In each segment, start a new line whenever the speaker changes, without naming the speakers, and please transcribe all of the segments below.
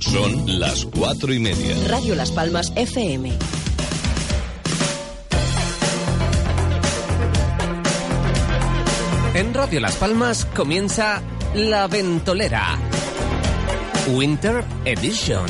Son las cuatro y media.
Radio Las Palmas FM.
En Radio Las Palmas comienza La Ventolera. Winter Edition.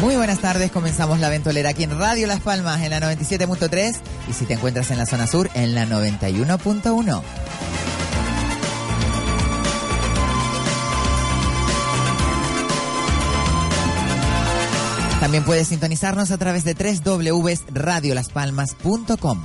Muy buenas tardes, comenzamos la ventolera aquí en Radio Las Palmas en la 97.3 y si te encuentras en la zona sur en la 91.1. También puedes sintonizarnos a través de www.radiolaspalmas.com.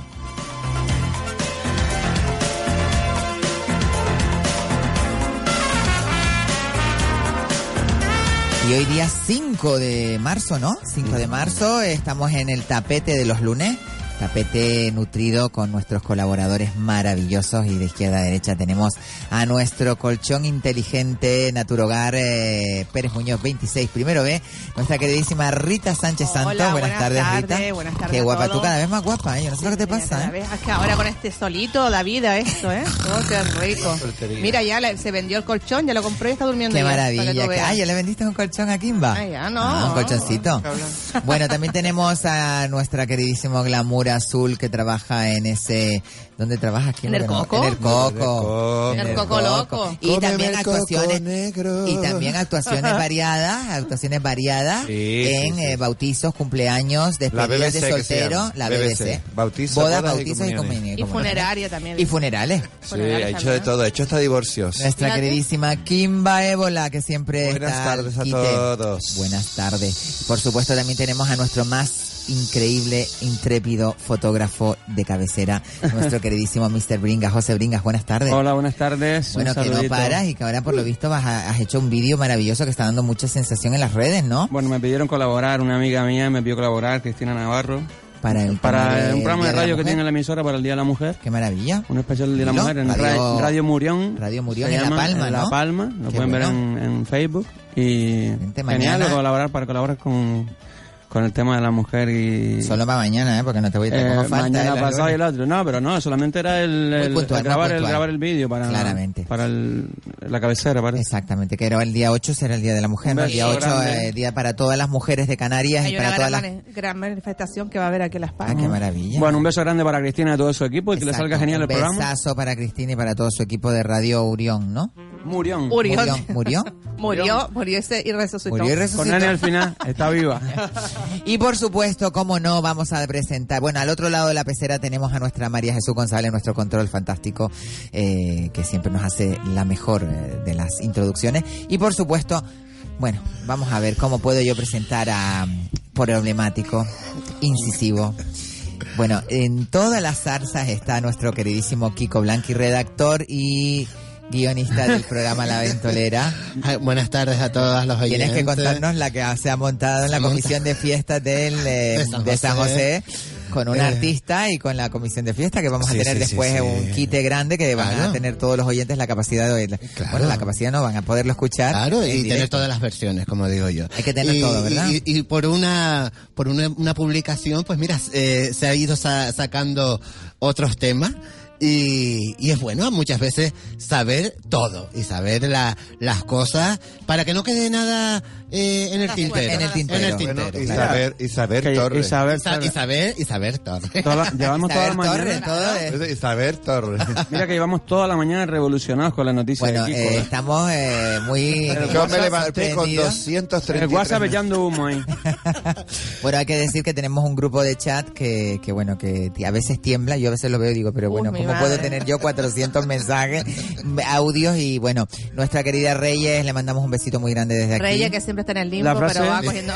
Y hoy día 5 de marzo, ¿no? 5 de marzo, estamos en el tapete de los lunes, tapete nutrido con nuestros colaboradores maravillosos y de izquierda a derecha tenemos a nuestro colchón inteligente Naturogar eh, Pérez Muñoz 26, primero B, nuestra queridísima Rita Sánchez Santos.
Hola,
buenas,
buenas
tardes,
tardes,
Rita.
buenas tardes
Qué
a
guapa, tú
todos.
cada vez más guapa, ¿eh? yo no sé lo que te pasa.
Cada
¿eh?
vez- es que ahora con este solito da vida esto, ¿eh? Oh, qué rico. Mira, ya le- se vendió el colchón, ya lo compré y está durmiendo.
¿eh? Qué
ya,
maravilla.
para que tú
que-
veas.
Ah, ya le vendiste un colchón a Kimba.
Ah, ya, no.
Ah, un colchoncito.
Cabrón.
Bueno, también tenemos a nuestra queridísimo glamour azul que trabaja en ese... ¿Dónde trabajas? Kimba?
En el
Que no-
coco.
En el coco.
En el coco loco.
Y también
Cómeme el coco
actuaciones...
negro.
Y también actuaciones variadas, actuaciones variadas
Sí,
en
sí, sí.
eh, bautizos, cumpleaños,
La
despedidas
BBC
de
que
soltero,
se llama.
la
BBC.
BBC.
Bautizos,
bodas,
bodas y
bautizos y
comuniones.
comuniones.
Y funeraria también.
Y funerales.
Sí, ha hecho de todo, ha hecho hasta divorcios.
Nuestra
Fíjate.
queridísima Kimba Ébola, que siempre
Buenas
está al
tardes a
quite.
todos.
Buenas tardes. Por supuesto, también tenemos a nuestro más increíble, intrépido fotógrafo de cabecera, nuestro queridísimo Mr. Bringas. José Bringas, buenas tardes.
Hola, buenas tardes.
Bueno,
un
que no
saludito.
paras y que ahora por lo visto vas a- has hecho un vídeo maravilloso que está dando mucha sensación en las redes, ¿no?
Bueno, me pidieron colaborar, una amiga mía me pidió colaborar, Cristina Navarro,
Para, el tema
para
del
un programa
Día
de radio que
Mujer.
tiene la emisora para el Día de la Mujer,
Qué maravilla.
un especial del Día de
Dilo,
la Mujer en
Radio-
ra- radio, Murión.
Radio Murión
se
en La
llama,
Palma,
en La
¿no?
Palma, lo
Qué
pueden ver
bueno.
en, en Facebook. Y
Gente,
genial
mañana-
colaborar, para colaborar con, con el tema de la mujer y...
Solo para mañana, ¿eh? Porque no te voy a
eh,
como falta.
mañana
¿eh? La
pasado y
lunes.
el otro. No, pero no, solamente era el,
Muy
el-
puntual,
el grabar,
muy
el
puntual.
grabar el vídeo para,
Claramente.
para el- la cabecera, parece.
Exactamente, que era el día 8, será el Día de la Mujer,
Un
¿no? El día
beso
8,
grande.
eh, día para todas las mujeres de Canarias
Hay
y
una
para
gran,
todas las...
mane- gran manifestación que va a haber aquí en Las
Ah,
Palmas.
qué maravilla.
Bueno, un beso grande para Cristina y todo su equipo y que le
Exacto.
salga genial el
Un
programa.
besazo para Cristina y para todo su equipo de Radio Urión, ¿no?
Murión.
Uri- Urión.
Urión, ¿Murió?
murió, murió ese y resucitó.
Murió y
Con
resucitó.
Nani al final, está viva.
Y por supuesto, cómo no, vamos a presentar. Bueno, al otro lado de la pecera tenemos a nuestra María Jesús González, nuestro control fantástico, eh, que siempre nos hace la mejor eh, de las introducciones. Y por supuesto, bueno, vamos a ver cómo puedo yo presentar a mm, problemático, incisivo. Bueno, en todas las zarzas está nuestro queridísimo Kiko Blanqui, redactor y guionista del programa La Ventolera.
Ah, Buenas tardes a todas los oyentes.
Tienes que contarnos la que se ha montado en la comisión de fiestas del, eh, de, San José. con un
Eh.
artista y con la comisión de fiesta que vamos
Sí,
a tener
sí, sí,
después
sí.
un quite grande que van a
Claro.
tener todos los oyentes la capacidad de oírla.
Claro.
Bueno, la capacidad no, van a poderlo escuchar.
Claro,
en
y tener
directo.
todas las versiones, como digo yo.
Hay que tener
Y-
todo, ¿verdad?
Y, y por una por una, una publicación, pues mira, eh, se ha ido sa- sacando otros temas. Y, y es bueno muchas veces saber todo y saber la- las cosas para que no quede nada eh, en, el tintero,
En el tintero.
tintero,
Bueno,
claro.
Isabel, Isabel
Que-
Torres. Isabel,
Y sa- y saber, y saber todo.
toda la- llevamos toda la
Isabel
mañana.
Torres, todo es-
Torres.
Mira que llevamos toda la mañana revolucionados con la noticia
Bueno,
de Kiko.
eh, estamos eh, muy
Yo me levanté con
sorprendidos.
233.
el WhatsApp echando humo ahí.
Bueno, hay que decir que tenemos un grupo de chat que, que bueno, que ti- a veces tiembla, yo a veces lo veo y digo, pero
Uy,
bueno,
mi
¿cómo
madre.
puedo tener yo 400 mensajes, m- audios? Y bueno, nuestra querida Reyes, le mandamos un besito muy grande desde aquí.
Reyes que siempre está en el limbo,
La frase-
pero va cogiendo,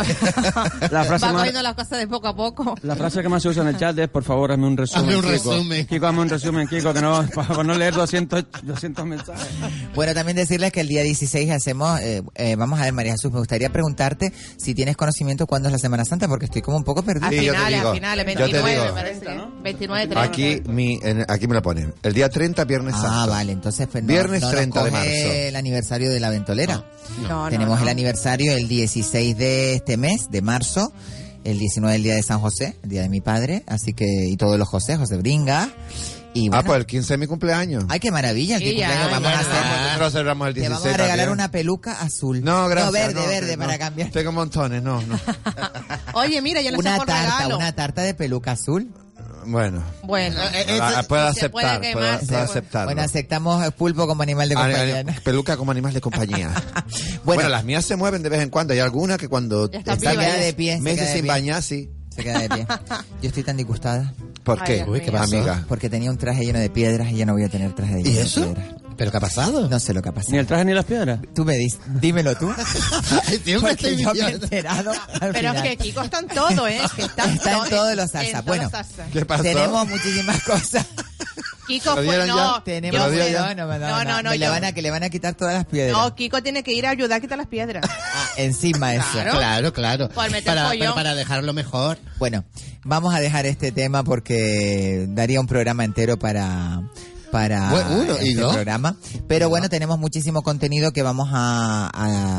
La frase más-
va cogiendo las cosas de poco a poco.
La frase que más se usa en el chat es, por favor, hazme un resumen.
Hazme un
Kiko.
resumen.
Kiko, hazme un resumen, Kiko, que no, para no leer 200, 200 mensajes.
Bueno, también decirles que el día 16 hacemos, eh, eh, vamos a ver, María Jesús, me gustaría preguntarte si tienes conocimiento cuándo es la Semana Santa, porque estoy como un poco
A
perdida.
Sí, yo te
finales,
digo,
a finales,
yo te
29,
digo.
me parece. ¿eh? 29, 30.
Aquí, mi, en- aquí me lo ponen. El día 30, viernes
Ah,
santo.
vale, entonces pues, no-
Viernes
no nos
30 de
coge
marzo.
el aniversario de la ventolera.
No, no,
Tenemos
no.
el aniversario el 16 de este mes, de marzo, el 19 el día de San José, el día de mi padre, así que, y todos los José, José Bringa. Y
Ah,
bueno,
pues el 15 es mi cumpleaños.
ay, qué maravilla, el
Sí, ya,
cumpleaños vamos
ya.
a hacer.
Nosotros celebramos el
Te
16
vamos a regalar
también.
una peluca azul.
No, gracias.
No, verde,
no,
verde,
no.
para cambiar.
Tengo montones, no, no.
Oye, mira, yo lo sé
Una
por
tarta,
regalo.
una tarta de peluca azul.
Bueno.
Bueno,
Ah, puedo
si eh, se puede
aceptar, puedo, puedo
quemarse, bueno.
aceptarlo.
Bueno, aceptamos eh, pulpo como animal de
Ani-
compañía. ¿no?
ani- peluca como animal de compañía. bueno, las mías se mueven de vez en cuando. Hay algunas que cuando
Ya está
están
viva,
meses-
ya.
de pie, se
meses
queda de
sin
pie.
bañar, sí.
Se queda de pie. Yo estoy tan disgustada
¿Por
Ay,
qué?
Dios Uy, ¿qué mío. pasó?
Amiga.
porque tenía un traje lleno de piedras y ya no voy a tener traje lleno
¿Y
de
eso?
piedras.
¿Pero qué ha pasado?
No sé lo que ha pasado.
Ni el traje ni las piedras.
Tú me dices, dímelo tú.
Siempre
Porque yo
estoy
me he
mintiendo.
enterado. al
Pero es
final.
que Kiko está en todo, ¿eh? Que está en
Está en
todo-
todos los
en
salsas.
todos
Bueno.
los salsas.
¿Qué pasó?
Tenemos muchísimas cosas.
Kiko
¿Lo
fue,
dieron
no,
ya?
Tenemos
yo
¿Lo dieron
fui-
ya?
no, no, no,
no, no, no,
me le
yo-
van a que le van a quitar todas las piedras.
No, Kiko tiene que ir a ayudar a quitar las piedras.
Encima eso.
Claro.
Claro, claro.
Por meter
Para,
follón.
pero para dejarlo mejor.
Bueno, vamos a dejar este tema porque daría un programa entero para para
Bueno, uno,
este
¿y dos?
programa. Pero bueno, tenemos muchísimo contenido que vamos a,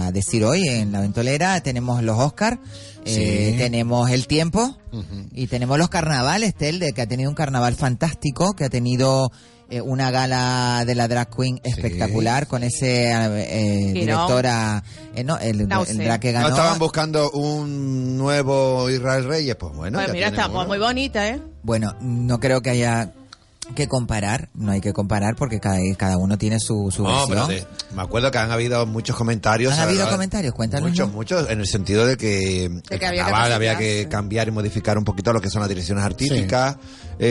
a decir hoy en La Ventolera. Tenemos los Oscar, eh, tenemos el tiempo y tenemos los carnavales, Tel, de que ha tenido un carnaval fantástico, que ha tenido eh, una gala de la drag queen espectacular con ese eh, eh,
Quirón.
directora, eh, no, el, el
Náusea.
drag que
¿No
ganó.
estaban buscando un nuevo Israel Reyes? Pues bueno.
pues
ya
mira,
tienen
está
uno.
muy bonita, ¿eh?
Bueno, no creo que haya que comparar, no hay que comparar porque cada, cada uno tiene su, su
No, pero
versión.
de- me acuerdo que han habido muchos comentarios.
¿Han
la
habido
verdad.
comentarios? Cuéntanos.
Muchos, muchos, en el sentido de que, el
que había que
carnaval había
modificar,
que
sí.
cambiar y modificar un poquito lo que son las direcciones artísticas.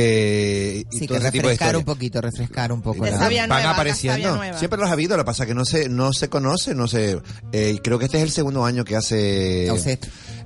eh, y
Sí,
todo
que
ese tipo
refrescar
de historias.
un poquito, refrescar un poco.
De
la-
sabia-
van
nueva,
apareciendo.
casabia nueva.
Siempre los ha habido, lo que pasa es que no se, no se conoce, no se... eh, creo que este es el segundo año que hace
No sé.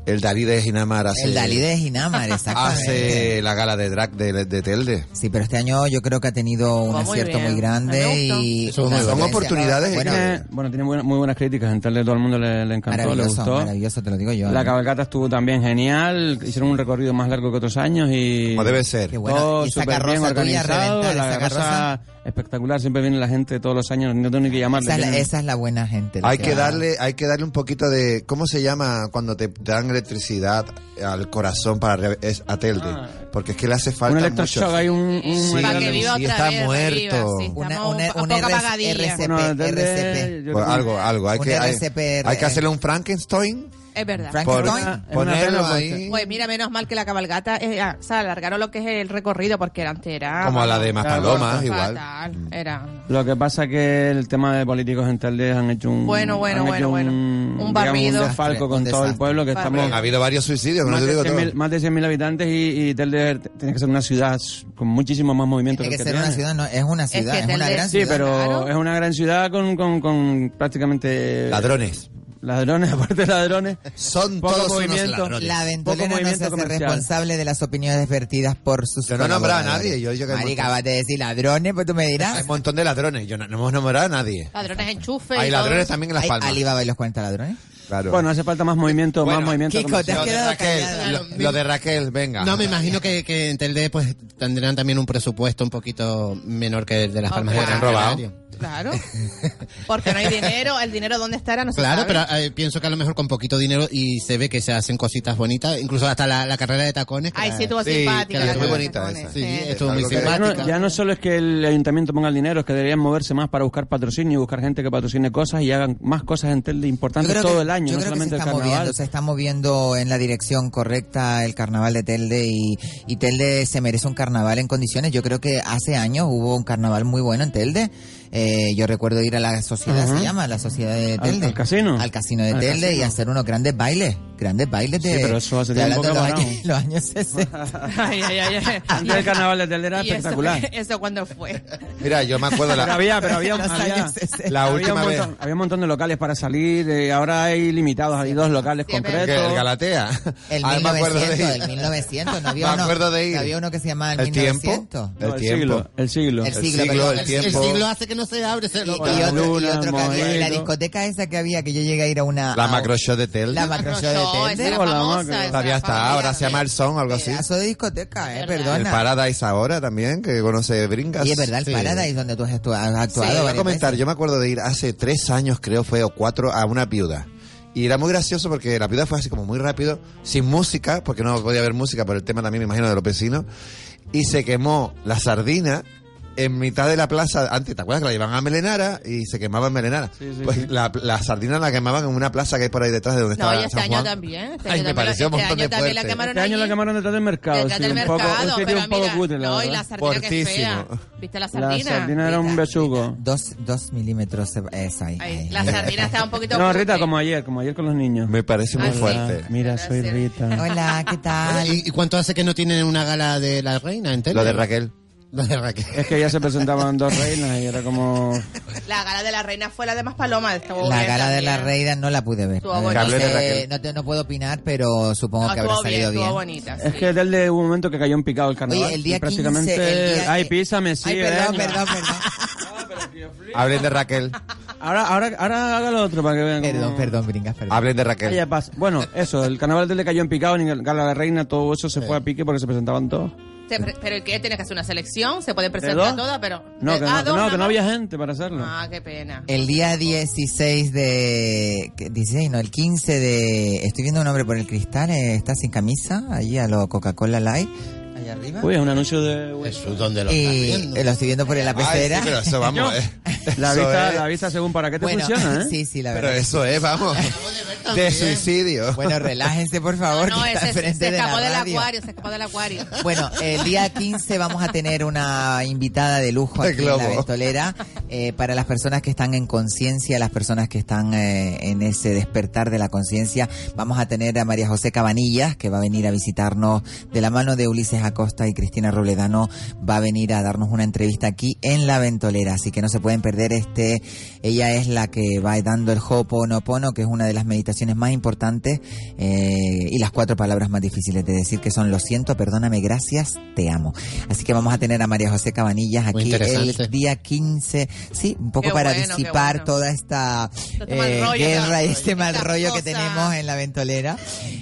el Dalí de Ginamar. Hace,
El Dalí de Ginamar, exactamente.
Hace la gala de drag de, de Telde.
Sí, pero este año yo creo que ha tenido un
Oh, muy
acierto
bien.
muy
A
grande
mí me gustó.
y
Eso es
una
muy
bueno. Son
solvencia.
oportunidades
Bueno,
que-
Tiene- bueno, tiene buena- muy buenas críticas. En tal de todo el mundo le, le encantó, le
maravilloso,
gustó.
maravilloso, te lo digo yo. ¿eh?
La
¿no?
cabalgata estuvo también genial. Hicieron un recorrido más largo que otros años y.
Como debe ser.
Qué bueno.
todo
Y esa
súper bien
carroza tuya,
organizado.
reventar
La
esa
casa
carroza.
espectacular. Siempre viene la gente todos los años. No tengo ni que llamarle.
esa, es la,
vienen-
esa es la buena gente. la
Hay que
va-
darle, hay que darle un poquito de, ¿cómo se llama cuando te dan electricidad al corazón para re- es a Telde?
Ah.
Porque es que le hace
un
falta
electroshock.
mucho.
Hay un. un-
Sí,
Para que viva
sí,
otra
está
vez,
muerto.
viva, sí,
Una-
estamos
una-
a
una
poco
RC.
apagadilla.
RC.
bueno,
RCP.
desde- yo
Pues
creo que-
algo, algo. Hay
Un
que, hay,
RCPR.
hay que hacerle un Frankenstein.
Es verdad.
Frank-
por-
Frankenstein.
ponerlo
Es una pena
ahí.
Pues mira, menos mal que la cabalgata, eh, ah, o sea, alargaron lo que es el recorrido porque era entera.
Como a la de Maspalomas, igual. Mm.
Fatal, era.
Lo que pasa que el tema de políticos en Telde han hecho un
Bueno, bueno,
han
bueno,
hecho
bueno. Un
digamos,
barrido.
un desfalco con
Un
todo el
desastre.
pueblo que
Barrido.
estamos
Ha habido varios suicidios, no
más,
te digo
de
todo.
100.000 más de 100.000 habitantes y, y Telde tiene que ser una ciudad con muchísimo más movimiento
Tiene
que,
que
el que
ser una
tiene.
ciudad, no, es una
que
ciudad, es,
Telde-
una gran
Sí,
ciudad.
pero
claro.
es una gran ciudad con, con, con prácticamente
Ladrones.
ladrones, aparte de ladrones.
Son
Poco
todos unos
movimiento.
ladrones.
La ventolera
Poco
no se
movimiento
hace
comercial.
responsable de las opiniones vertidas por sus
Yo no he nombrado a
colaboradores.
nadie, yo he dicho que hay
Marica,
muchos.
vas a decir ladrones, pues tú me
Hay
dirás.
un montón de ladrones. Yo no, no hemos nombrado a nadie.
Ladrones enchufes.
Hay ladrones también en Las
Hay
Palmas.
Alibaba y los 40 ladrones.
Claro.
Bueno, hace falta más movimiento,
Bueno,
más movimiento.
Kiko,
comercial.
Te has
Lo de
quedado
Raquel,
callado.
lo, lo de Raquel, venga.
No, me imagino que, que en Telde pues tendrán también un presupuesto un poquito menor que el de las
Ah,
palmas
pues,
de Gran
han
robado.
Canaria.
Claro. Porque no hay dinero. El dinero, ¿dónde estará? No se
Claro,
sabe.
pero eh, pienso que a lo mejor con poquito dinero y se ve que se hacen cositas bonitas, incluso hasta la, la carrera de tacones. que
Ay,
la-
sí, estuvo
Sí,
simpática.
que
la
es muy
Carmen
bonita
Tacones,
esa.
Sí,
sí.
estuvo muy
Algo que-
Ya no,
simpática.
ya no solo es que el ayuntamiento ponga el dinero, es que deberían moverse más para buscar patrocinio y buscar gente que patrocine cosas y hagan más cosas en Telde
Yo
importantes
creo
todo
que-
el año,
yo
no
creo que
solamente
se
el
está
carnaval.
moviendo, se está moviendo en la dirección correcta el carnaval de Telde y, y Telde se merece un carnaval en condiciones. Yo creo que hace años hubo un carnaval muy bueno en Telde. Eh, yo recuerdo ir a la sociedad, se llama, la sociedad de
Al-
Telde.
al casino.
Al casino de
Al
Telde
casino.
y hacer unos grandes bailes, grandes bailes de...
Sí, pero eso hace
estoy
tiempo
hablando
que
de los
paramos.
años- los años 60.
Ay, ay, ay, ay.
Antes del carnaval de Telde era
¿Y eso-
espectacular.
¿Eso cuándo fue?
Mira, yo me acuerdo
Pero
la,
había, pero había,
Los
había-
años 60.
La
había
última
un
vez.
montón, había un montón de locales para salir, eh, ahora hay limitados, hay dos locales
Siempre.
que
concretos.
el Galatea.
El
Ah, me acuerdo
1900,
de ir.
el 1900, no había
Me
uno-
acuerdo de ir.
había uno que se llamaba el,
El tiempo.
1900.
No,
el
el,
tiempo.
siglo, el siglo.
El
El
siglo,
siglo,
perdón.
el
El- el
tiempo.
siglo hace que no se abre, se
Y,
lo-
y otro, y
Luna,
otro que- la
Moedo.
discoteca esa que había, que yo llegué a ir a una...
La
a-
macro show de Tel.
La macro show
Macro
de
show, esa
Telde.
era
Hola,
famosa,
Macro.
esa
Todavía
era
está,
famosa.
ahora se llama el son, algo así.
Pedazo de discoteca, eh,
Es verdad.
El
perdona.
Paradise ahora también, que conoce Bringas.
y es verdad, el
Sí.
Paradise, donde tú has actu- has actuado.
Te voy a
varias
comentar,
veces.
yo me acuerdo de ir hace tres años, creo fue, o cuatro, a una viuda. Y era muy gracioso porque la viuda fue así como muy rápido, sin música, porque no podía haber música por el tema también, me imagino, de los vecinos. Y se quemó la sardina en mitad de la plaza. Antes, ¿te acuerdas que la llevaban a Melenara y se quemaba en Melenara?
Sí, sí,
pues
sí.
La, la sardina la quemaban en una plaza que hay por ahí detrás de donde
No,
estaba
y este
San
año
Juan.
también. Este
Ay,
año
me
también,
pareció un
este
montón
año
de
también la
fuerte.
quemaron
Este año la
allí.
quemaron detrás del mercado.
Detrás
sí,
del
un
mercado,
poco, este tío
pero
un poco
mira,
cutre, la
no, y
verdad.
la sardina que es fea.
Fortísimo.
¿Viste la
La
sardina?
sardina era un
Rita.
besugo.
Dos, dos milímetros, eh, esa ahí.
Ahí,
ahí,
La
ahí.
sardina estaba un poquito...
No, Rita,
cutre.
como ayer, como ayer con los niños.
Me parece muy
Ah, sí.
fuerte.
Mira, soy
Gracias.
Rita.
Hola, ¿qué
Ah,
tal?
¿Y, y cuánto hace que no tienen una gala de la reina en Telde?
Lo de Raquel.
Lo de Raquel.
Es que ya se presentaban dos reinas y era como...
La gala de la reina fue la de más paloma.
La gala de la reina no la pude ver.
Estuvo
Eh, No,
bonita.
Hablé de
sé,
Raquel.
no, te- no puedo opinar, pero supongo que habrá salido
Estuvo
bien.
bonita.
Es
sí.
que desde hubo un momento que cayó en picado el carnaval.
Oye, el día
y prácticamente...
15, el día-
Ay, písame, sí, eh,
Ay, perdón,
ven.
perdón, perdón.
Hablen de Raquel.
Ahora, ahora, ahora haga lo otro para que vean cómo-
Perdón, perdón, bringas, perdón.
Hablen de
Ah,
Raquel.
ya pasa. Bueno, eso, el carnaval del de cayó en picado, ni el Gala de la Reina, todo eso se fue a pique porque se presentaban todos.
Se pre- ¿Pero qué? ¿Tienes que hacer una selección? ¿Se puede
¿De
presentar
dos?
toda? pero
No,
Eh,
¿De-
que,
ah,
no, que
dos
no,
nada
que no
más?
había gente para hacerlo.
Ah, qué pena.
El día 16 de... que- 16, no, el 15 de... Estoy viendo un hombre por el cristal, eh, está sin camisa, allí a lo Coca-Cola Light, allá arriba.
Uy, es un anuncio de...
Jesús, ¿dónde lo estás
y
viendo?
eh, lo estoy viendo por la
Ay, sí,
pecera.
pero eso vamos. eh.
La
Eso
vista,
es-
la vista según para qué te
bueno,
funciona, ¿eh?
sí, sí, la
Pero
verdad.
eso es, vamos. De suicidio.
Bueno, relájense, por favor,
no,
que está
ese se,
frente
se
de la
escapó del
radio.
acuario, se escapó del acuario.
Bueno, el día 15 vamos a tener una invitada de lujo
De
aquí en La
globo.
Ventolera eh, para las personas que están en conciencia, las personas que están eh, en ese despertar de la conciencia. Vamos a tener a María José Cabanillas, que va a venir a visitarnos de la mano de Ulises Acosta y Cristina Robledano. Va a venir a darnos una entrevista aquí en La Ventolera, así que no se pueden perder este. Ella es la que va dando el Ho'oponopono, que es una de las meditaciones más importantes eh, y las cuatro palabras más difíciles de decir, que son lo siento, perdóname, gracias, te amo. Así que vamos a tener a María José Cabanillas
Muy
aquí el
interesante.
día 15, sí, un poco
Qué
para
bueno, qué
disipar
bueno.
toda esta
Este mal
eh,
rollo,
guerra y
claro,
este mal
estas
rollo que
cosas.
tenemos en la ventolera.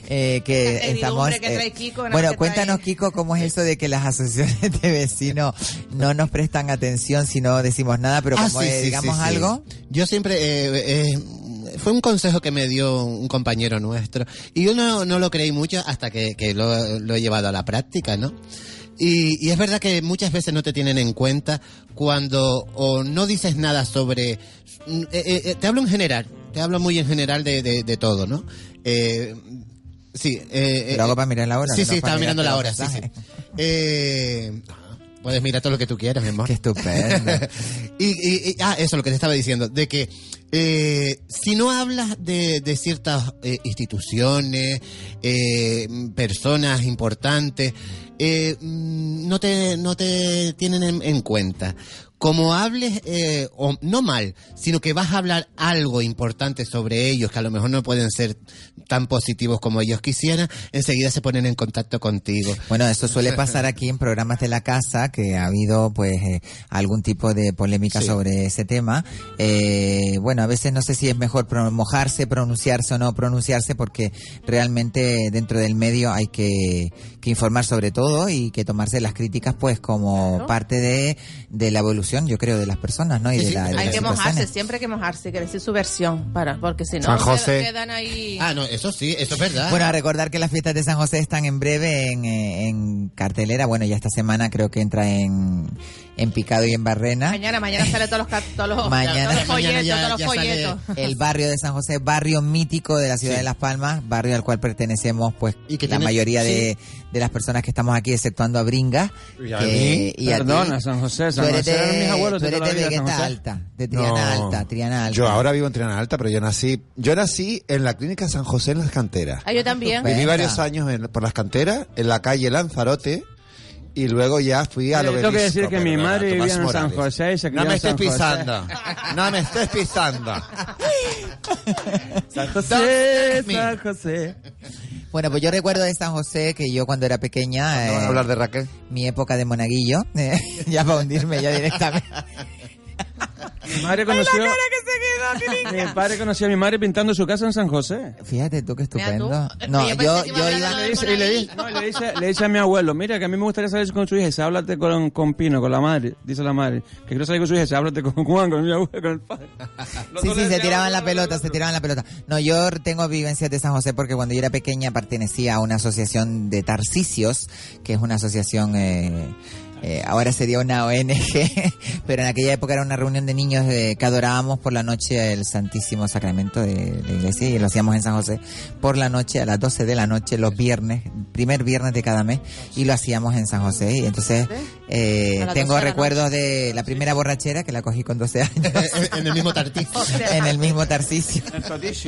eh, que
Esta
estamos,
servidumbre que
eh,
trae Kiko, ¿no?
bueno,
que
cuéntanos,
trae-
Kiko, cómo es eso de que las asociaciones de vecinos no nos prestan atención si no decimos nada, pero
Ah,
como
sí,
eh,
sí,
digamos
sí, sí.
algo.
Yo siempre. eh, eh, fue un consejo que me dio un compañero nuestro. Y yo no, no lo creí mucho hasta que, que lo, lo he llevado a la práctica, ¿no? Y, y es verdad que muchas veces no te tienen en cuenta cuando o no dices nada sobre... mm, eh, eh, eh, te hablo en general, te hablo muy en general de, de- de todo, ¿no? Eh, sí. eh, eh,
Lo hago para mirar la hora.
Sí,
no
sí,
para
estaba
mirar
mirando la
los
hora, sí, sí.
mensajes.
Eh, puedes mirar todo lo que tú quieras, mi amor.
Qué estupendo.
y, y- y- ah, eso lo que te estaba diciendo, de que eh, si no hablas de, de ciertas eh, instituciones, eh, personas importantes, eh, mm, no te, no te tienen en, en cuenta. como hables, eh, o, no mal, sino que vas a hablar algo importante sobre ellos, que a lo mejor no pueden ser tan positivos como ellos quisieran, enseguida se ponen en contacto contigo.
Bueno, eso suele pasar aquí en programas de la casa, que ha habido pues eh, algún tipo de polémica sobre ese tema. Eh, bueno, a veces no sé si es mejor pro- mojarse, pronunciarse o no pronunciarse, porque realmente dentro del medio hay que, que informar sobre todo y que tomarse las críticas pues como parte de, de la evolución, yo creo, de las personas, ¿no? Y de la, de
Hay
las
que mojarse,
situaciones.
siempre hay que mojarse, hay que decir su versión, para, porque si no,
San
se-
José.
quedan ahí.
Ah, no, eso sí, eso es verdad.
Bueno, a recordar que las fiestas de San José están en breve en, eh, en cartelera. Bueno, ya esta semana creo que entra en, en Picado y en Barrena.
Mañana, mañana sale todos los, ca- todos los,
Mañana.
todos los
Mañana
folletos,
ya-
todos los
ya sale-
folletos.
El barrio de San José, barrio mítico de la ciudad
Sí.
de Las Palmas, barrio al cual pertenecemos pues
Y que
la
tiene-
mayoría de, de las personas que estamos aquí, exceptuando a Bringa.
Y a
que- y a ti.
Perdona, San José, San
Tú eres
José eran
de-
mis abuelos
tú
de
eres
toda
de
la vida, San
Vegueta
José.
Alta, de Triana
No.
Alta, Triana Alta.
Yo ahora vivo en Triana Alta, pero yo nací, yo nací en la clínica San José en las canteras.
Ah, yo también.
Venga.
Viví varios años en- por las canteras, en la calle Lanzarote, y luego ya fui a
Yo
lo
tengo que decir que mi madre vivía en San José y se crió
No me
en
estés
San José.
pisando. No me estés pisando.
San José, San José.
Bueno, pues yo recuerdo de San José que yo cuando era pequeña...
No
eh,
vamos a hablar de Raquel.
mi época de monaguillo, eh, ya para hundirme ya directamente.
Mi madre conoció. Mi padre conoció a mi madre pintando su casa en San José.
Fíjate tú qué
Mira tú.
estupendo. No,
Yo pensé
yo,
que
yo
iba a hablar de
iba...
lo
Le dice,
de-
y le dice, no, y le dice, le dice a mi abuelo, mira, que a mí me gustaría salir con su hija, y se háblate con, con Pino, con la madre, dice la madre, que quiero salir con su hija, se háblate con Juan, con mi abuelo, con el padre. Los
Sí, sí,
dos le
se
decían,
tiraban la
"Háblate con
pelota, se
otro".
tiraban la pelota. No, yo tengo vivencias de San José porque cuando yo era pequeña pertenecía a una asociación de Tarcicios, que es una asociación, eh, eh, ahora sería una ONG, pero en aquella época era una reunión de niños eh, que adorábamos por la noche el Santísimo Sacramento de la iglesia y lo hacíamos en San José por la noche a las 12 de la noche, los viernes, primer viernes de cada mes, y lo hacíamos en San José. Y entonces eh,
A las 12
tengo
de la
recuerdos de la primera borrachera que la cogí con 12 años
en el mismo tartito.
en el mismo Tarcisio.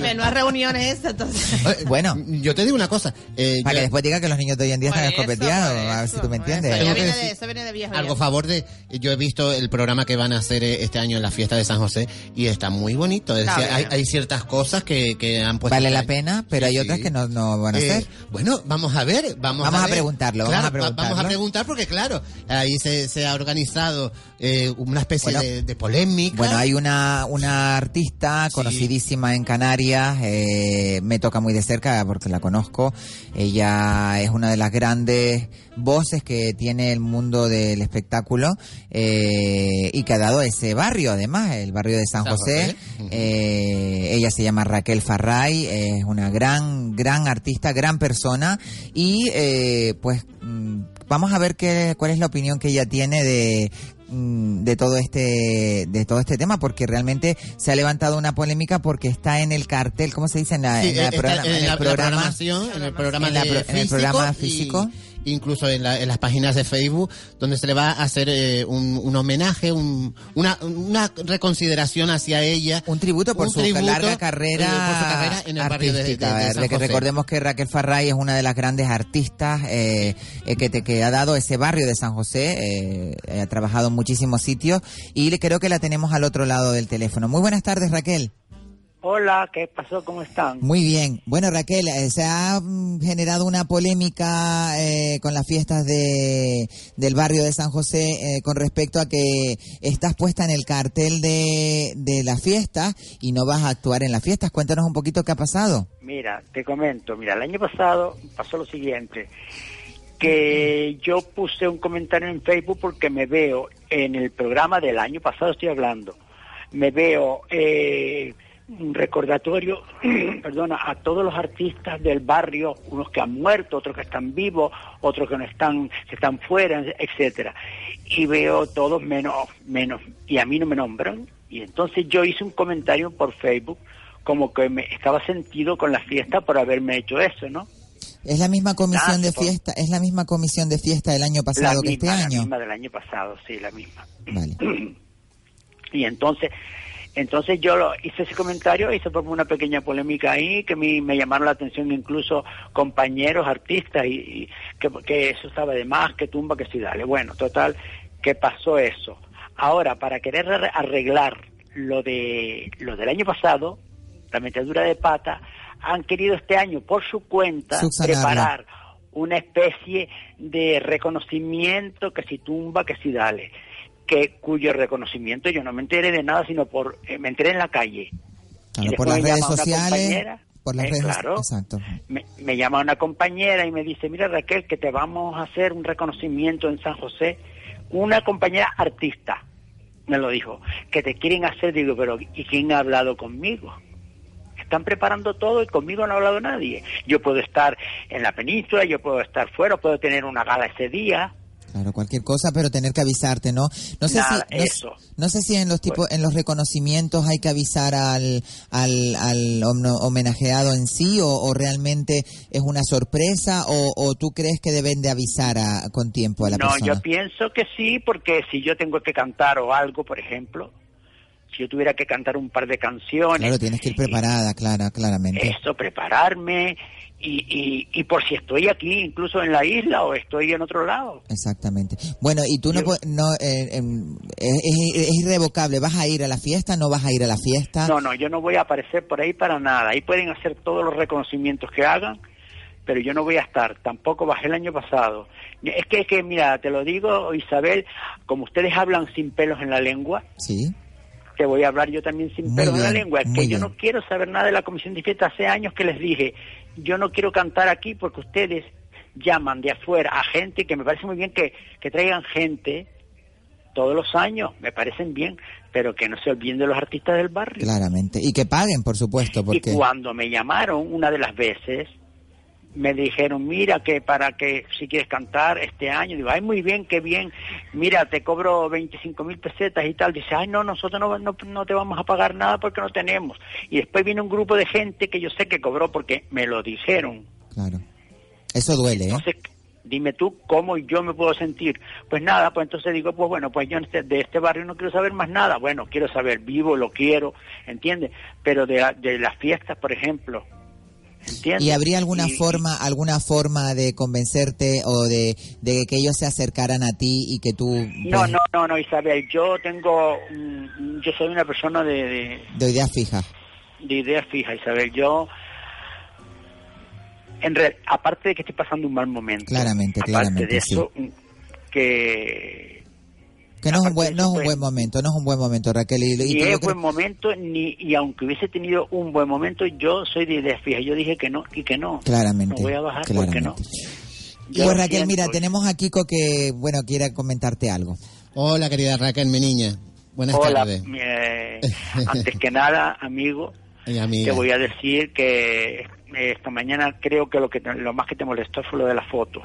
Menudas reuniones esas, entonces.
Bueno.
Yo te digo una cosa. eh,
Para
yo-
que después diga que los niños de hoy en día están
Por eso,
escopeteados,
por
a ver si
eso,
tú me
por eso.
entiendes.
Ya
Tengo que
viene de,
decir
eso viene de viejo.
Algo a
ya.
favor de, yo he visto el programa que van a hacer eh, este año en la fiesta de San José y está muy bonito. Es
Está
decir, hay,
bien.
hay ciertas cosas que, que han
pues,
puesto.
Vale la
este año.
pena, pero
Sí,
hay otras
sí.
que no, no van a
Eh,
hacer.
bueno, vamos a ver, vamos,
Vamos a
ver.
preguntarlo, vamos
Claro,
a
va-
preguntarlo.
preguntar porque claro, ahí se, se ha organizado eh, una especie
Bueno.
de, de polémica.
Bueno, hay una, una artista conocidísima en Canarias, eh, me toca muy de cerca porque la conozco. Ella es una de las grandes voces que tiene el mundo del espectáculo eh, y que ha dado ese barrio, además, el barrio de San,
San
José.
José.
Eh, ella se llama Raquel Farray, es una gran, gran artista, gran persona y eh, pues mm, vamos a ver qué, cuál es la opinión que ella tiene de mm, de todo este de todo este tema porque realmente se ha levantado una polémica porque está en el cartel cómo se dice en, la-
Sí,
Ah, en la
eh, está
programa-
en
en
la-
el
la
programa
programación, en el programa,
En la
de
pro- en el programa físico.
y- incluso en, la- en las páginas de Facebook, donde se le va a hacer eh, un, un homenaje, un- una, una reconsideración hacia ella.
un tributo por
Un
su
tributo,
larga
eh,
carrera,
por su carrera en el barrio de-
artística.
de-
A
de
ver,
San
re- que
José.
recordemos que Raquel Farray es una de las grandes artistas eh, eh, que, te- que ha dado ese barrio de San José, eh, eh, ha trabajado en muchísimos sitios y le- creo que la tenemos al otro lado del teléfono. Muy buenas tardes, Raquel.
Hola, ¿qué pasó? ¿Cómo están?
Muy bien. Bueno, Raquel, eh, se ha mm, generado una polémica eh, con las fiestas de, del barrio de San José eh, con respecto a que estás puesta en el cartel de, de las fiestas y no vas a actuar en las fiestas. Cuéntanos un poquito qué ha pasado.
Mira, te comento, mira, el año pasado pasó lo siguiente, que yo puse un comentario en Facebook porque me veo en el programa del año pasado, estoy hablando, me veo eh, un recordatorio, perdona, a todos los artistas del barrio, unos que han muerto, otros que están vivos, otros que no están, que están fuera, etcétera, y veo todos menos, menos, y a mí no me nombran, y entonces yo hice un comentario por Facebook como que me estaba sentido con la fiesta por haberme hecho eso, ¿no?
Es la misma comisión de
Gracias, por-
fiesta, es la misma comisión de fiesta del año pasado
la
que este
misma, la
año.
misma del año pasado, sí, la misma.
Vale.
Y entonces, entonces yo lo- hice ese comentario y se formó una pequeña polémica ahí que me, me llamaron la atención incluso compañeros, artistas, y, y que, que eso estaba de más, que tumba, que sí, dale. Bueno, total, que pasó eso. Ahora, para querer ar- arreglar lo de lo del año pasado, la metedura de pata, han querido este año por su cuenta
Subsanarla.
preparar una especie de reconocimiento que si tumba, que si dale, que cuyo reconocimiento yo no me enteré de nada, sino por eh, me enteré en la calle.
Claro,
Y
por
después
las
me
redes
llama una
sociales.
compañera,
Por las
eh,
redes
claro.
Exacto.
Me, me llama una compañera y me dice, mira Raquel, que te vamos a hacer un reconocimiento en San José. Una compañera artista me lo dijo, que te quieren hacer, digo, pero ¿y quién ha hablado conmigo? Están preparando todo y conmigo no ha hablado nadie. Yo puedo estar en la península, yo puedo estar fuera, puedo tener una gala ese día.
Claro, cualquier cosa, pero tener que avisarte, ¿no? No sé
Nada,
si no,
eso.
no sé si en los tipos, en los reconocimientos hay que avisar al al, al homno- homenajeado en sí o, o realmente es una sorpresa o, o tú crees que deben de avisar a- con tiempo a la
no,
persona.
yo pienso que sí, porque si yo tengo que cantar o algo, por ejemplo, si yo tuviera que cantar un par de canciones.
Claro, tienes que ir
y-
preparada, clara, claramente.
Eso, prepararme y, y, y por si estoy aquí, incluso en la isla o estoy en otro lado.
Exactamente. Bueno, y tú no,
Yo-
pu- no eh, em, es, es- es irrevocable. ¿Vas a ir a la fiesta? ¿No vas a ir a la fiesta?
No, no, yo no voy a aparecer por ahí para nada. Ahí pueden hacer todos los reconocimientos que hagan, pero yo no voy a estar. Tampoco bajé el año pasado. Es que, es que mira, te lo digo, Isabel, como ustedes hablan sin pelos en la lengua,
Sí.
te voy a hablar yo también sin
Muy
pelos en la
bien,
lengua. Es
muy
que yo
bien.
no quiero saber nada de la comisión de fiesta. Hace años que les dije, yo no quiero cantar aquí porque ustedes llaman de afuera a gente que me parece muy bien que, que traigan gente todos los años, me parecen bien, pero que no se olviden de los artistas del barrio.
Claramente. Y que paguen, por supuesto,
Y
porque...
cuando me llamaron una de las veces, me dijeron, mira, que para que si quieres cantar este año, digo, ay, muy bien, qué bien, mira, te cobro 25 mil pesetas y tal. Dice, ay, no, nosotros no, no, no te vamos a pagar nada porque no tenemos. Y después viene un grupo de gente que yo sé que cobró porque me lo dijeron.
Claro. Eso duele, ¿eh?
Entonces, dime tú cómo yo me puedo sentir. Pues nada, pues entonces digo, pues bueno, pues yo en este- de este barrio no quiero saber más nada. Bueno, quiero saber vivo, lo quiero, ¿entiendes? Pero de, la- de las fiestas, por ejemplo. ¿entiendes?
¿Y habría alguna
Y-
forma alguna forma de convencerte o de, de que ellos se acercaran a ti y que tú...
No,
pues,
no, no, no, Isabel, yo tengo, mm, yo soy una persona de, de,
De ideas fijas.
de ideas fijas, Isabel. Yo, en real, aparte de que estoy pasando un mal momento.
Claramente,
aparte
claramente,
de
sí.
eso, mm, que
Que no es, un
Aparte
buen,
de
no es
eso,
un
pues-
buen momento, no es un buen momento, Raquel. Y, y
ni
tú
es
lo cre-
buen momento, ni y aunque hubiese tenido un buen momento, yo soy de ideas fijas. Yo dije que no y que no.
Claramente.
No voy a bajar porque no.
claramente.
Yo
Pues
lo
Raquel,
siento.
mira, tenemos a Kiko que, bueno, quiera comentarte algo.
Hola, querida Raquel, mi niña. Buenas
Hola,
tardes.
eh, antes que nada, amigo,
Eh, amiga.
te voy a decir que eh, esta mañana creo que lo que te- lo más que te molestó fue lo de la foto.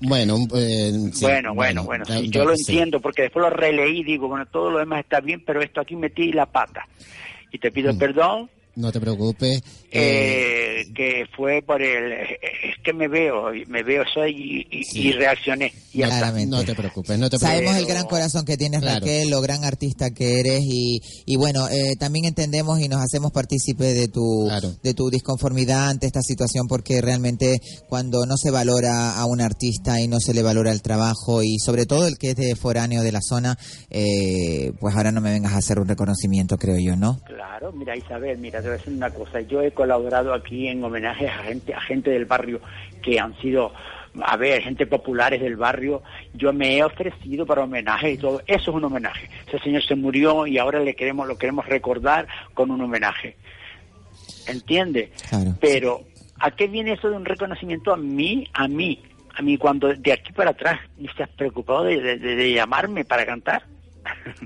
Bueno, un- eh, sí,
bueno, bueno, bueno,
da-
sí,
da-
yo lo
sí.
entiendo porque después lo releí y digo, bueno, todo lo demás está bien, pero esto aquí metí la pata. Y te pido perdón.
No te preocupes. eh,
eh, que fue por el es que me veo me veo soy y, y- y reaccioné y ya está.
Claramente.
no te preocupes, no te preocupes.
Sabemos el
Pero-
gran corazón que tienes,
Claro.
Raquel, lo gran artista que eres y, y bueno, eh, también entendemos y nos hacemos partícipe de tu,
Claro.
de tu disconformidad ante esta situación porque realmente cuando no se valora a un artista y no se le valora el trabajo y sobre todo el que es de foráneo de la zona, eh, pues ahora no me vengas a hacer un reconocimiento, creo yo, ¿no?
Claro, mira Isabel, mira, te voy a decir una cosa. Yo he colaborado aquí en homenajes a gente, a gente del barrio que han sido, a ver, gente populares del barrio. Yo me he ofrecido para homenaje y todo. Eso es un homenaje. Ese señor se murió y ahora le queremos, lo queremos recordar con un homenaje. ¿Entiendes?
Claro.
Pero, ¿a qué viene eso de un reconocimiento a mí, a mí? A mí cuando de aquí para atrás ni estás preocupado de- de- de- de llamarme para cantar.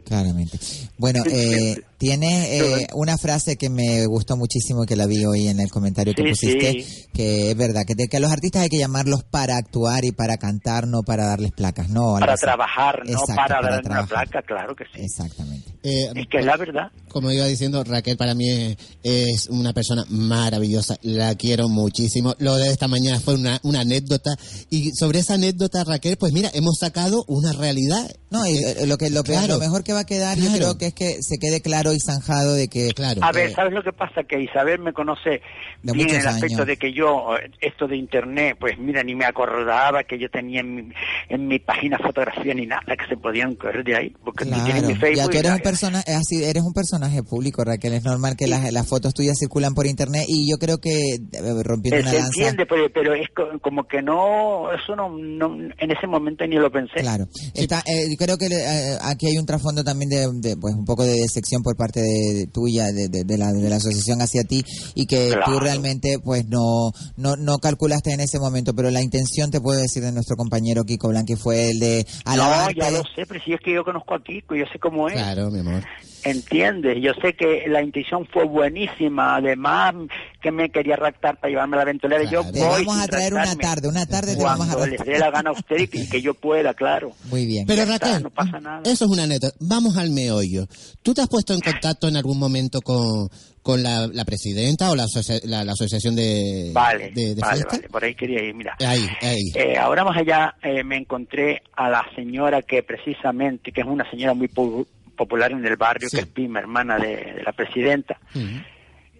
Claramente. Bueno, eh, tienes eh, una frase que me gustó muchísimo que la vi hoy en el comentario que
Sí,
pusiste,
sí.
que es verdad, que, te- que a los artistas hay que llamarlos para actuar y para cantar, no para darles placas, ¿no? Algo
para
así.
trabajar, no
Exacto,
para, dar una
trabajar.
placa, claro que sí.
Exactamente.
eh,
Es que es la verdad.
como iba diciendo, Raquel para mí es, es una persona maravillosa, la quiero muchísimo. Lo de esta mañana fue una, una anécdota y sobre esa anécdota, Raquel, pues mira, hemos sacado una realidad.
No, y eh, lo que lo, peor-
Claro.
lo mejor que va a quedar yo
Claro.
creo que es que se quede claro y zanjado de que
Claro.
A ver,
eh,
¿sabes lo que pasa? Que Isabel me conoce
De
bien en
muchos
el aspecto
años.
de que yo, eh, esto de internet, pues mira, ni me acordaba que yo tenía en mi, en mi página fotografía ni nada que se podían correr de ahí, porque tú tienes mi
ya
Facebook.
tú
y
eres
la-
un personaje, así, eres un personaje público, Raquel. Es normal que las, las fotos tuyas circulan por internet y yo creo que eh, rompiendo
Eh,
una
se
lanza.
entiende, pero, pero es co- como que no, eso no, no- en ese momento ni lo pensé.
Claro. Está, eh, creo que eh, aquí hay un trasfondo también de, de, pues un poco de decepción por parte de, de tuya, de, de- de la, de la asociación hacia ti y que tú
Claro.
realmente pues no, no no calculaste en ese momento, pero la intención te puedo decir de nuestro compañero Kiko Blanqui fue el de
No,
alabarte.
ya lo sé, pero si es que yo conozco a Kiko, yo sé cómo es.
Claro, mi amor.
¿Entiendes? Yo sé que la intención fue buenísima, además que me quería raptar para llevarme a la ventolera. Yo
Claro.
te
voy
vamos a
sin
traer una
raptarme.
tarde, una tarde te vamos a
Cuando les dé la gana a usted y que, que yo pueda, claro.
Muy bien.
Pero
Ya está,
Raquel,
no pasa nada.
eso es una anécdota. Vamos al meollo. ¿Tú te has puesto en contacto en algún momento con, con la, la presidenta o la, asocia- la, la asociación de,
Vale,
de, de
vale,
fiesta?
vale, por ahí quería ir, mira.
Ahí, ahí.
Eh, ahora más allá eh, me encontré a la señora que precisamente, que es una señora muy po- popular en el barrio,
Sí.
que es prima hermana de, de la presidenta,
Mm.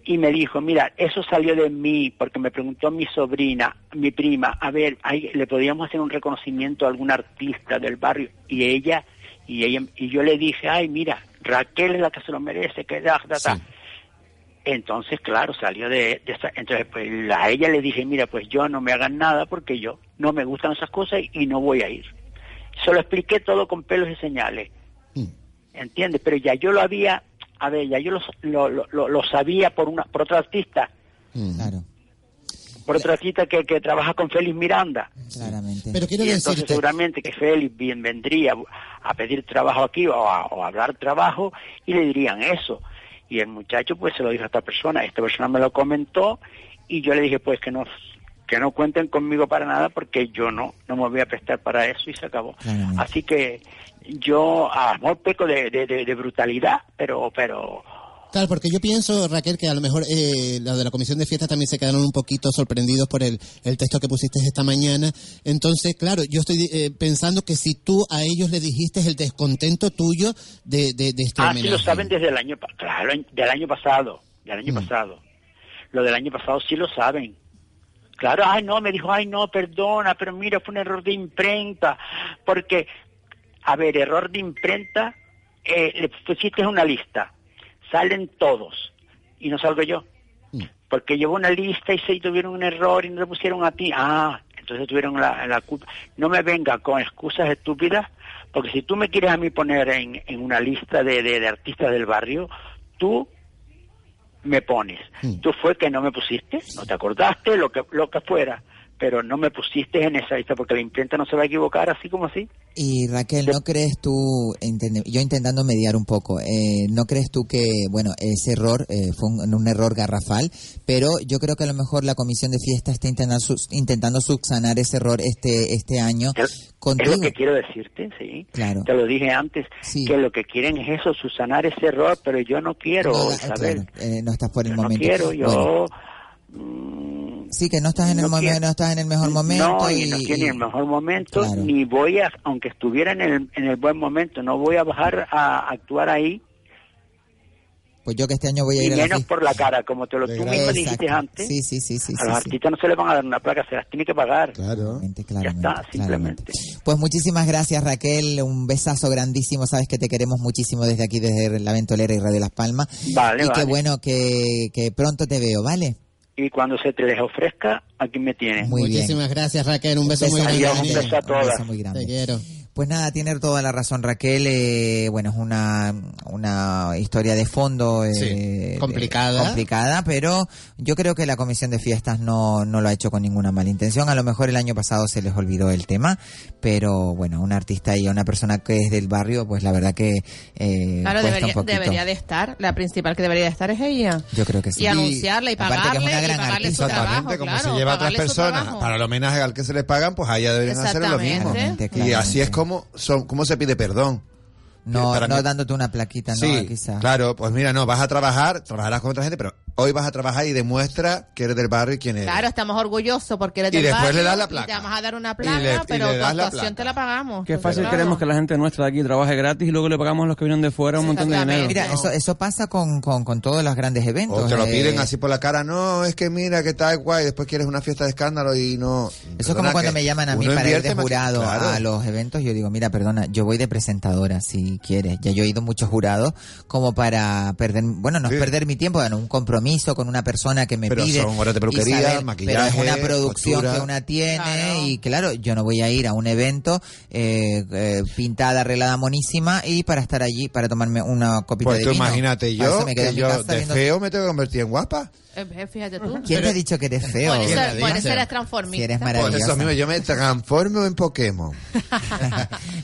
y me dijo, mira, eso salió de mí, porque me preguntó mi sobrina, mi prima, a ver, ahí ¿le podríamos hacer un reconocimiento a algún artista del barrio? Y ella, y ella, y yo le dije, ay, mira, Raquel es la que se lo merece, que da, da, da.
Sí.
Entonces, claro, salió de, de esa... Entonces, pues a ella le dije, mira, pues yo no me hagan nada porque yo no me gustan esas cosas y no voy a ir. Se lo expliqué todo con pelos y señales. ¿Entiendes? Pero ya yo lo había... A ver, ya yo lo, lo, lo- lo- lo sabía por una por otro artista,
Mm.
Claro,
por otro artista que, que trabaja con Félix Miranda.
claramente.
Pero quiero
Y entonces
decirte,
seguramente que Félix bien vendría a pedir trabajo aquí o a, o a hablar trabajo y le dirían eso. Y el muchacho pues se lo dijo a esta persona, esta persona me lo comentó y yo le dije pues que no que no cuenten conmigo para nada porque yo no no me voy a prestar para eso y se acabó.
Claramente.
Así que yo a amor peco de, de- de- de brutalidad, pero pero
Claro, porque yo pienso, Raquel, que a lo mejor eh, los de la comisión de fiestas también se quedaron un poquito sorprendidos por el, el texto que pusiste esta mañana. Entonces, claro, yo estoy eh, pensando que si tú a ellos le dijiste el descontento tuyo de, de, de este
Ah, sí
homenaje.
lo saben desde el año, pa- claro, del año pasado, del año pasado. Lo del año pasado sí lo saben. Claro, ay no, me dijo, ay no, perdona, pero mira, fue un error de imprenta, porque, a ver, error de imprenta, eh, le pusiste una lista, salen todos, y no salgo yo, porque llevo una lista y se tuvieron un error y no le pusieron a ti, ah, entonces tuvieron la, la culpa. No me venga con excusas estúpidas, porque si tú me quieres a mí poner en, en una lista de, de- de artistas del barrio, tú me pones.
Hmm.
Tú fue que no me pusiste, no te acordaste, lo que, lo que fuera, pero no me pusiste en esa lista porque la imprenta no se va a equivocar así como así.
Y Raquel, ¿no crees tú, entende- yo intentando mediar un poco, eh, ¿no crees tú que, bueno, ese error eh, fue un, un error garrafal, pero yo creo que a lo mejor la comisión de fiesta está intentando, sus- intentando subsanar ese error este, este año
Es-
contigo?
Es lo que quiero decirte, sí.
Claro.
Te lo dije antes,
Sí.
que lo que quieren es eso, susanar ese error, pero yo no quiero,
no, da-
Isabel.
claro, eh, no estás por el
Yo no
momento.
quiero, yo...
Bueno,
mm,
sí, que no estás en el
no
momento,
quiero.
no estás en el mejor momento.
No,
y,
y no tiene el mejor momento,
Claro.
ni voy a, aunque estuviera en el, en el buen momento, no voy a bajar a actuar ahí,
Pues yo que este año voy a
y
ir a la
menos
fiesta.
por la cara, como te lo tú
Desgraciado.
mismo
Exacto.
dijiste antes.
Sí, sí, sí, sí.
a los
sí, sí.
artistas no se les van a dar una placa, se las tiene que pagar.
Claro.
Claramente,
Ya
claramente,
está,
claramente.
simplemente.
Pues muchísimas gracias Raquel, un besazo grandísimo, sabes que te queremos muchísimo desde aquí, desde La Ventolera y Radio Las Palmas.
Vale,
y
vale.
qué bueno que, que pronto te veo, ¿vale?
Y cuando se te les ofrezca, aquí me tienes.
Muy bien.
Muchísimas gracias, Raquel. Un beso,
Beso
muy
Adiós,
grande.
un beso a todas.
muy grande.
Te quiero.
Pues nada, tiene toda la razón Raquel. eh, bueno, es una, una historia de fondo. eh,
Sí,
eh,
complicada.
complicada, pero yo creo que la comisión de fiestas no, no lo ha hecho con ninguna mala intención. A lo mejor el año pasado se les olvidó el tema, pero bueno, a un artista y a una persona que es del barrio, pues la verdad que eh,
Claro,
cuesta
debería,
un poquito.
debería de estar, la principal que debería de estar es ella.
Yo creo que sí.
Y anunciarla y
aparte que es
pagarle,
una
y
gran
pagarle su
artista.
trabajo,
Exactamente, como
claro,
se lleva a otras
pagarle su
personas
trabajo.
para el homenaje al que se les pagan, pues allá deberían hacer lo mismo.
Exactamente.
Claramente,
Y
claramente.
así es como, son, como se pide perdón.
No,
Para
no
mí-
dándote una plaquita, ¿no? Ah,
sí,
Quizá.
claro, pues mira, no, vas a trabajar, trabajarás con otra gente, pero hoy vas a trabajar y demuestra que eres del barrio y quién eres.
Claro, estamos orgullosos porque eres
Y
del
después le
barrio
das la
y Te
placa.
vamos a dar una
Y le-
placa,
y
pero
le
tu
das la
actuación
placa.
te la pagamos.
Qué
Entonces,
fácil
no.
queremos que la gente nuestra de aquí trabaje gratis y luego le pagamos a los que vienen de fuera un montón de dinero.
Exactamente.
Mira,
No.
eso, eso pasa con, con, con todos los grandes eventos.
O te lo
eh,
piden así por la cara, no, es que mira que está guay, después quieres una fiesta de escándalo y no.
Eso es como
Perdona
cuando
que
me llaman a mí
uno
para ir
invierte
de
más-
jurado
claro.
a los eventos. Yo digo, mira, perdona, yo voy de presentadora si quieres. Ya yo he ido a muchos jurados como para perder, bueno, no es
Sí.
perder mi tiempo, bueno, un compromiso con una persona que me
Pero
pide.
son horas de
y
peluquería,
saber-
maquillaje,
Pero es una producción
costura.
que una tiene
Claro.
y claro, yo no voy a ir a un evento eh, eh, pintada, arreglada, monísima y para estar allí, para tomarme una copita
Pues
de
tú
vino.
imagínate
Para eso
yo,
me quedo
que
en mi
yo
casa
de
viendo-
feo me tengo que convertir en guapa.
Eh, eh, Fíjate tú.
¿Quién te ha dicho que eres feo?
Por
¿Quién
eso,
le
por
dice?
eso eres
Si eres
transformista.
Por
maravillosa.
Pues eso mismo yo me transformo en Pokémon.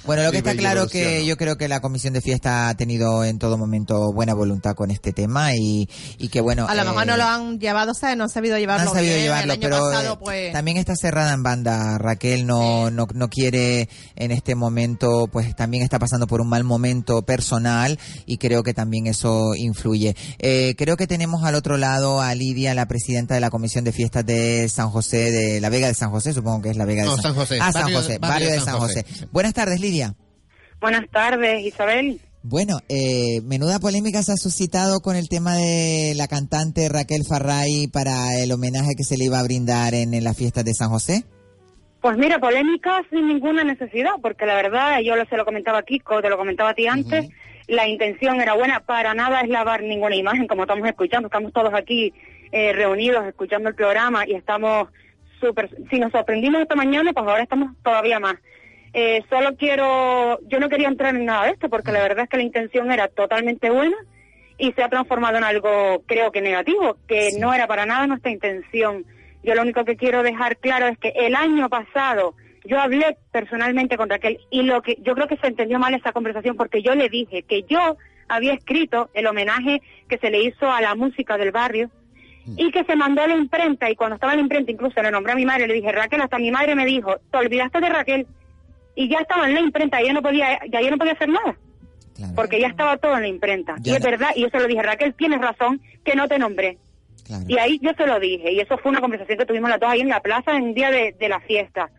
Bueno, lo que
Y
está
me
claro que
evoluciono.
yo creo que la comisión de fiesta ha tenido en todo momento buena voluntad con este tema y, y que bueno.
A lo
eh,
mejor no lo han llevado, ¿sabes? No han sabido
no
llevarlo.
han sabido
bien.
llevarlo,
El año
pero eh,
pasado, pues.
también está cerrada en banda. Raquel no, no, no quiere en este momento, pues también está pasando por un mal momento personal y creo que también eso influye. Eh, creo que tenemos al otro lado a Lidia, la presidenta de la Comisión de Fiestas de San José, de la Vega de San José, supongo que es la Vega de
No, San José,
Ah, San
barrio-
José, barrio de San José.
Sí.
Buenas tardes, Lidia.
Buenas tardes, Isabel.
Bueno, eh, menuda polémica se ha suscitado con el tema de la cantante Raquel Farray para el homenaje que se le iba a brindar en, en las fiestas de San José.
Pues mira, polémica sin ninguna necesidad, porque la verdad, yo lo, se lo comentaba a Kiko, te lo comentaba a ti antes, la intención era buena, para nada es lavar ninguna imagen, como estamos escuchando, estamos todos aquí eh, reunidos escuchando el programa y estamos súper... Si nos sorprendimos esta mañana, pues ahora estamos todavía más. Eh, solo quiero... Yo no quería entrar en nada de esto, porque la verdad es que la intención era totalmente buena y se ha transformado en algo, creo que negativo, que no era para nada nuestra intención. Yo lo único que quiero dejar claro es que el año pasado yo hablé personalmente con Raquel y lo que yo creo que se entendió mal esa conversación porque yo le dije que yo había escrito el homenaje que se le hizo a la música del barrio y que se mandó a la imprenta y cuando estaba en la imprenta incluso le nombré a mi madre, le dije Raquel, hasta mi madre me dijo, te olvidaste de Raquel y ya estaba en la imprenta, ya no podía, ya yo no podía hacer nada
Claro,
porque ya estaba todo en la imprenta.
Ya
y es
no.
verdad, y yo se lo dije, Raquel, tienes razón, que no te nombré.
claro.
Y ahí yo se lo dije, y eso fue una conversación que tuvimos las dos ahí en la plaza en el día de, de la fiesta.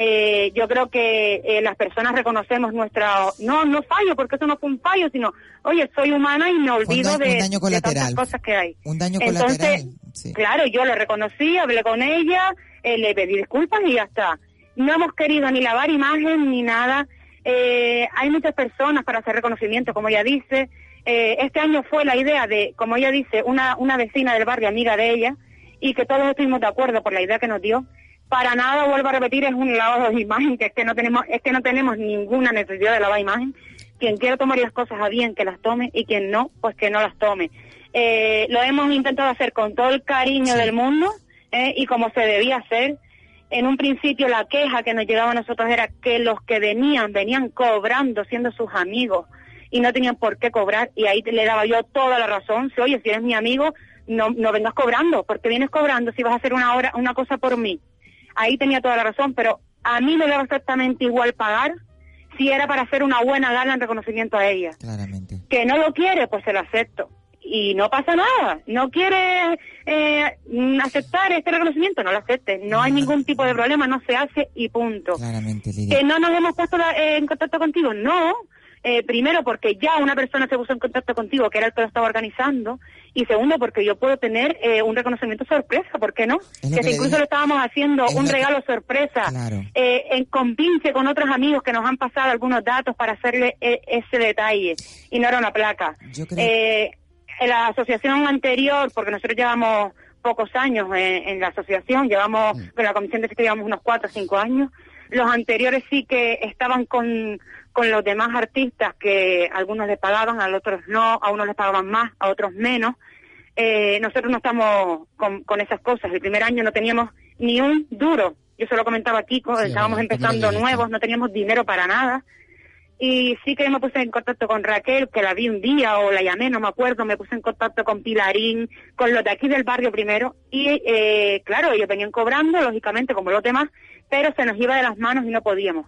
Eh, yo creo que eh, las personas reconocemos nuestra... No, no fallo, porque eso no fue un fallo, sino, oye, soy humana y me olvido
da-
de,
un daño
de tantas
colateral.
cosas que hay.
Un daño
Entonces,
colateral. Sí.
Claro, yo le reconocí, hablé con ella, eh, le pedí disculpas y ya está. No hemos querido ni lavar imagen ni nada. Eh, hay muchas personas para hacer reconocimiento, como ella dice. Eh, este año fue la idea de, como ella dice, una, una vecina del barrio, amiga de ella, y que todos estuvimos de acuerdo por la idea que nos dio. Para nada, vuelvo a repetir, es un lavado de imagen, que es que no tenemos, es que no tenemos ninguna necesidad de lavar imagen. Quien quiera tomar las cosas a bien, que las tome, y quien no, pues que no las tome. Eh, lo hemos intentado hacer con todo el cariño del mundo eh, y como se debía hacer. En un principio la queja que nos llegaba a nosotros era que los que venían, venían cobrando siendo sus amigos y no tenían por qué cobrar y ahí le daba yo toda la razón. Si, oye, si eres mi amigo, no, no vengas cobrando, porque vienes cobrando si vas a hacer una hora, una cosa por mí. Ahí tenía toda la razón, pero a mí me daba exactamente igual pagar si era para hacer una buena gala en reconocimiento a ella
Claramente.
que no lo quiere, pues se lo acepto. Y no pasa nada. No quiere eh, mm, aceptar este reconocimiento, no lo acepte. No hay ningún tipo de problema, no se hace y punto.
Claramente, Lidia.
Que no nos hemos puesto la- eh, en contacto contigo, no. Eh, primero, porque ya una persona se puso en contacto contigo, que era el que lo estaba organizando. Y segundo, porque yo puedo tener eh, un reconocimiento sorpresa, ¿por qué no?
Es lo
que
que
si
le
incluso
dije.
lo estábamos haciendo
Es
un
lo que-
regalo sorpresa,
Claro.
eh, en compinche con otros amigos que nos han pasado algunos datos para hacerle eh, ese detalle. Y no era una placa.
Yo creo-
Eh, en la asociación anterior, porque nosotros llevamos pocos años en, en la asociación, llevamos,
Mm.
con la comisión de fiesta llevamos unos cuatro o cinco años, los anteriores sí que estaban con, con los demás artistas que algunos les pagaban, a otros no, a unos les pagaban más, a otros menos. Eh, nosotros no estamos con, con esas cosas. El primer año no teníamos ni un duro. Yo se lo comentaba a Kiko,
Sí,
estábamos
bueno,
empezando
también lo
nuevos, no teníamos dinero para nada. Y sí que me puse en contacto con Raquel, que la vi un día o la llamé, no me acuerdo, me puse en contacto con Pilarín, con los de aquí del barrio primero. Y eh, claro, ellos venían cobrando, lógicamente, como los demás, pero se nos iba de las manos y no podíamos.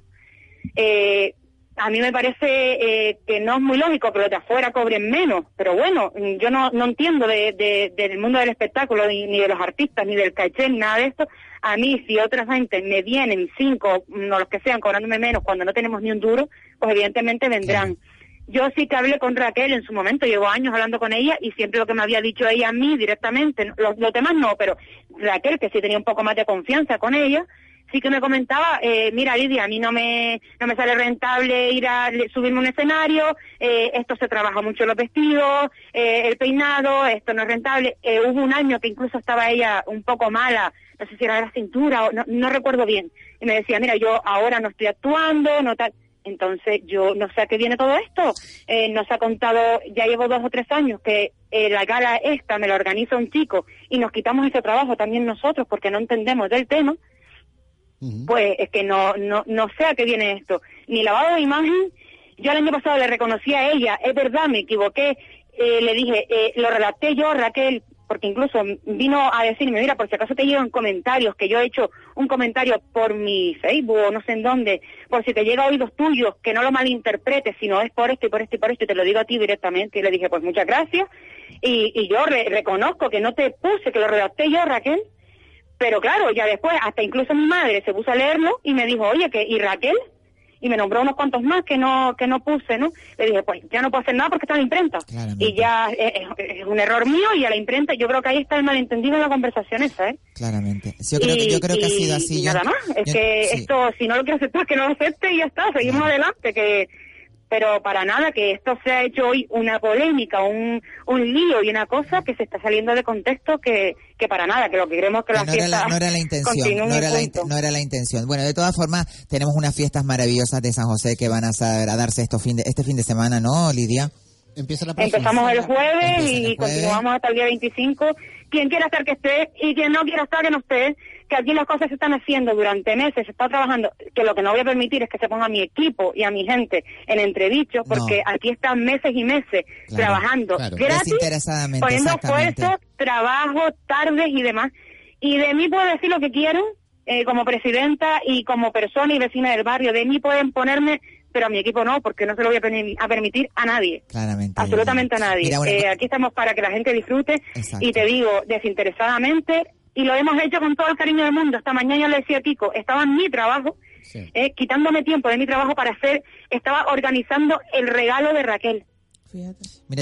Eh, a mí me parece eh, que no es muy lógico que los de afuera cobren menos, pero bueno, yo no, no entiendo de, de- del mundo del espectáculo, ni, ni de los artistas, ni del caché, ni nada de esto. A mí, si otras gente me vienen, cinco, no los que sean, cobrándome menos cuando no tenemos ni un duro, pues evidentemente vendrán. Yo sí que hablé con Raquel en su momento, llevo años hablando con ella y siempre lo que me había dicho ella a mí directamente, no- los, los demás no, pero Raquel, que sí tenía un poco más de confianza con ella, sí que me comentaba, eh, mira Lidia, a mí no me, no me sale rentable ir a le- subirme a un escenario, eh, esto se trabaja mucho los vestidos, eh, el peinado, esto no es rentable. Eh, hubo un año que incluso estaba ella un poco mala, no sé si era la cintura o no, no recuerdo bien, y me decía, mira, yo ahora no estoy actuando, no tal. Entonces, yo no sé a qué viene todo esto. Eh, nos ha contado, ya llevo dos o tres años que eh, la gala esta me la organiza un chico y nos quitamos ese trabajo también nosotros porque no entendemos del tema. Pues es que no, no, no sé a qué viene esto. Ni lavado de imagen. Yo el año pasado le reconocí a ella, es verdad, me equivoqué. Eh, le dije, eh, lo relaté yo, Raquel, porque incluso vino a decirme, mira, por si acaso te llegan comentarios, que yo he hecho un comentario por mi Facebook o no sé en dónde, por si te llega a oídos tuyos, que no lo malinterpretes, sino es por esto y por esto y por esto, y te lo digo a ti directamente. Y le dije, pues muchas gracias. Y, y yo re- reconozco que no te puse, que lo redacté yo, Raquel. Pero claro, ya después, hasta incluso mi madre se puso a leerlo y me dijo, oye, que ¿y Raquel? Y me nombró unos cuantos más que no que no puse, ¿no? Le dije, pues ya no puedo hacer nada porque está en la imprenta. Y ya es, es- es un error mío y a la imprenta, yo creo que ahí está el malentendido en la conversación esa, ¿eh?
Claramente. Sí, Yo creo, que, yo creo que ha
Y-
sido
y
así. Yo-
nada más, es
yo-
que
sí.
esto, si no lo quiere aceptar, que no lo acepte y ya está, seguimos adelante, que pero para nada que esto se ha hecho hoy una polémica, un, un lío y una cosa que se está saliendo de contexto que, que para nada, que lo que queremos es que la
no, era la,
fiesta
no era la intención,
continúe
no
y
era la,
punto.
in- no era la intención. Bueno, de todas formas, tenemos unas fiestas maravillosas de San José que van a, sa- a darse estos fin de, este fin de semana, ¿no, Lidia?
Empieza la
Empezamos el jueves
Empiezan el jueves.
y continuamos hasta el día 25. Quien quiera estar que esté y quien no quiera estar que no esté, que aquí las cosas se están haciendo durante meses, se está trabajando, que lo que no voy a permitir es que se ponga a mi equipo y a mi gente en entredicho, porque aquí están meses y meses
Claro,
trabajando
claro.
gratis,
Desinteresadamente,
poniendo
exactamente.
esfuerzo, trabajo, tardes y demás. Y de mí puedo decir lo que quieran, eh, como presidenta y como persona y vecina del barrio, de mí pueden ponerme, pero a mi equipo no, porque no se lo voy a permi- a permitir a nadie.
Claramente.
Absolutamente a nadie.
Mira, bueno,
Eh, aquí estamos para que la gente disfrute
Exacto.
y te digo desinteresadamente y lo hemos hecho con todo el cariño del mundo. Esta mañana yo le decía a Kiko, estaba en mi trabajo, eh, quitándome tiempo de mi trabajo para hacer, estaba organizando el regalo de Raquel.
Mira,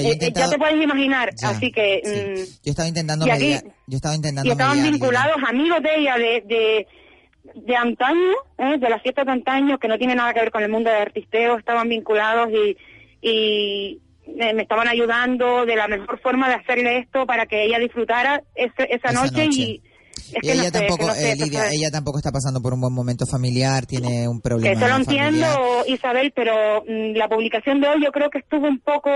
yo he
Eh, eh,
intentado-
ya te puedes imaginar,
Ya,
así que... mm,
yo estaba intentando
y aquí-
mediar- yo estaba intentando
y estaban
mediar,
vinculados amigos de ella de, de, de antaño, ¿eh? de las fiestas de antaño, que no tiene nada que ver con el mundo del artisteo, estaban vinculados y, y eh, me estaban ayudando de la mejor forma de hacerle esto para que ella disfrutara ese- esa,
Esa
noche,
noche.
y... Es
Y
que
ella
no sé, es que
tampoco,
no sé,
eh,
esto
Lidia,
es-
ella tampoco está pasando por un buen momento familiar, tiene un problema.
que eso lo entiendo,
familiar.
Isabel, pero mm, la publicación de hoy yo creo que estuvo un poco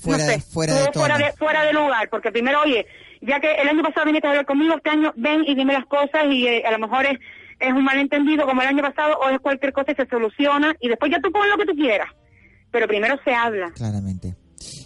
Fuera
no sé,
de- fuera de
estuvo fuera
tono.
de fuera de lugar, porque primero, oye, ya que el año pasado viniste a hablar conmigo, este año ven y dime las cosas y eh, a lo mejor es, es un malentendido como el año pasado o es cualquier cosa y se soluciona y después ya tú pones lo que tú quieras, pero primero se habla.
Claramente.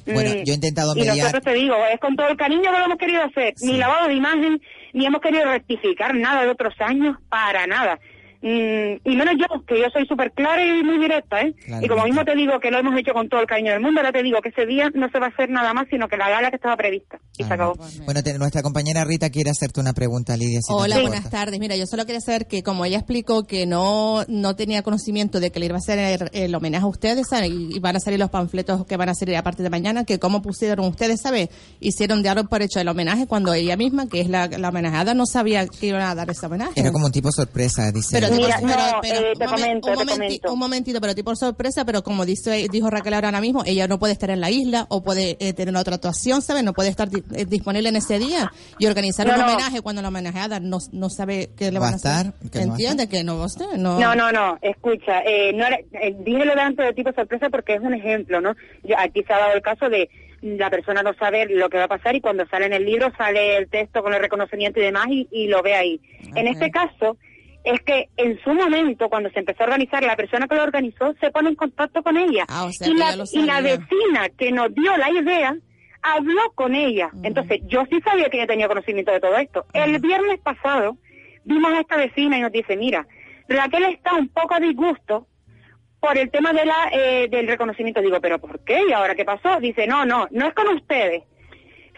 Bueno,
Mm.
yo he intentado
Y
mediar.
nosotros te digo, es con todo el cariño que lo hemos querido hacer. Ni lavado de imagen, ni hemos querido rectificar nada de otros años, para nada. Mm, y menos yo, que yo soy súper clara y muy directa, ¿eh?
Claramente.
Y como mismo te digo que lo hemos hecho con todo el cariño del mundo, ahora te digo que ese día no se va a hacer nada más, sino que la gala que estaba prevista. Y se acabó.
Ah, Bueno, te- nuestra compañera Rita quiere hacerte una pregunta, Lidia. si no
Hola,
te
buenas
importa.
tardes. Mira, yo solo quería saber que como ella explicó que no no tenía conocimiento de que le iba a hacer el, el homenaje a ustedes ¿sabe? y y van a salir los panfletos que van a salir a partir de mañana, que cómo pusieron ustedes, ¿sabes? Hicieron de aro por hecho el homenaje cuando ella misma, que es la, la homenajada, no sabía que iban a dar ese homenaje.
Era como un tipo sorpresa, dice.
Pero,
Rita.
tipo,
Mira,
pero-
no,
pero,
eh,
un
te
momen-
comento,
un
te
momenti-
comento.
un momentito, pero tipo sorpresa, pero como dice, dijo Raquel ahora mismo, ella no puede estar en la isla o puede eh, tener otra actuación, ¿sabes? No puede estar di- eh, disponible en ese día y organizar
No,
un
no.
homenaje cuando la homenajeada no, no sabe qué le
¿Va
van a
a estar?
hacer.
¿Que no va a
¿Entiende? Que no va a estar, no.
No, no, no, escucha, eh, no era, eh, dije lo de antes de tipo sorpresa porque es un ejemplo, ¿no? Yo- aquí se ha dado el caso de la persona no saber lo que va a pasar y cuando sale en el libro sale el texto con el reconocimiento y demás y, y lo ve ahí. En este caso es que en su momento, cuando se empezó a organizar, la persona que lo organizó se pone en contacto con ella.
Ah, o sea,
y,
que
la,
ya lo
y la
sabía.
vecina que nos dio la idea habló con ella.
Mm.
Entonces, yo sí sabía que ella tenía conocimiento de todo esto. El viernes pasado vimos a esta vecina y nos dice, mira, Raquel está un poco a disgusto por el tema de la, eh, del reconocimiento. Digo, ¿pero por qué? ¿Y ahora qué pasó? Dice, no, no, no es con ustedes,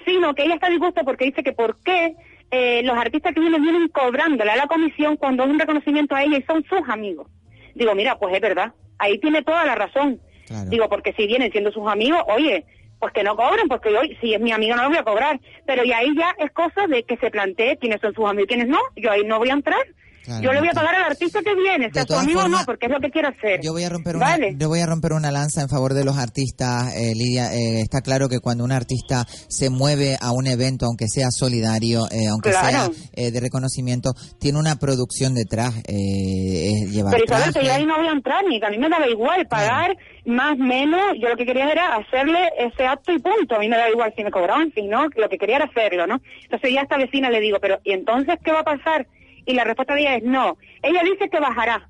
sino que ella está disgusta porque dice que por qué eh, los artistas que vienen vienen cobrándole a la comisión cuando es un reconocimiento a ella y son sus amigos. Digo, mira, pues es verdad, ahí tiene toda la razón.
Claro.
Digo, porque si vienen siendo sus amigos, oye, pues que no cobren, porque yo, si es mi amiga no la voy a cobrar. Pero y ahí ya es cosa de que se plantee quiénes son sus amigos y quiénes no. Yo ahí no voy a entrar.
Claro,
yo le voy a
no te-
pagar al artista que viene,
De
sea su
todas
amigo o no,
formas,
porque es lo que quiere hacer.
Yo voy a romper una,
Vale.
yo voy a romper una lanza en favor de los artistas, eh, Lidia. Eh, está claro que cuando un artista se mueve a un evento, aunque sea solidario, eh, aunque
Claro.
sea eh, de reconocimiento, tiene una producción detrás. Eh, es llevar
Pero Isabel, que
traje.
yo ahí no voy a entrar, ni que a mí me daba igual pagar más, menos. Yo lo que quería era hacerle ese acto y punto. A mí me daba igual si me cobraban, si no, lo que quería era hacerlo, ¿no? Entonces ya a esta vecina le digo, pero ¿y entonces qué va a pasar? Y la respuesta de ella es no. Ella dice que bajará,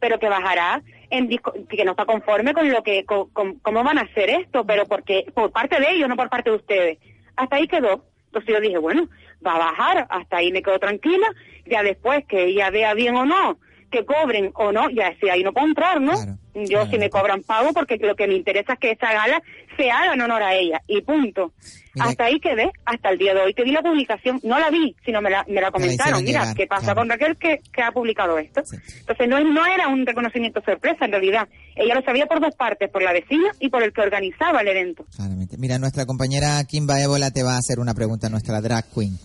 pero que bajará en disco- que no está conforme con lo que con, con- cómo van a hacer esto, pero porque por parte de ellos, no por parte de ustedes. Hasta ahí quedó. Entonces yo dije, bueno, va a bajar, hasta ahí me quedo tranquila, ya después que ella vea bien o no, que cobren o no, ya si ahí no puedo entrar, ¿no?
Claro,
yo
claro.
si me cobran pago porque lo que me interesa es que esa gala se haga en honor a ella y punto.
Mira-
hasta ahí quedé, hasta el día de hoy que vi la publicación, no la vi, sino me la, me la comentaron,
hicieron
mira,
llegar,
¿qué pasa
claro.
con Raquel que, que ha publicado esto?
Sí.
Entonces no, es- no era un reconocimiento sorpresa en realidad, ella lo sabía por dos partes, por la vecina y por el que organizaba el evento.
Claramente. Mira, nuestra compañera Kimba Ébola te va a hacer una pregunta, nuestra drag queen.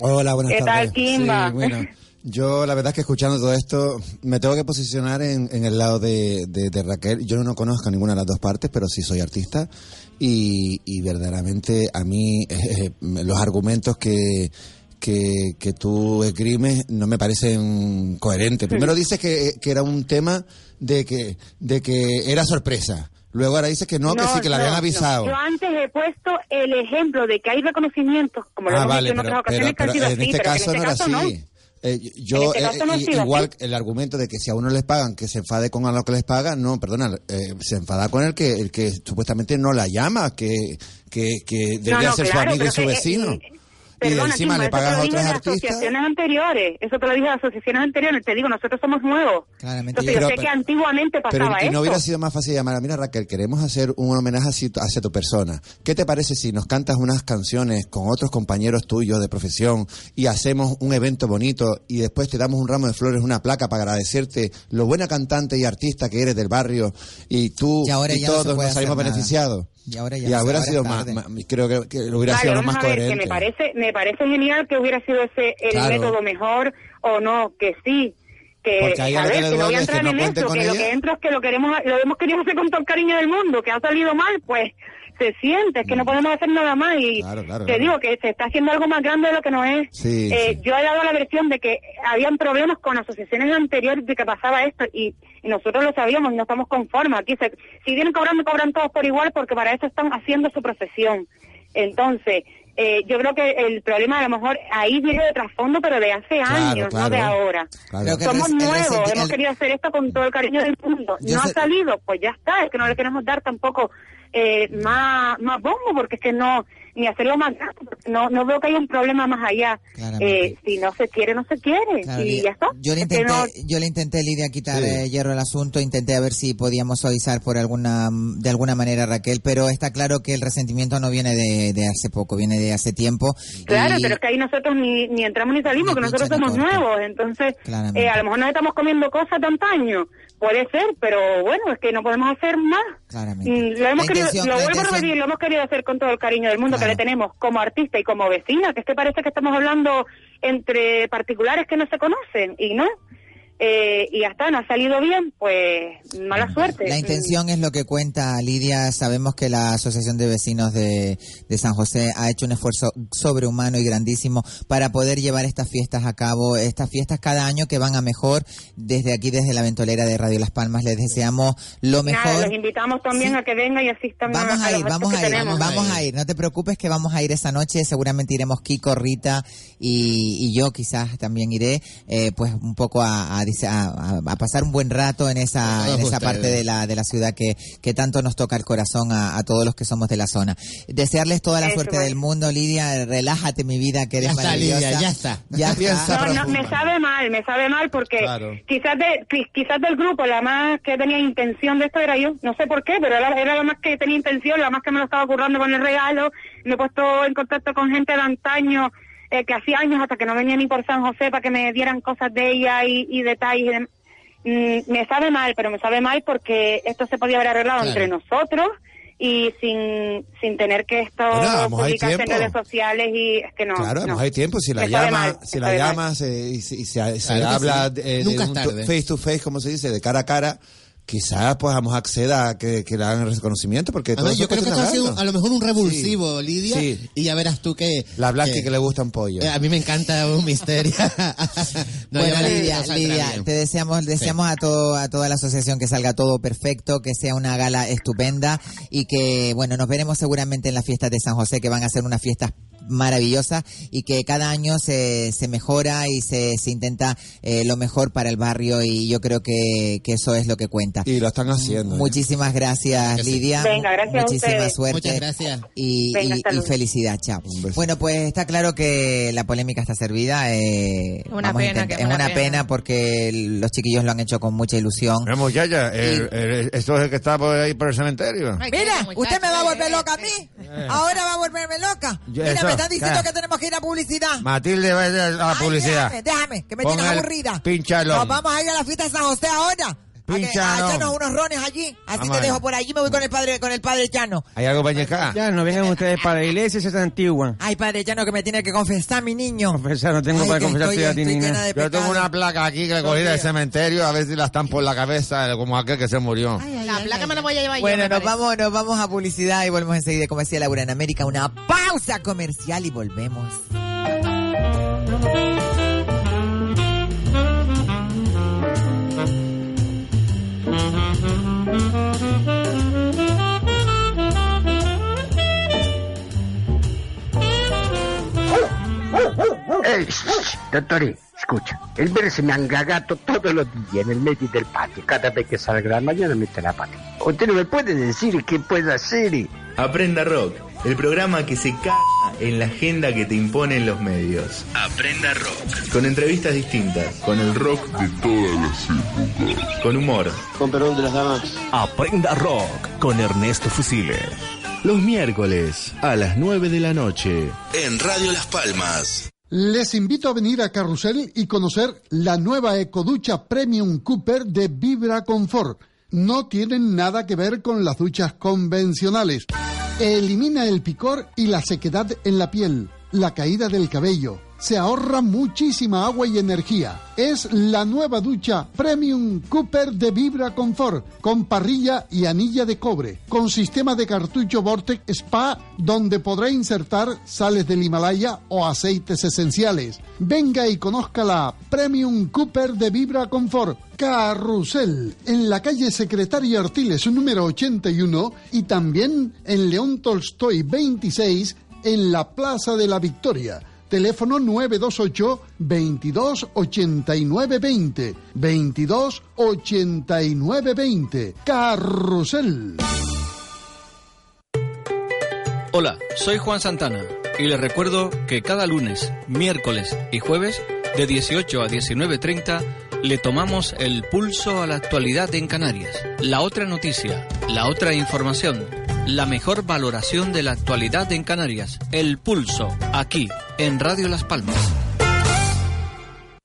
Hola, buenas
¿Qué tal,
tardes.
Kimba?
Sí, bueno, yo la verdad es que escuchando todo esto me tengo que posicionar en, en el lado de, de- de Raquel. Yo no conozco ninguna de las dos partes, pero sí soy artista y, y verdaderamente a mí eh, los argumentos que, que, que tú esgrimes no me parecen coherentes. Primero dices que, que era un tema de que, de que era sorpresa. Luego ahora dices que no, que sí, que la habían
no.
avisado.
Yo antes he puesto el ejemplo de que hay reconocimientos, como lo
Ah,
hemos
vale,
hecho en
pero,
otras ocasiones,
pero-
que
pero
han
en
sido
este
así,
caso
pero que en
no
este
era
caso
así. Eh,
En
yo,
este caso
eh,
no ha
i-
sido
igual
así.
el argumento de que si a uno les pagan, que se enfade con a lo que les pagan, no, perdona, eh, se enfada con el que el que supuestamente no la llama, que, que, que
No,
debería
no,
ser
claro,
su amigo y
pero
su
que, eh,
vecino.
eh,
y
perdona,
encima
Chima,
le
eso te
pagas
lo
a
digo
otros
en las
artistas.
asociaciones anteriores, eso te lo dije en las asociaciones anteriores, te digo, nosotros somos nuevos.
Claramente,
Entonces yo,
pero-
sé que antiguamente
Pero
pasaba
y no hubiera
esto.
sido más fácil llamar, mira Raquel, queremos hacer un homenaje hacia tu, hacia tu persona. ¿Qué te parece si nos cantas unas canciones con otros compañeros tuyos de profesión y hacemos un evento bonito y después te damos un ramo de flores, una placa para agradecerte lo buena cantante y artista que eres del barrio y tú
Y ahora
y
ya no
todos
se puede
nos salimos
hacer nada.
beneficiados?
Y ahora ya
y
no se-
hubiera
ahora
sido
es
más,
tarde.
más- creo que, que hubiera
Vale,
sido lo
vamos
más
a ver,
coherente.
que me parece, me parece genial que hubiera sido ese el
Claro.
método mejor o no, que sí. Que,
Porque ahí
a
a la
ver,
que le
que no voy
duele
a
es que
entrar
no
en
cuente
eso,
con
que lo
ella.
que entro es que lo queremos, lo hemos querido hacer con todo el cariño del mundo, que ha salido mal, pues se siente, es que no podemos hacer nada más y
Mm. Claro, claro,
te
claro.
digo que se está haciendo algo más grande de lo que no es.
Sí,
Eh,
sí.
Yo he dado la versión de que habían problemas con asociaciones anteriores de que pasaba esto y, y nosotros lo sabíamos y no estamos conformes. Aquí se- si vienen cobrando, cobran todos por igual porque para eso están haciendo su profesión. Entonces, eh, yo creo que el problema a lo mejor ahí viene de trasfondo, pero de hace
Claro,
años, no de
claro.
ahora.
Claro.
Creo que
Somos
el res- el
nuevos,
resenti-
hemos
el-
querido hacer esto con todo el cariño del mundo.
Yo
no ha
sé-
salido, pues ya está, es que no le queremos dar tampoco eh, más, más bombo, porque es que no, ni hacerlo más grande, porque no, no veo que haya un problema más allá.
Claramente.
Eh, si no se quiere, no se quiere,
Claro,
y
Lidia,
ya está.
Yo le
Es que
intenté,
no-
yo le intenté Lidia quitar
Sí.
eh, hierro al asunto, intenté a ver si podíamos suavizar por alguna mm, de alguna manera a Raquel, pero está claro que el resentimiento no viene de, de hace poco, viene de hace tiempo.
Claro,
Y-
pero es que ahí nosotros ni, ni entramos ni salimos,
Ni
que
pincha
nosotros
ni
somos
corta.
nuevos, entonces
Claramente.
eh, a lo mejor nos estamos comiendo cosas de antaño, puede ser, pero bueno, es que no podemos hacer más.
Claramente.
Mm, Lo,
La
hemos querido,
intención-
lo
la
vuelvo a
intención-
repetir, lo hemos querido hacer con todo el cariño del mundo
Claro.
que le tenemos como artista y como vecina, que es que parece que estamos hablando entre particulares que no se conocen, y no. Eh, y hasta no ha salido bien, pues mala suerte.
La intención es lo que cuenta Lidia. Sabemos que la Asociación de Vecinos de, de San José ha hecho un esfuerzo sobrehumano y grandísimo para poder llevar estas fiestas a cabo, estas fiestas cada año que van a mejor. Desde aquí, desde la ventolera de Radio Las Palmas, les deseamos lo
Mm, Nada,
mejor.
los invitamos también
Sí.
a que vengan y asistan
Vamos a
los
ir,
actos
vamos
que
a ir,
tenemos.
vamos a ir. No te preocupes que vamos a ir esa noche. Seguramente iremos Kiko, Rita y, y yo quizás también iré, eh, pues un poco a, a a, dice, a, a- a pasar un buen rato en esa,
Todos
en esa
ustedes.
parte de la, de la ciudad que, que tanto nos toca el corazón a, a todos los que somos de la zona. Desearles toda la
Eso
suerte
es.
del mundo, Lidia. Relájate, mi vida, que eres
Ya está,
maravillosa.
Lidia, ya está.
Ya está.
Piensa
No, no, me
profunda.
sabe mal, me sabe mal porque
Claro.
quizás de, qui- quizás del grupo la más que tenía intención de esto era yo, no sé por qué, pero era, era la más que tenía intención, la más que me lo estaba currando con el regalo, me he puesto en contacto con gente de antaño eh, que hacía años hasta que no venía ni por San José para que me dieran cosas de ella y, y detalles. y dem- Mm, me sabe mal, pero me sabe mal porque esto se podía haber arreglado
Claro.
entre nosotros y sin, sin tener que esto
Bueno, a lo mejor hay
publicarse en
tiempo.
redes sociales y es que no.
claro, a lo
no.
mejor hay tiempo. Si la
Me sabe
llama,
mal,
si
me
la
sabe mal.
llamas eh, y, se- y se, se
Claro que
habla
sí.
eh, de
Nunca es
un
tarde.
face to face, como se dice, de cara a cara, quizás podamos acceder a que, que le hagan reconocimiento, porque todo
Además, yo
eso
creo que
cuesta
esto ha sido
hablarlo.
un- a lo mejor un revulsivo,
Sí.
Lidia,
Sí.
y ya verás tú que...
La Blasky
que-
que le gustan pollo.
Eh, A mí me encanta un misterio. No, ya
bueno,
verás que
Lidia,
nos saldrá
Lidia,
bien.
te deseamos, deseamos a todo, a toda la asociación que salga todo perfecto, que sea una gala estupenda y que, bueno, nos veremos seguramente en las fiestas de San José, que van a ser unas fiestas maravillosas y que cada año se, se mejora y se, se intenta eh, lo mejor para el barrio y yo creo que, que eso es lo que cuenta.
Y lo están
mm.
haciendo. ¿eh?
Muchísimas gracias,
que sí.
Lidia.
Venga, gracias a
Muchísima
ustedes.
suerte.
Muchas gracias.
Y,
Venga,
y-
hasta
y
luego.
felicidad, chao.
Un beso.
Bueno, pues está claro que la polémica está servida. eh,
Una
vamos a
pena,
intentar-
que
es una pena. porque el- los chiquillos lo han hecho con mucha ilusión.
Vamos, ya, ya. el- el- esto es el que está por ahí por el cementerio.
Ay,
Mira,
qué muchacho,
¿Usted me va a
eh,
volver loca a
eh.
mí? Ahora va a volverme loca.
Yo-
Mira,
eso,
me están diciendo
¿qué?
que tenemos que ir a publicidad.
Matilde va a ir a la
Ay,
publicidad.
déjame, déjame, que me
Pon
tienes
el
aburrida.
pinchalón.
Nos vamos a ir a la fiesta de San José ahora. A que- A
Pinchalón.
echarnos unos rones allí. Así
Vamos
te dejo
allá.
por allí. Me voy con el padre, con el padre Llano.
¿Hay algo para llegar?
Ya, no vengan ustedes para la iglesia, esa es antigua.
Ay, padre Llano, que me tiene que confesar mi niño.
Confesar, no tengo
Ay,
para
que
confesar
estoy-
a ti ni
estoy llena
nada.
de
Yo tengo
pecado.
una placa aquí que cogí del cementerio a ver si la están por la cabeza, como aquel que se murió.
La placa me la voy a llevar
Bueno,
yo. me
nos
parece.
vamos, nos vamos a publicidad y volvemos enseguida, como decía Laura en América, una pausa comercial y volvemos.
Ey, shh, shh, dottore, escucha, il bere se mi ha ingagato tutti los días en el medio del patio, cada vez que salga la mañana mette la pata. Usted no me puede decir qué puedo hacer.
Aprenda Rock, el programa que se caga en la agenda que te imponen los medios. Aprenda Rock. Con entrevistas distintas, con el rock de todas las épocas. Con humor,
Aprenda rock con Ernesto Fusile.
los miércoles a las 9 de la noche.
En Radio Las Palmas.
Les invito a venir a Carrusel y conocer la nueva ecoducha Premium Cooper de Vibra Confort. No tienen nada que ver con las duchas convencionales. Elimina el picor y la sequedad en la piel, la caída del cabello. Se ahorra muchísima agua y energía. Es la nueva ducha Premium Cooper de Vibra Confort, con parrilla y anilla de cobre, con sistema de cartucho Vortex Spa, donde podrá insertar sales del Himalaya o aceites esenciales. Venga y conozca la Premium Cooper de Vibra Confort, Carrusel, en la calle Secretaria Artiles número 81 y también en León Tolstoy 26 en la Plaza de la Victoria. Teléfono 928 22 89 20 22 89 20 Carrusel.
Hola, soy Juan Santana y les recuerdo que cada lunes, miércoles y jueves de 18 a 19.30 le tomamos el pulso a la actualidad en Canarias. La otra noticia, la otra información, la mejor valoración de la actualidad en Canarias. El pulso, aquí, en Radio Las Palmas.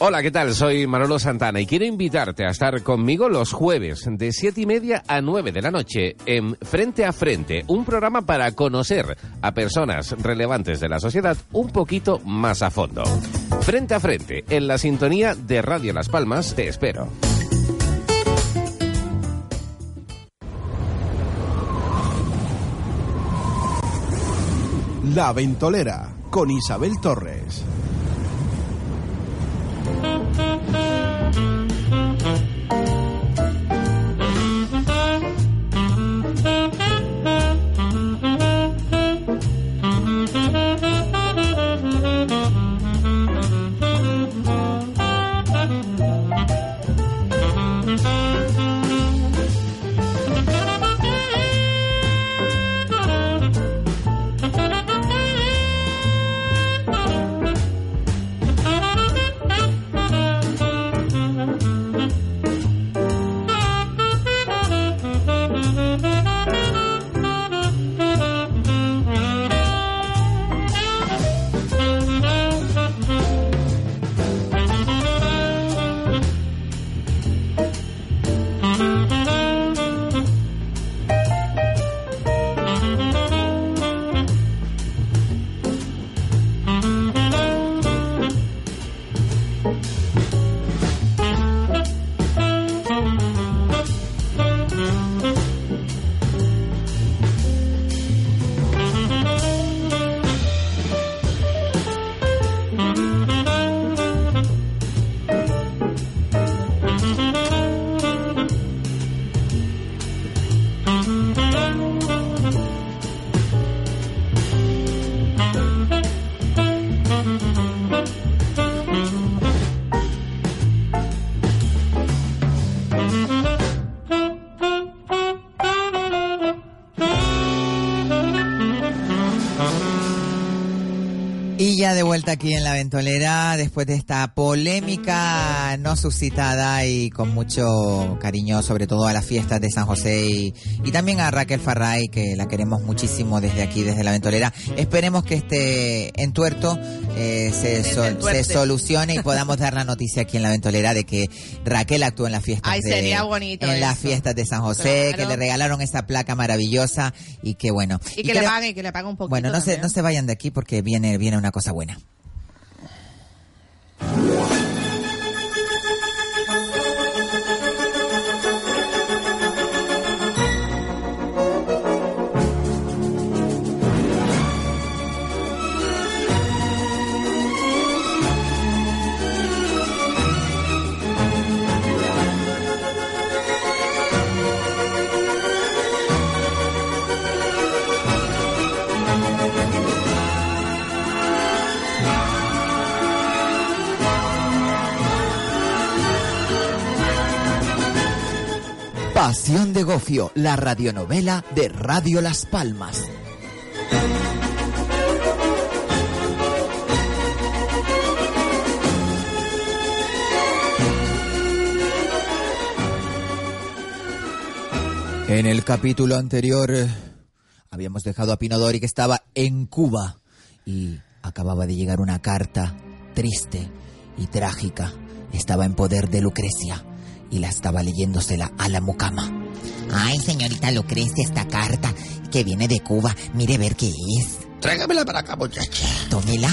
Hola, ¿qué tal? Soy Manolo Santana y quiero invitarte a estar conmigo los jueves de 7 y media a 9 de la noche en Frente a Frente, un programa para conocer a personas relevantes de la sociedad un poquito más a fondo. Frente a Frente, en la sintonía de Radio Las Palmas, te espero.
La Ventolera con Isabel Torres.
Y ya de vuelta aquí en la ventolera, después de esta polémica no suscitada y con mucho cariño, sobre todo a las fiestas de San José y, y también a Raquel Farray, que la queremos muchísimo desde aquí, desde la ventolera. Esperemos que este entuerto eh, se, sol-
entuerte.
se solucione y podamos dar la noticia aquí en la ventolera de que Raquel actuó en las fiestas,
Ay,
de,
sería bonito
en las
eso.
fiestas de San José,
Claro.
que le regalaron esa placa maravillosa y que bueno.
Y que
creo-
le pague, que le pague un poquito.
bueno, no se,
también.
no se vayan de aquí porque viene, viene una cosa buena.
Pasión de Gofio, la radionovela de Radio Las Palmas.
En el capítulo anterior eh, habíamos dejado a Pinodori que estaba en Cuba y acababa de llegar una carta triste y trágica. Estaba en poder de Lucrecia y la estaba leyéndosela a la mucama. Ay, señorita Lucrecia, esta carta que viene de Cuba, mire ver qué es.
Tráigamela para acá, muchacha.
Tómela.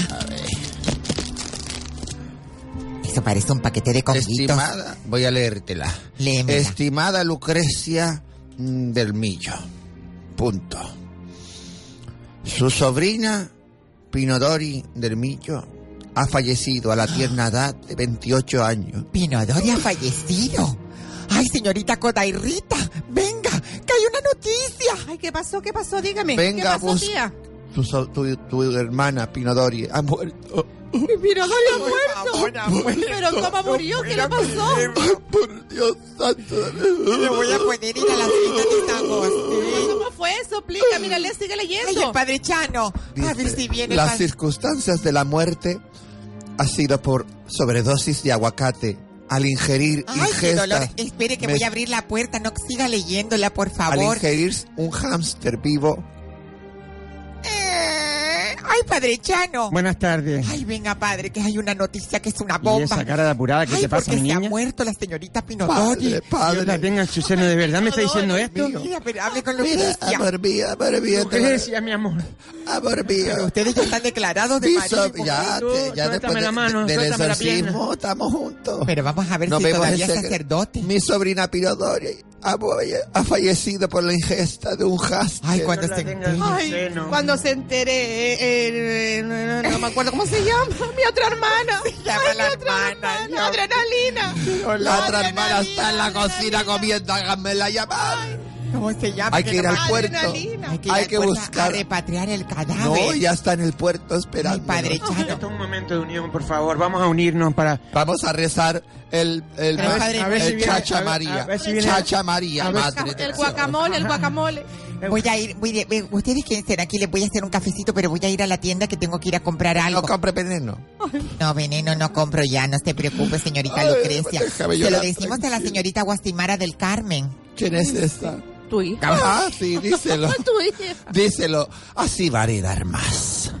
Eso parece un paquete de cojitos.
Estimada, voy a leértela.
Léemela.
Estimada Lucrecia mm, del Millo. Punto. Su sobrina, Pinodori del Millo, ha fallecido a la tierna edad de 28 años.
Pinodori ha fallecido. Ay, señorita Codairrita, venga, que hay una noticia.
Ay, ¿qué pasó? ¿Qué pasó? Dígame.
Venga, pues.
¿Qué pasó,
bus-
tía?
Tu, so- tu- tu hermana, Pinodori, ha muerto.
Pinodori ha muerto.
Pero
¿cómo murió? ¿Qué le pasó?
Por Dios santo.
Me voy a poner ir a la cita de
¿Cómo fue eso? Explica, mira, le sigue leyendo.
Ay, el padre Chano. a ver si Ah, viene. el
Las
padre.
circunstancias de la muerte ha sido por sobredosis de aguacate al ingerir
Ay, qué dolor.
ingestas,
Espere que
me-
voy a abrir la puerta. No siga leyéndola, por
al
favor.
ingerir un hámster vivo
Ay, padre Chano.
Buenas tardes.
Ay, venga, padre, que hay una noticia que es una
¿Y
bomba.
esa cara de apurada que
Ay,
te pasa,
porque
mi
se
niña?
ha muerto la señorita Pinotoni.
Padre, padre. Dios la tenga en su seno, ¿de verdad me está diciendo esto?
Mira, pero hable con
Mira,
Lucrecia.
amor mío, amor mío, te
Lucrecia,
voy a- mi amor.
Amor mío. Pero ustedes ya están declarados de
Piso,
marido.
ya Tú, te- ya suéltame después de- la mano, del suéltame la pierna. exorcismo
estamos juntos. Pero vamos a ver
No
si
vemos
todavía
ese-
es sacerdote.
Mi sobrina Pirodori ha, ha fallecido por la ingesta de un haste.
Ay, cuando se
Ay, cuando se enteré, eh, eh, no, no, no me acuerdo cómo se llama, mi otra hermana. Ay, mi otra hermana, adrenalina.
La otra hermana está en la cocina comiendo, háganmela llamar.
¿Cómo se llama?
Hay que ir al puerto.
Hay que, ir
Hay
al
que
puerto
buscar-
A repatriar el cadáver.
No, ya está en el puerto esperando.
padre Chano.
Un momento de unión, por favor. Vamos a unirnos para...
Vamos a rezar el, el,
A ver- a ver
el
si viene-
Chacha
a ver-
María.
a ver si viene-
Chacha María, madre.
El guacamole, el guacamole.
Voy a ir, voy de- ustedes quieren ser aquí, les voy a hacer un cafecito, pero voy a ir a la tienda que tengo que ir a comprar algo. No
compre veneno.
No, veneno no compro ya, no se preocupe, señorita
Ay,
Lucrecia.
déjame
Se lo
llorar,
decimos a la señorita Guastimara del Carmen.
¿Quién es esta?
Tu hija.
Ah, sí, díselo.
Tu hija.
Díselo. Así van a dar más.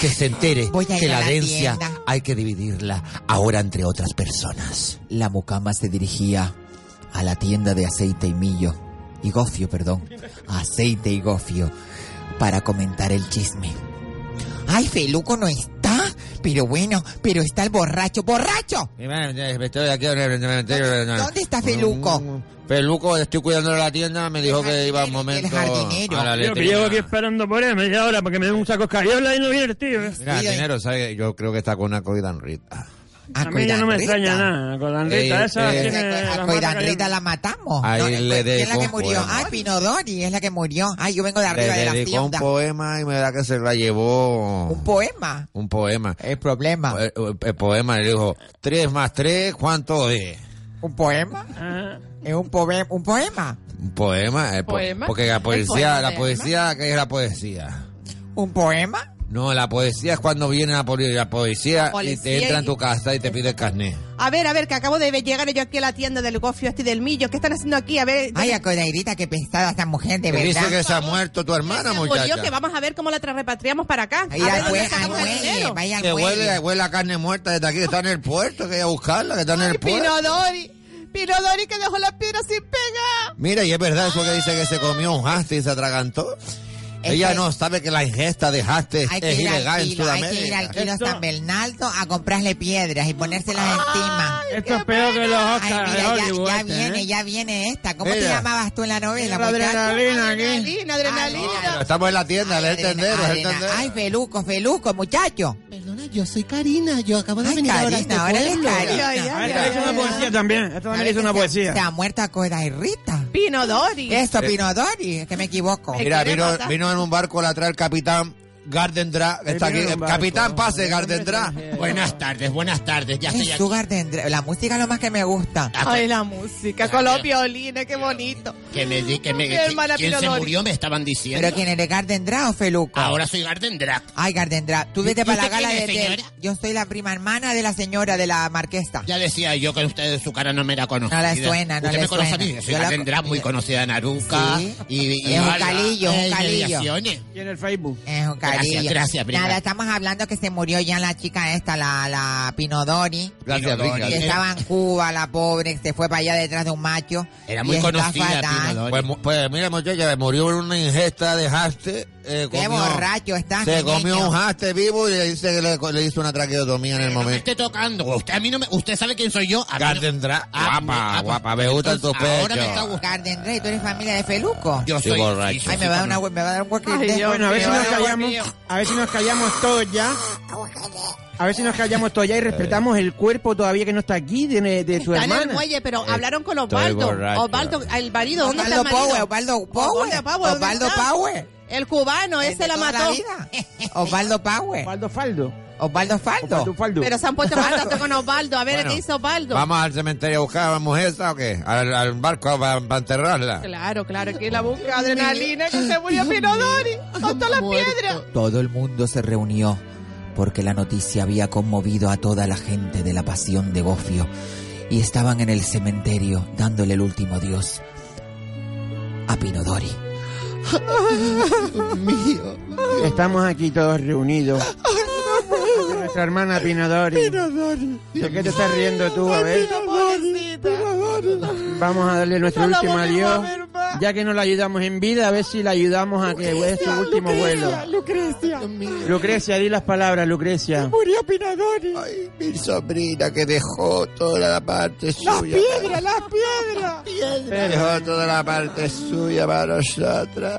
Que se entere
Voy a ir
que
a
la
la
herencia
tienda.
hay que dividirla ahora entre otras personas.
La mucama se dirigía a la tienda de aceite y millo. Y gofio, perdón.
Aceite y gofio para comentar el chisme. Ay, Feluco no está, pero bueno, pero está el borracho. ¡Borracho! ¿Dónde
¿Dónde
está Feluco?
Mm, Feluco, estoy cuidando la tienda, me dijo que iba un momento
Yo que llevo aquí esperando por él media hora para que me den un saco de cariola y no viene el tío. ¿eh?
Mira, dinero, ¿sabe? Yo creo que está con una coidanrita.
A mí ya no me
Coidanrita.
extraña nada. Con la Andrita
Eh,
esa
eh,
tiene las
A
manos
Coidanrita
calientes.
la matamos.
Ahí
No,
le
¿Quién es la
dedicó
que
un
murió?
poema.
Ay, Pinodori es la que murió. Ay, yo vengo de
Le
arriba de la
dedicó un
tienda.
poema y me da que se la llevó
Un poema.
un poema.
El problema.
El, el poema, le dijo, tres más tres, ¿cuánto es?
¿Un poema? ¿Es un, poema un poema?
Un poema, el po-
¿Poema?
porque la
¿El poema
poesía, la
de
poesía, ¿qué es la poesía?
¿Un poema?
No, la poesía es cuando viene la, poli- la policía,
La
y
policía
te entra
y-
en tu casa y te pide el carnet.
A ver, a ver, que acabo de llegar yo aquí a la tienda del gofio este y del millo. ¿Qué están haciendo aquí? A ver.
Ay, a Coidanrita, qué pesada esta mujer, de
Te
verdad.
dice que se ha muerto tu hermana,
Pues
muchacha.
yo que vamos a ver cómo la tra- repatriamos para acá.
Ahí
a
al
ver dónde
mue-
sacamos
al
el
muelle,
dinero.
vaya al
Que huele,
muelle.
huele la carne muerta desde aquí, que está en el puerto, que hay a buscarla, que está en el puerto.
Pinodori. Pinodori que dejó las piedras sin pegar.
Mira, y es verdad eso que dice que se comió un haste y se atragantó.
Es
Ella
que-
no sabe que la ingesta de haste
Hay que,
es
ir al
ilegal en
kilo, hay que ir al
Sudamérica.
kilo San Bernardo a comprarle piedras y ponérselas encima.
Esto es peor que los
Ay,
Oscars de
mira, ya,
Hollywood.
ya
este,
viene,
¿eh?
ya viene esta. ¿Cómo te
Mira.
llamabas tú en la novela,
La
muchacho?
adrenalina aquí.
Adrenalina, adrenalina.
Pero Estamos en la tienda, del
Adrena-
tendero, es el
Adrena-
tendero.
Ay, feluco, feluco, muchacho.
Perdona, yo soy Karina, yo acabo de
Ay,
venir ahora a este
Karina, ahora eres
pueblo.
Karina.
Ah, esta le hizo una poesía también. Esta también le hizo una poesía.
Se ha muerto a Coda y Rita.
Pinodori.
Esto, Pinodori, es que me equivoco.
Mira,
quiere
vino,
matar.
vino en un barco la trae el capitán Gardendra. que Está
vino
aquí. eh,
en un barco.
Capitán, pase, Gardendra.
Buenas tardes, buenas tardes, ya estoy
Es
aquí.
Sugar Tendre- La música es lo más que me gusta.
Ay, la música con los violines, qué bonito.
Que me di, que me,
Mi
que-
hermana
¿quién se
Pinodori.
murió? Me estaban diciendo.
¿Pero quién eres, Gardendra o Feluco?
Ahora soy Gardendra.
Ay, Gardendra, tú vete
¿Y
para la
usted
gala
quién
de...
es,
de-
señora?
yo soy la prima hermana de la señora, de la marquesa.
Ya decía yo que ustedes su cara no me era conocida.
No le suena, no
Usted
le
me conoce a mí,
suena.
yo soy
Yo la-
Gardendra, muy conocida en Aruca.
Sí.
Y, y
Es un
Alba,
calillo, un
eh, y
calillo.
mediaciones.
Y en el Facebook.
Es un cariño.
Gracias, gracias, prima.
Nada, estamos hablando que se murió ya la chica esta, la, la Pinodori.
Gracias,
Pinodori.
Brinca.
Que estaba en Cuba, la pobre, que se fue para allá detrás de un macho.
Era
y
muy
está
conocida,
fatal.
Pinodori.
Pues, mu- pues mira, muchacha, murió en una ingesta de haste. eh,
Qué
comió-
borracho está.
Se
qué niño.
comió un haste vivo y le dice que le, le hizo una traqueotomía en el
No me
momento.
esté tocando. Usted a mí no me, usted sabe quién soy yo. A mí no-
Gardendra,
Ah,
guapa,
ah,
guapa,
pues,
me gusta tu
entonces, Ahora me está
pecho.
buscando.
Garden Rey, tú eres familia de Feluco.
Yo
Sí,
soy
borracho.
sí,
Ay,
sí,
me va a dar
sí,
una me va a dar un cualquier
Bueno, a ver si nos callamos. A ver si nos callamos todos ya. A ver si nos callamos todos ya y respetamos el cuerpo todavía que no está aquí de, de tu
Está en el
hermana.
muelle, pero hablaron con
estoy
Osvaldo.
borracho.
Osvaldo, el marido, ¿dónde está
Osvaldo
el
Power,
marido?
Osvaldo
Osvaldo
Power.
Power, ¿dónde
Osvaldo
está?
Power.
El cubano,
El de
ese la
toda
mató.
vida. Osvaldo Power.
Faldo, faldo.
Osvaldo
Faldo,
Faldo.
faldo.
Pero se han puesto en contacto con Osvaldo. A ver,
Bueno,
¿qué hizo Osvaldo?
Vamos al cementerio a buscar a la mujer esa o qué? Al, al barco para enterrarla.
Claro, claro, que la busca adrenalina que se murió Pinodori con todas las piedras.
Todo el mundo se reunió porque la noticia había conmovido a toda la gente de la pasión de Gofio y estaban en el cementerio dándole el último adiós a Pinodori.
Mío.
Estamos aquí todos reunidos. Nuestra hermana Pinadori. ¿De qué te estás riendo tú, a ver? Vamos a darle nuestro
No la
último
volvemos a
adiós. Ya que no la ayudamos en vida, a ver si la ayudamos a que dé su este último vuelo.
Lucrecia.
Lucrecia, di las palabras, Lucrecia.
Murió Pinadori.
Mi sobrina que dejó toda la parte
las piedras, las piedras.
Dejó toda la parte suya para nosotros.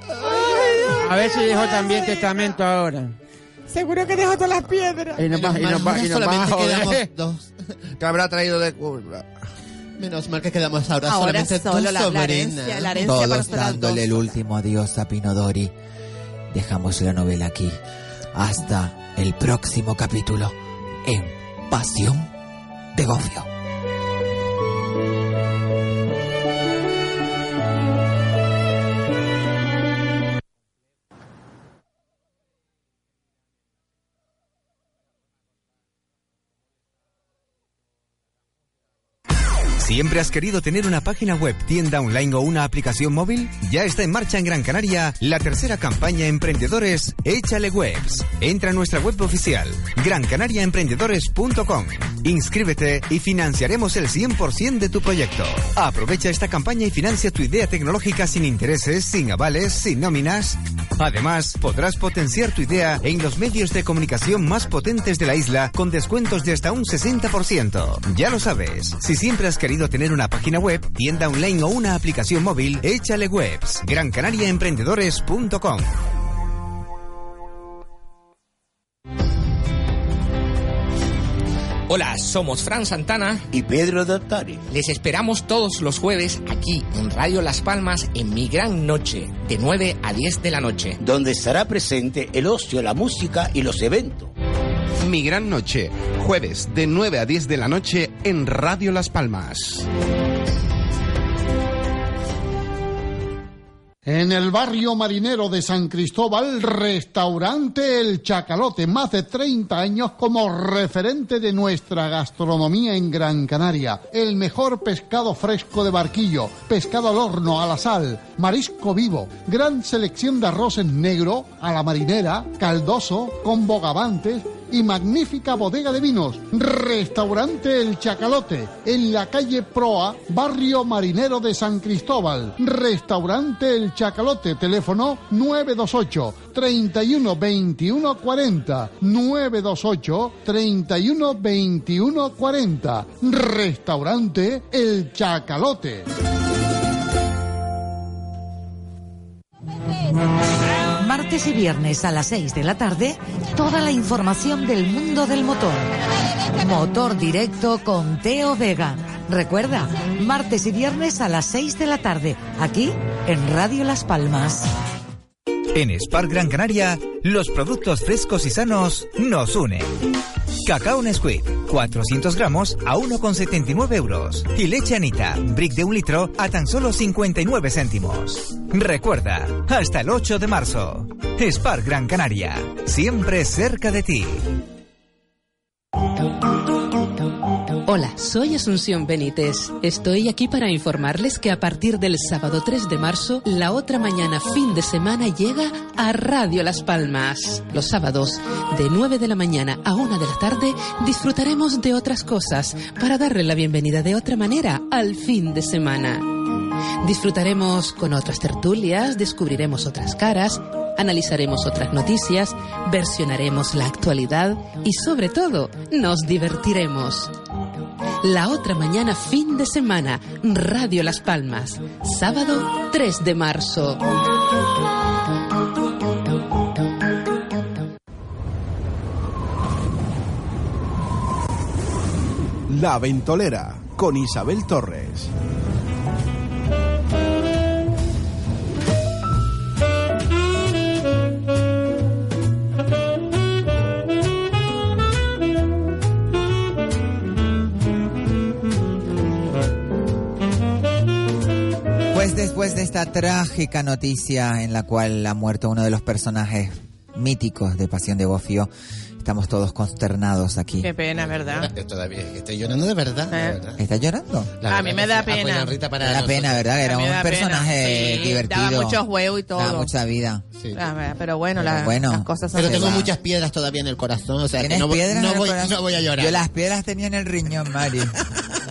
A ver si dejó también testamento ahora.
Seguro que dejó todas las piedras.
Y nos va- y nos va- y nos va a
Solamente
joder.
quedamos dos.
Que habrá traído de Cuba.
Menos mal que quedamos ahora,
Ahora
solamente tú,
solo la- la
sobrina.
herencia, la herencia para
Todos
nosotras
dándole el último adiós a Pinodori. Dejamos la novela aquí. Hasta el próximo capítulo en Pasión de Gofio.
¿Siempre has querido tener una página web, tienda online o una aplicación móvil? Ya está en marcha en Gran Canaria la tercera campaña Emprendedores Échale Webs. Entra a nuestra web oficial, grancanariaemprendedores.com. Inscríbete y financiaremos el 100% de tu proyecto. Aprovecha esta campaña y financia tu idea tecnológica sin intereses, sin avales, sin nóminas. Además, podrás potenciar tu idea en los medios de comunicación más potentes de la isla con descuentos de hasta un 60%. Ya lo sabes, si siempre has querido tener una página web, tienda online o una aplicación móvil, échale webs. GranCanariaEmprendedores.com
Hola, somos Fran Santana y Pedro Dottori. Les esperamos todos los jueves aquí en Radio Las Palmas en Mi Gran Noche, de 9 a 10 de la noche.
donde estará presente el ocio, la música y los eventos.
Mi Gran Noche, jueves de 9 a 10 de la noche en Radio Las Palmas.
En el barrio marinero de San Cristóbal, restaurante El Chacalote, más de 30 años como referente de nuestra gastronomía en Gran Canaria. El mejor pescado fresco de barquillo, pescado al horno, a la sal, marisco vivo, gran selección de arroz en negro, a la marinera, caldoso, con bogavantes y magnífica bodega de vinos. Restaurante El Chacalote, en la calle Proa, barrio marinero de San Cristóbal. Restaurante El Chacalote, teléfono 928 31 21 40. 928 31 21 40. Restaurante El Chacalote.
Martes y viernes a las 6 de la tarde, toda la información del mundo del motor. Motor directo con Teo Vega. Recuerda, martes y viernes a las 6 de la tarde, aquí en Radio Las Palmas.
En Spark Gran Canaria, los productos frescos y sanos nos unen. Cacao Nesquik, 400 gramos a 1,79 euros. Y leche Anita, brick de un litro a tan solo 59 céntimos. Recuerda, hasta el 8 de marzo. Spark Gran Canaria, siempre cerca de ti.
Hola, soy Asunción Benítez. Estoy aquí para informarles que a partir del sábado 3 de marzo, la otra mañana fin de semana llega a Radio Las Palmas. Los sábados, de 9 de la mañana a 1 de la tarde, disfrutaremos de otras cosas para darle la bienvenida de otra manera al fin de semana. Disfrutaremos con otras tertulias, descubriremos otras caras, analizaremos otras noticias, versionaremos la actualidad y sobre todo nos divertiremos. La otra mañana, fin de semana, Radio Las Palmas, sábado 3 de marzo.
La Ventolera con Isabel Torres.
Pues después de esta trágica noticia en la cual ha muerto uno de los personajes míticos de Pasión de Bofio, Estamos todos consternados aquí.
Qué pena, ¿verdad? Eh,
Yo todavía estoy llorando de verdad. ¿Estás llorando?
A mí me da
Ah, pues
pena.
Me da pena, ¿verdad? Era
A mí me
un
da
personaje
pena. Sí,
divertido.
Daba muchos huevos y todo.
Daba mucha vida.
Ah, bueno, pero bueno,
Pero
la-
bueno.
las cosas son
Pero
Pero tengo
así.
muchas piedras todavía en el corazón. O sea, que
¿Tienes
no, voy-
piedras
no
en el
voy,
corazón?
no voy a llorar.
Yo las piedras tenía en el riñón, Mari.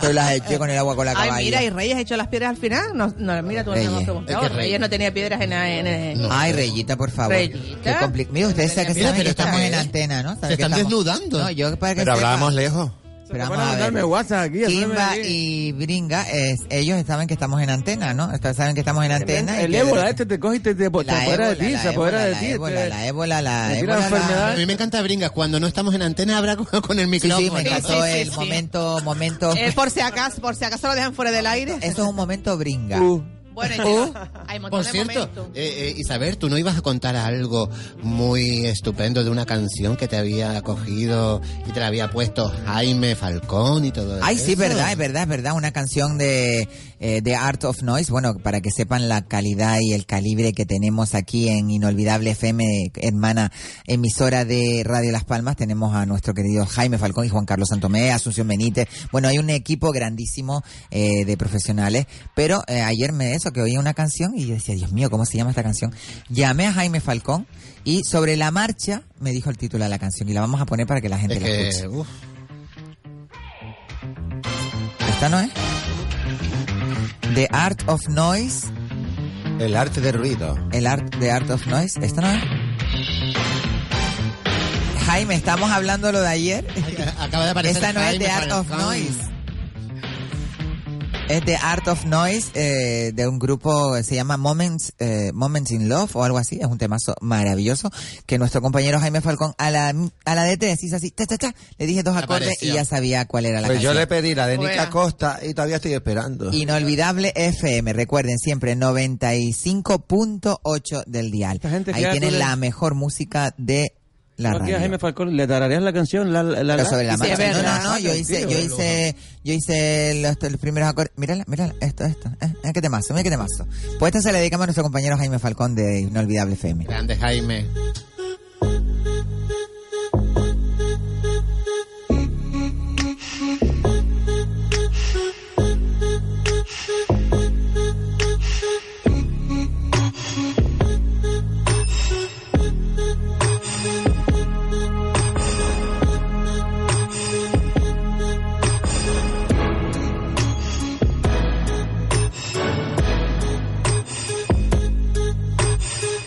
Pero las eché con el agua con la
Ay,
caballa.
mira, y Reyes echó las piedras al final. No, no mira, tú no
Reyes.
hemos
Es
preguntado.
que
Reyes.
Reyes.
no tenía piedras en, en, en-
Ay, Reyita, por favor.
Reyita.
Qué compli- Mira, ustedes saben que,
Mira,
saben
pero
que
está
estamos
bien.
en antena, ¿no? Saben
Se
que
están
estamos-
desnudando.
No, yo para que
Pero
sepa-
hablábamos lejos.
Pero
van
vamos
a
a ver.
mandarme WhatsApp aquí, hazme
Kimba
venir.
y Bringa, es- ellos saben que estamos en antena, ¿no? Está- Saben que estamos en antena. y
El
que-
¿eh?
ébola este te coge y te, te- te
La
apodera de
ébola,
ti,
la
se apodera
ébola, la
de ti.
ébola,
te-
la ébola, la
te tira
ébola, la-
enfermedad.
A mí me encanta Bringas. Cuando no estamos en antena, habrá con, con el
Sí,
micrófono.
sí, me encantó
Sí, sí,
el
sí.
momento, momento.
Eh, por si acaso, por si acaso lo dejan fuera del aire.
Eso es un momento bringa.
Bueno, y
Uh.
hay montón
Por
de
cierto,
momentos.
eh, eh, Isabel, tú no ibas a contar algo muy estupendo de una canción que te había cogido y te la había puesto Jaime Falcón y todo eso.
Ay, sí, verdad, es verdad, es verdad. Una canción de, eh, de Art of Noise. Bueno, para que sepan la calidad y el calibre que tenemos aquí en Inolvidable FM, hermana emisora de Radio Las Palmas, tenemos a nuestro querido Jaime Falcón y Juan Carlos Santomé, Asunción Benítez. Bueno, hay un equipo grandísimo eh, de profesionales. Pero eh, ayer me eso, que oía una canción y yo decía, Dios mío, ¿cómo se llama esta canción? Llamé a Jaime Falcón y sobre la marcha me dijo el título de la canción y la vamos a poner para que la gente
Es
la escuche.
que, uf,
¿Esta no es? The Art of Noise.
El arte del ruido.
El art, The Art of Noise. ¿Esta no es? Jaime, estamos hablando lo de ayer.
acaba de aparecer
Esta no es
Jaime
The Art of
Falcón.
Noise. Es The Art of Noise eh, de un grupo, eh, se llama Moments, eh, Moments in Love o algo así. Es un temazo maravilloso que nuestro compañero Jaime Falcón a la, a la de tres hizo así, ta, ta, ta. le dije dos acordes
Apareció.
y ya sabía cuál era la
Pues yo
canción.
le pedí la de
Bueno.
Nica Costa y todavía estoy esperando.
Inolvidable FM, recuerden siempre 95.8 del dial. Ahí
queda
tienen
con el-
la mejor música de la
Aquí a
radio.
Jaime Falcón le tarareas la canción, la, la, la-
Pero sobre la
Sí,
marcha.
es
No,
verdad.
no, no, yo hice, yo hice, yo hice los, los primeros acordes. Mírala, mírala, esto, esto. Eh, eh, qué temazo, mira qué temazo. Pues esta se la dedicamos a nuestro compañero Jaime Falcón de Inolvidable FM.
grande Jaime.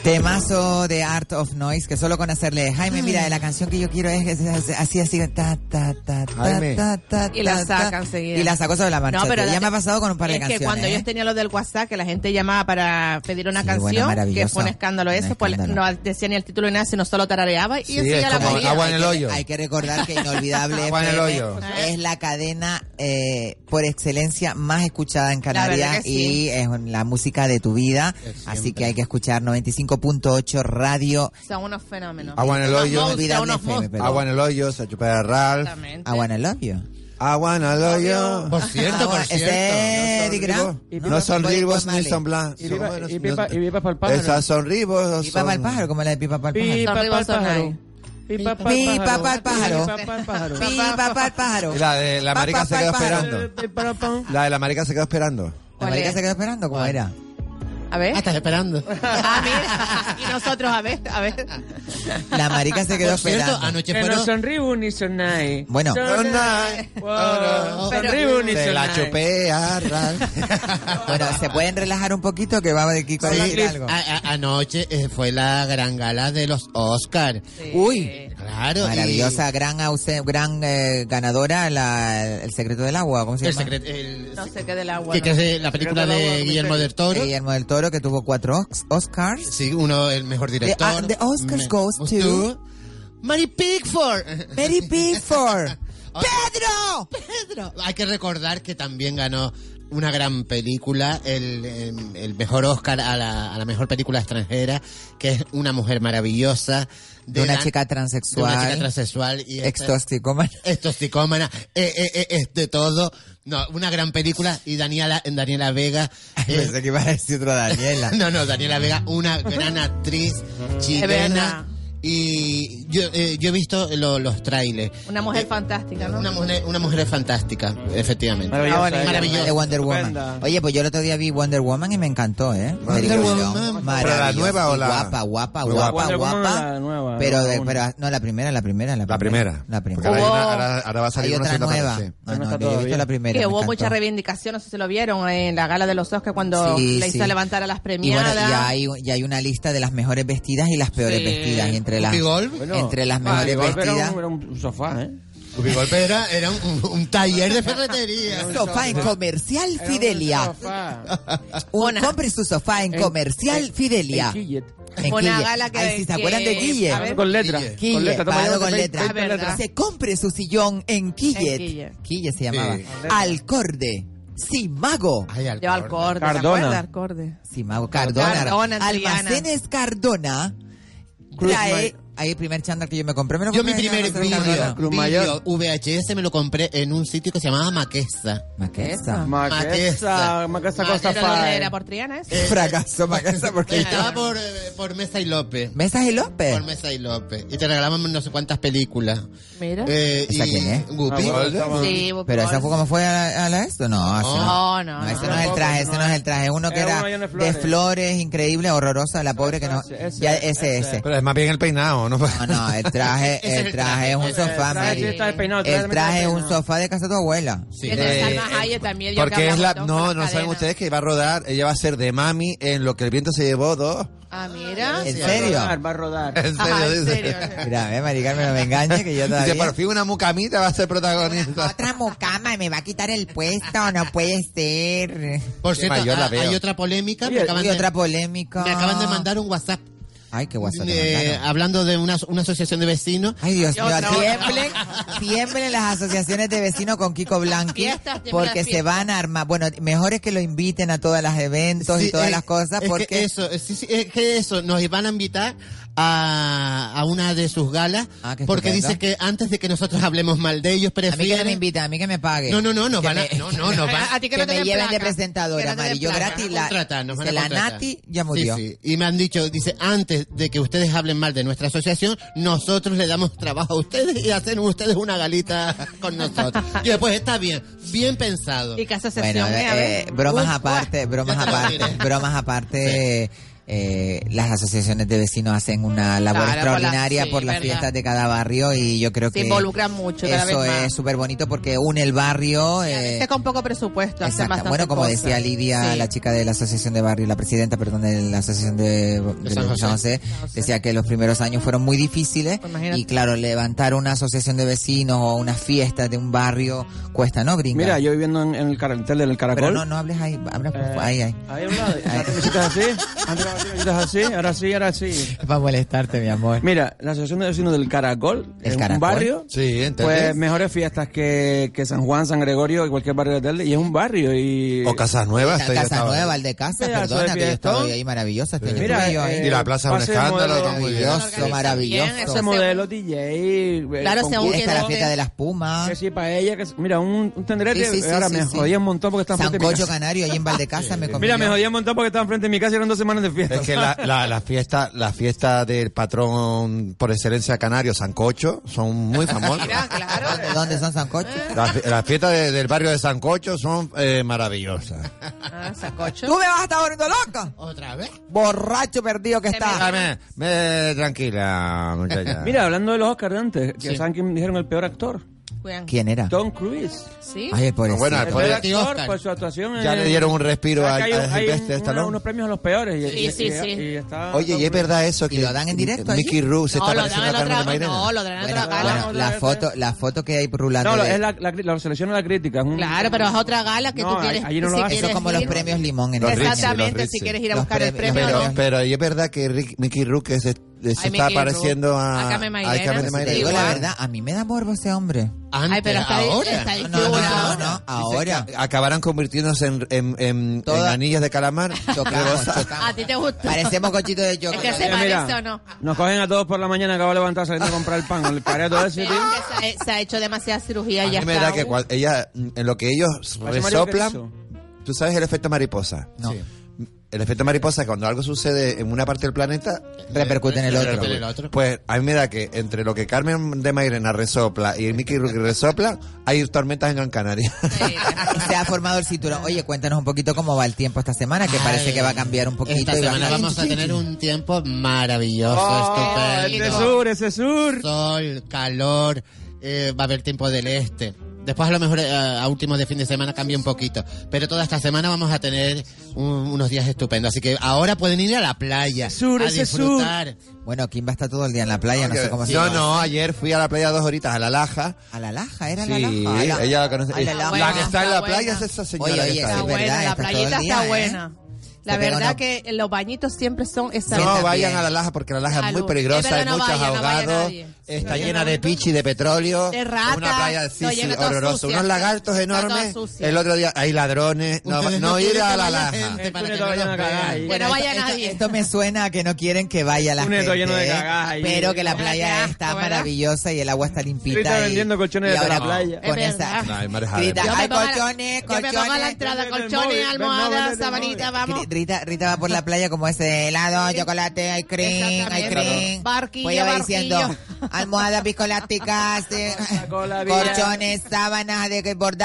Temazo de Art of Noise, que solo con hacerle, Jaime, mira, la canción que yo quiero es, es- es- así, así, ta, ta, ta, ta,
Jaime.
ta, ta,
Y la
ta,
saca
ta.
enseguida.
Y la sacó sobre la marcha.
No, pero
ya
la-
me ha pasado con un par de
es
canciones.
que cuando
¿eh?
yo tenía lo del WhatsApp, que la gente llamaba para pedir una
Sí, bueno,
canción, que
maravilloso.
fue un escándalo eso,
Un
pues no decía ni el título ni nada, sino solo tarareaba y
Sí,
enseguida
es
la
como
ponía.
agua en el
Hay que-
hoyo.
hay
que recordar que Inolvidable
Agua en el
FM
hoyo.
es la cadena eh, por excelencia más escuchada en
La
Canarias
verdad que
y
sí.
es la música de tu vida. Así que hay que escuchar 95.8 Radio
Son unos fenómenos.
Agua en el
Unos
hoyo.
monstruos, unos monstruos.
Agua en el hoyo, se chupa Ralph.
Agua en el hoyo.
Agua en el hoyo. Por cierto, por
Ese de gran-
No son ribos ni son blancos.
Y pipa-
No,
y
no,
pipa-
no.
y pipa pa'l pájaro.
Esas son ribos.
Pipa para el pájaro, como la de Pipa para el
Pipa
pájaro.
pa'l pájaro. Pipa pa'l
Pipa para el pájaro.
Pipa pa'l pájaro.
Pipa para el pájaro.
Y la de la
Pa,
marica
pa,
se
pa,
quedó
pa, pa.
esperando. La de la marica se quedó esperando.
¿La marica se quedó esperando? ¿Cómo era?
A ver.
estás esperando.
Ah, mira. Y nosotros, a ver, a ver.
La marica se quedó
Por cierto,
esperando.
anoche Que fueron- no son ribos ni son nai.
Bueno.
Son nai.
Oh,
Oh,
Wow. Son ribos ni son nai.
bueno, ¿se pueden relajar un poquito que va de Kiko a
Sí,
decir algo?
a- a- anoche eh, fue la gran gala de los Oscar. Uy, claro. y-
Maravillosa, gran ausen- gran eh, ganadora, la- El secreto del agua, ¿cómo se
El
llama?
secreto- el-
No sé qué del agua.
que,
¿no?
que es de la película de Guillermo del Toro.
De Eh, Guillermo del Toro, que tuvo cuatro Ox- Oscars.
Sí, uno el mejor director.
The, Oscars
Me-
goes to...
Mary Pickford.
Mary Pickford.
¡Pedro! ¡Pedro! Hay que recordar que también ganó una gran película, el, em, el mejor Oscar a la, a la mejor película extranjera, que es Una Mujer Maravillosa.
De una
la-
chica
de
transexual.
una chica transexual y
Ex toxicómana.
es toxicómana, eh, eh, eh, es de todo. No, una gran película y Daniela, Daniela Vega. eh,
Pensé que iba a decir otra Daniela.
no, no, Daniela Vega, una gran actriz
Es
chilena
verdad.
Y yo, eh, yo he visto lo- los trailers.
Una mujer fantástica, ¿no?
Una mujer, una mujer es fantástica, efectivamente.
Ah, bueno,
Maravillosa.
de Wonder Woman. Oye, pues yo el otro día vi Wonder Woman y me encantó, ¿eh? Me
Wonder
digo,
Woman.
no,
¿Pero la nueva o la-
Guapa, guapa,
Muy
guapa,
guapa. Wonder
guapa.
Woman o la nueva,
pero,
la
de-
una.
pero no, la primera, la primera, la primera. La primera.
Porque ahora hay una- ahora- ahora va a salir
Hay
una
otra
segunda
nueva.
parte, sí.
No,
Pero no
no,
está
yo he visto
todavía.
la primera.
Que
me
hubo
encantó.
mucha reivindicación, no sé si lo vieron, en la gala de los Oscars cuando
Sí,
la hizo
sí.
levantar a las
Y bueno,
premiadas.
ya hay, ya hay una lista de las mejores vestidas y las peores
Sí.
vestidas. Y entre las,
Whoopi Goldberg.
entre las mejores
Golpe
vestidas.
Ah, era un, era un sofá, ¿eh?
Porque golpe era, era un, un- un taller de ferretería.
Sofá en comercial Fidelia. Un- compre su sofá en comercial Fidelia.
en Quillet.
En
Fue una
Quillet.
gala que-
Ay, si se acuerdan de
que-
Quille.
a ver.
Con letra, con letra, toma nota,
con
veinte,
letra.
veinte Ah, ¿verdad? letras.
Se compre su sillón en
En
Quillet.
Quillet.
Quille se llamaba.
Sí.
Alcorde. Simago.
Yo al corde, ¿se
Cardona.
acuerda? Al corde.
Simago Cardona.
Cardona, Triana.
Almacenes Cardona.
Cruz
Trae, ahí el primer chándal que yo me compré. me lo
Yo mi
compré en
primer
Almacenes
vídeo
Cardona.
vídeo VHS me lo compré en un sitio que se llamaba Maquesa.
Maquesa.
Maquesa.
Maquesa
Era donde era por Triana, ¿eso?
Fracaso Maquesa porque
Estaba por, eh, por Mesa y López.
¿Mesas y López?
Por Mesa y López. Y te regalamos no sé cuántas películas.
Mira.
Eh,
¿Esa
y-
quién es?
Guppy.
Sí, Whoopi
Pero esa
Goldberg.
fue como fue a la, a la esto, no, así
No, no,
ese
no.
no es el traje, ese no es el traje, uno que
Era
era
uno lleno
de
de
flores,
flores.
increíble, horrorosa, la pobre que no, ya ese, ese.
Pero es más bien el peinado, ¿no? No,
no, el traje, el traje es un sofá,
traje sí
Mary.
está despeinado,
el
totalmente
traje es un
despeinado.
sofá de casa de tu abuela.
Sí.
El de
Eh,
Salma Hayek también. yo
Porque
que
es la...
hablaba con
No,
las
no saben
cadenas.
ustedes que va a rodar, ella va a ser de mami en Lo que el viento se llevó dos.
Ah, mira.
¿En serio?
Va a rodar.
En serio,
Ajá, en
dice.
serio.
Mira, ve, Mari Carmen, no me engañes que yo
Dice,
todavía.
por fin una mucamita va a ser protagonista.
Otra mucama y me va a quitar el puesto, no puede ser.
Por cierto,
mayor la
ha-
veo.
hay otra polémica.
Y,
me acaban de-
otra polémica.
me acaban de mandar un WhatsApp.
Ay, qué WhatsApp.
Eh, hablando de una, una asociación de vecinos.
Ay, Dios
Yo
mío,
otra,
tiemblen, tiemblen las asociaciones de vecinos con Kiko Blanqui
Fiestas, tiemblen
porque
las
se van a armar. Bueno, mejor es que lo inviten a todos los eventos y
Sí,
todas
eh,
las cosas
es
porque
que eso, eh, sí, sí, es que eso, nos iban a invitar a, a una de sus galas
Ah, qué
porque
estupendo.
dice que antes de que nosotros hablemos mal de ellos
a mí que no
prefieren
me invitan, a mí que me paguen.
No, no, no, nos
Que
van a-
me-
no, no, nos van- A- a
que,
ti que no
me
te den
lleven de
placa, que
presentadora,
no te
Mari.
den
Yo
placa.
gratis
Nos
la,
contratan, nos van
de
a
la
contratar.
Nati ya
Sí,
murió.
sí. Y me han dicho, dice, antes de que ustedes hablen mal de nuestra asociación, nosotros le damos trabajo a ustedes y hacen ustedes una galita con nosotros. Yo, pues está bien, bien pensado.
¿Y qué asociación
Bueno,
es? A
eh,
ver.
bromas
Uy,
aparte, bromas
Ya te lo
aparte, bromas aparte. eh, las asociaciones de vecinos hacen una labor
Claro, por la-
extraordinaria
sí,
por las
verdad.
fiestas de cada barrio y yo creo
Se
que
involucran mucho cada
eso
vez más.
es súper bonito porque une el barrio. eh,
Este con poco presupuesto. hacen
Exacto.
bastante
Bueno, como
cosas.
decía Lidia,
Sí.
la chica de la asociación de barrio, la presidenta, perdón, de la asociación de, de
San
San
José.
José, decía que los primeros años fueron muy difíciles
imagínate.
y claro, levantar una asociación de vecinos o una fiesta de un barrio cuesta, ¿no, gringa?
Mira, yo viviendo en, en el cartel del caracol.
Pero no, no hables ahí, hablas por-
Eh,
ahí, ahí.
Ahí a un lado, antes me hiciste así, antes me hiciste así, ahora sí, ahora sí.
Para molestarte, mi amor.
Mira, la Asociación de Vecinos del Caracol,
¿El
en
Caracol?
un barrio,
Sí,
pues mejores fiestas que, que San Juan, San Gregorio y cualquier barrio de Telde, y es un barrio y...
O Casas Nuevas.
Está
esta ya
Casa
estaba.
Nueva, este el de casa,
Pedazo de
perdona, que yo
fiestón.
estaba ahí maravillosa. Este año
Mira,
estuve yo ahí.
eh,
Y la plaza es un
pase
escándalo,
modelo,
está muy bien.
Maravilloso, maravilloso.
Ese modelo DJ... eh,
Claro,
con
según
gusto.
Esta la fiesta de las pumas.
Que sí, para ella, que sí. Mira, un, un tenderete,
Sí, sí, sí,
ahora
sí,
me
sí.
jodía un montón porque estaba enfrente de mi
Sancocho
casa.
Canario, allí en Valdecasa me comí.
Mira, me
yo.
jodía un montón porque estaba enfrente de mi casa y eran dos semanas de fiesta.
Es que la, la, la fiesta, la fiesta del patrón por excelencia canario, Sancocho, son muy famosas.
¿De dónde son sancochos?
Eh,
Las las fiestas de- del barrio de Sancocho son eh, maravillosas.
Ah, sacocho.
¿Tú me vas a estar volviendo loca?
¿Otra vez?
Borracho perdido que está.
Dame, ve, tranquila, muchacha.
Mira, hablando de los Oscars de antes, que
Sí.
¿saben quién dijeron el peor actor?
Cuidan.
¿Quién era?
Tom Cruise.
Sí.
Ay, el pobrecito.
Bueno,
el
pues-
peor actor por su actuación.
Ya
en-
le dieron un respiro
O sea,
a-
que hay un-
a
hay un-
Sylvester
una-
Stallone.
unos premios a los peores. y-
Sí,
y-
sí,
y-
sí.
y está-
Oye, y es verdad eso que
¿Y lo dan en directo
Mickey
allí?
Rourke se
No,
está
lo dan
pareciendo
en
a Carmen de
otra.
Mairena.
No, lo dan en otra gala.
Bueno, la foto, la foto que hay rulando.
No, lo-
de-
es la, la, la selección a la crítica. es un-
Claro, pero es otra gala que
No,
tú
ahí-
quieres.
ahí no lo
si
hacen.
quieres
Eso como los
ir.
premios limón. En el-
Los Ritzy,
Exactamente,
los
si
Ritzy.
quieres ir a
Los
buscar el
premios,
premio.
Pero,
no.
pero y es verdad que Rick- Mickey Rourke se, se
Ay,
está
Mickey
pareciendo
Rourke.
a,
A Carmen Mairena.
Carmen de
Te
Mairena.
digo la
igual.
verdad, a mí me da morbo ese hombre.
Ay, pero está ahí-
ahora.
está ahí
No, no, no,
figurado.
no,
Dice
ahora.
que acabarán convirtiéndose en, en, en,
Toda-
en anillas de calamar.
Chocamos,
Rebosa-
chocamos.
A ti te gusta.
Parecemos cochitos de chocolate.
Es que se
Eh, mira,
parece o no.
Nos cogen a todos por la mañana, acabo de levantar saliendo a comprar el pan. El pareto ese,
Es
tío.
que se, se ha hecho demasiada cirugía
A
y ya
mí me
está.
da que cual- ella, mm, en lo que ellos
Hace Mario
resoplan,
Cristo.
tú sabes el efecto mariposa.
No.
Sí. el efecto mariposa, cuando algo sucede en una parte del planeta,
Repercute en el otro.
Repercute en el otro. Pues a mí me da que entre lo que Carmen de Mairena resopla y Mickey Rourke resopla, hay tormentas en Gran Canaria.
Y se ha formado el cinturón. Oye, cuéntanos un poquito cómo va el tiempo esta semana, que parece que va a cambiar un poquito.
Esta
y va
semana
estar-
vamos a tener un tiempo maravilloso, estupendo.
ese
sur, ese sur. Sol, calor, eh, va a haber tiempo del este. Después a lo mejor eh, a últimos de fin de semana cambia un poquito. Pero toda esta semana vamos a tener un- unos días estupendos. Así que ahora pueden ir a la playa a disfrutar.
Bueno, Kim va a estar todo el día en la playa, no sé cómo se
Yo
llama.
no, ayer fui a la playa dos horitas, a La Laja.
A la Laja, era
Sí,
la Laja. A la-
ella la conoce.
a la Laja.
La que está en la playa es esa señora.
Oye,
que
oye,
está
sí,
ahí.
es verdad,
la
está todo el
playita
día,
está
¿eh?
buena. La
Se pega
verdad
una-
que los bañitos siempre son esa
No vayan a La Laja porque La Laja es muy
Salud. Es
peligrosa,
verdad,
hay
no
muchos
vaya, no vaya
ahogados,
nadie.
está llena de pichi, de petróleo,
De ratas,
una playa sí,
no,
sí,
llega toda
horrorosa,
sucia.
unos lagartos
Está toda
enormes.
sucia.
El otro día hay ladrones, no,
Ustedes
no
no
ir
quieren
a
que
La
vaya
Laja.
gente para
que
no
vayan
los
a cagar
vean.
ahí.
Bueno,
vaya
esto-
nadie.
Esto, me suena a que no quieren que vaya la
Un
gente.
neto lleno de
¿eh?
cagadas ahí.
Pero que la playa está maravillosa y el agua está limpita.
Rita
y-
vendiendo colchones
y
desde la
ahora
playa.
Con
Es
esa.
verdad. No, hay marejada de
Grita,
playa.
hay
Yo me pongo a la-
colchones,
yo me
colchones.
pongo a la entrada, colchones, almohadas, sabanita, vamos.
Gri- Rita, Rita va por la playa como ese helado, chocolate, ice cream, ice cream.
Barquillo,
Voy a ir
barquillo.
diciendo almohadas piscoláticas, eh,
vida.
colchones, sábanas de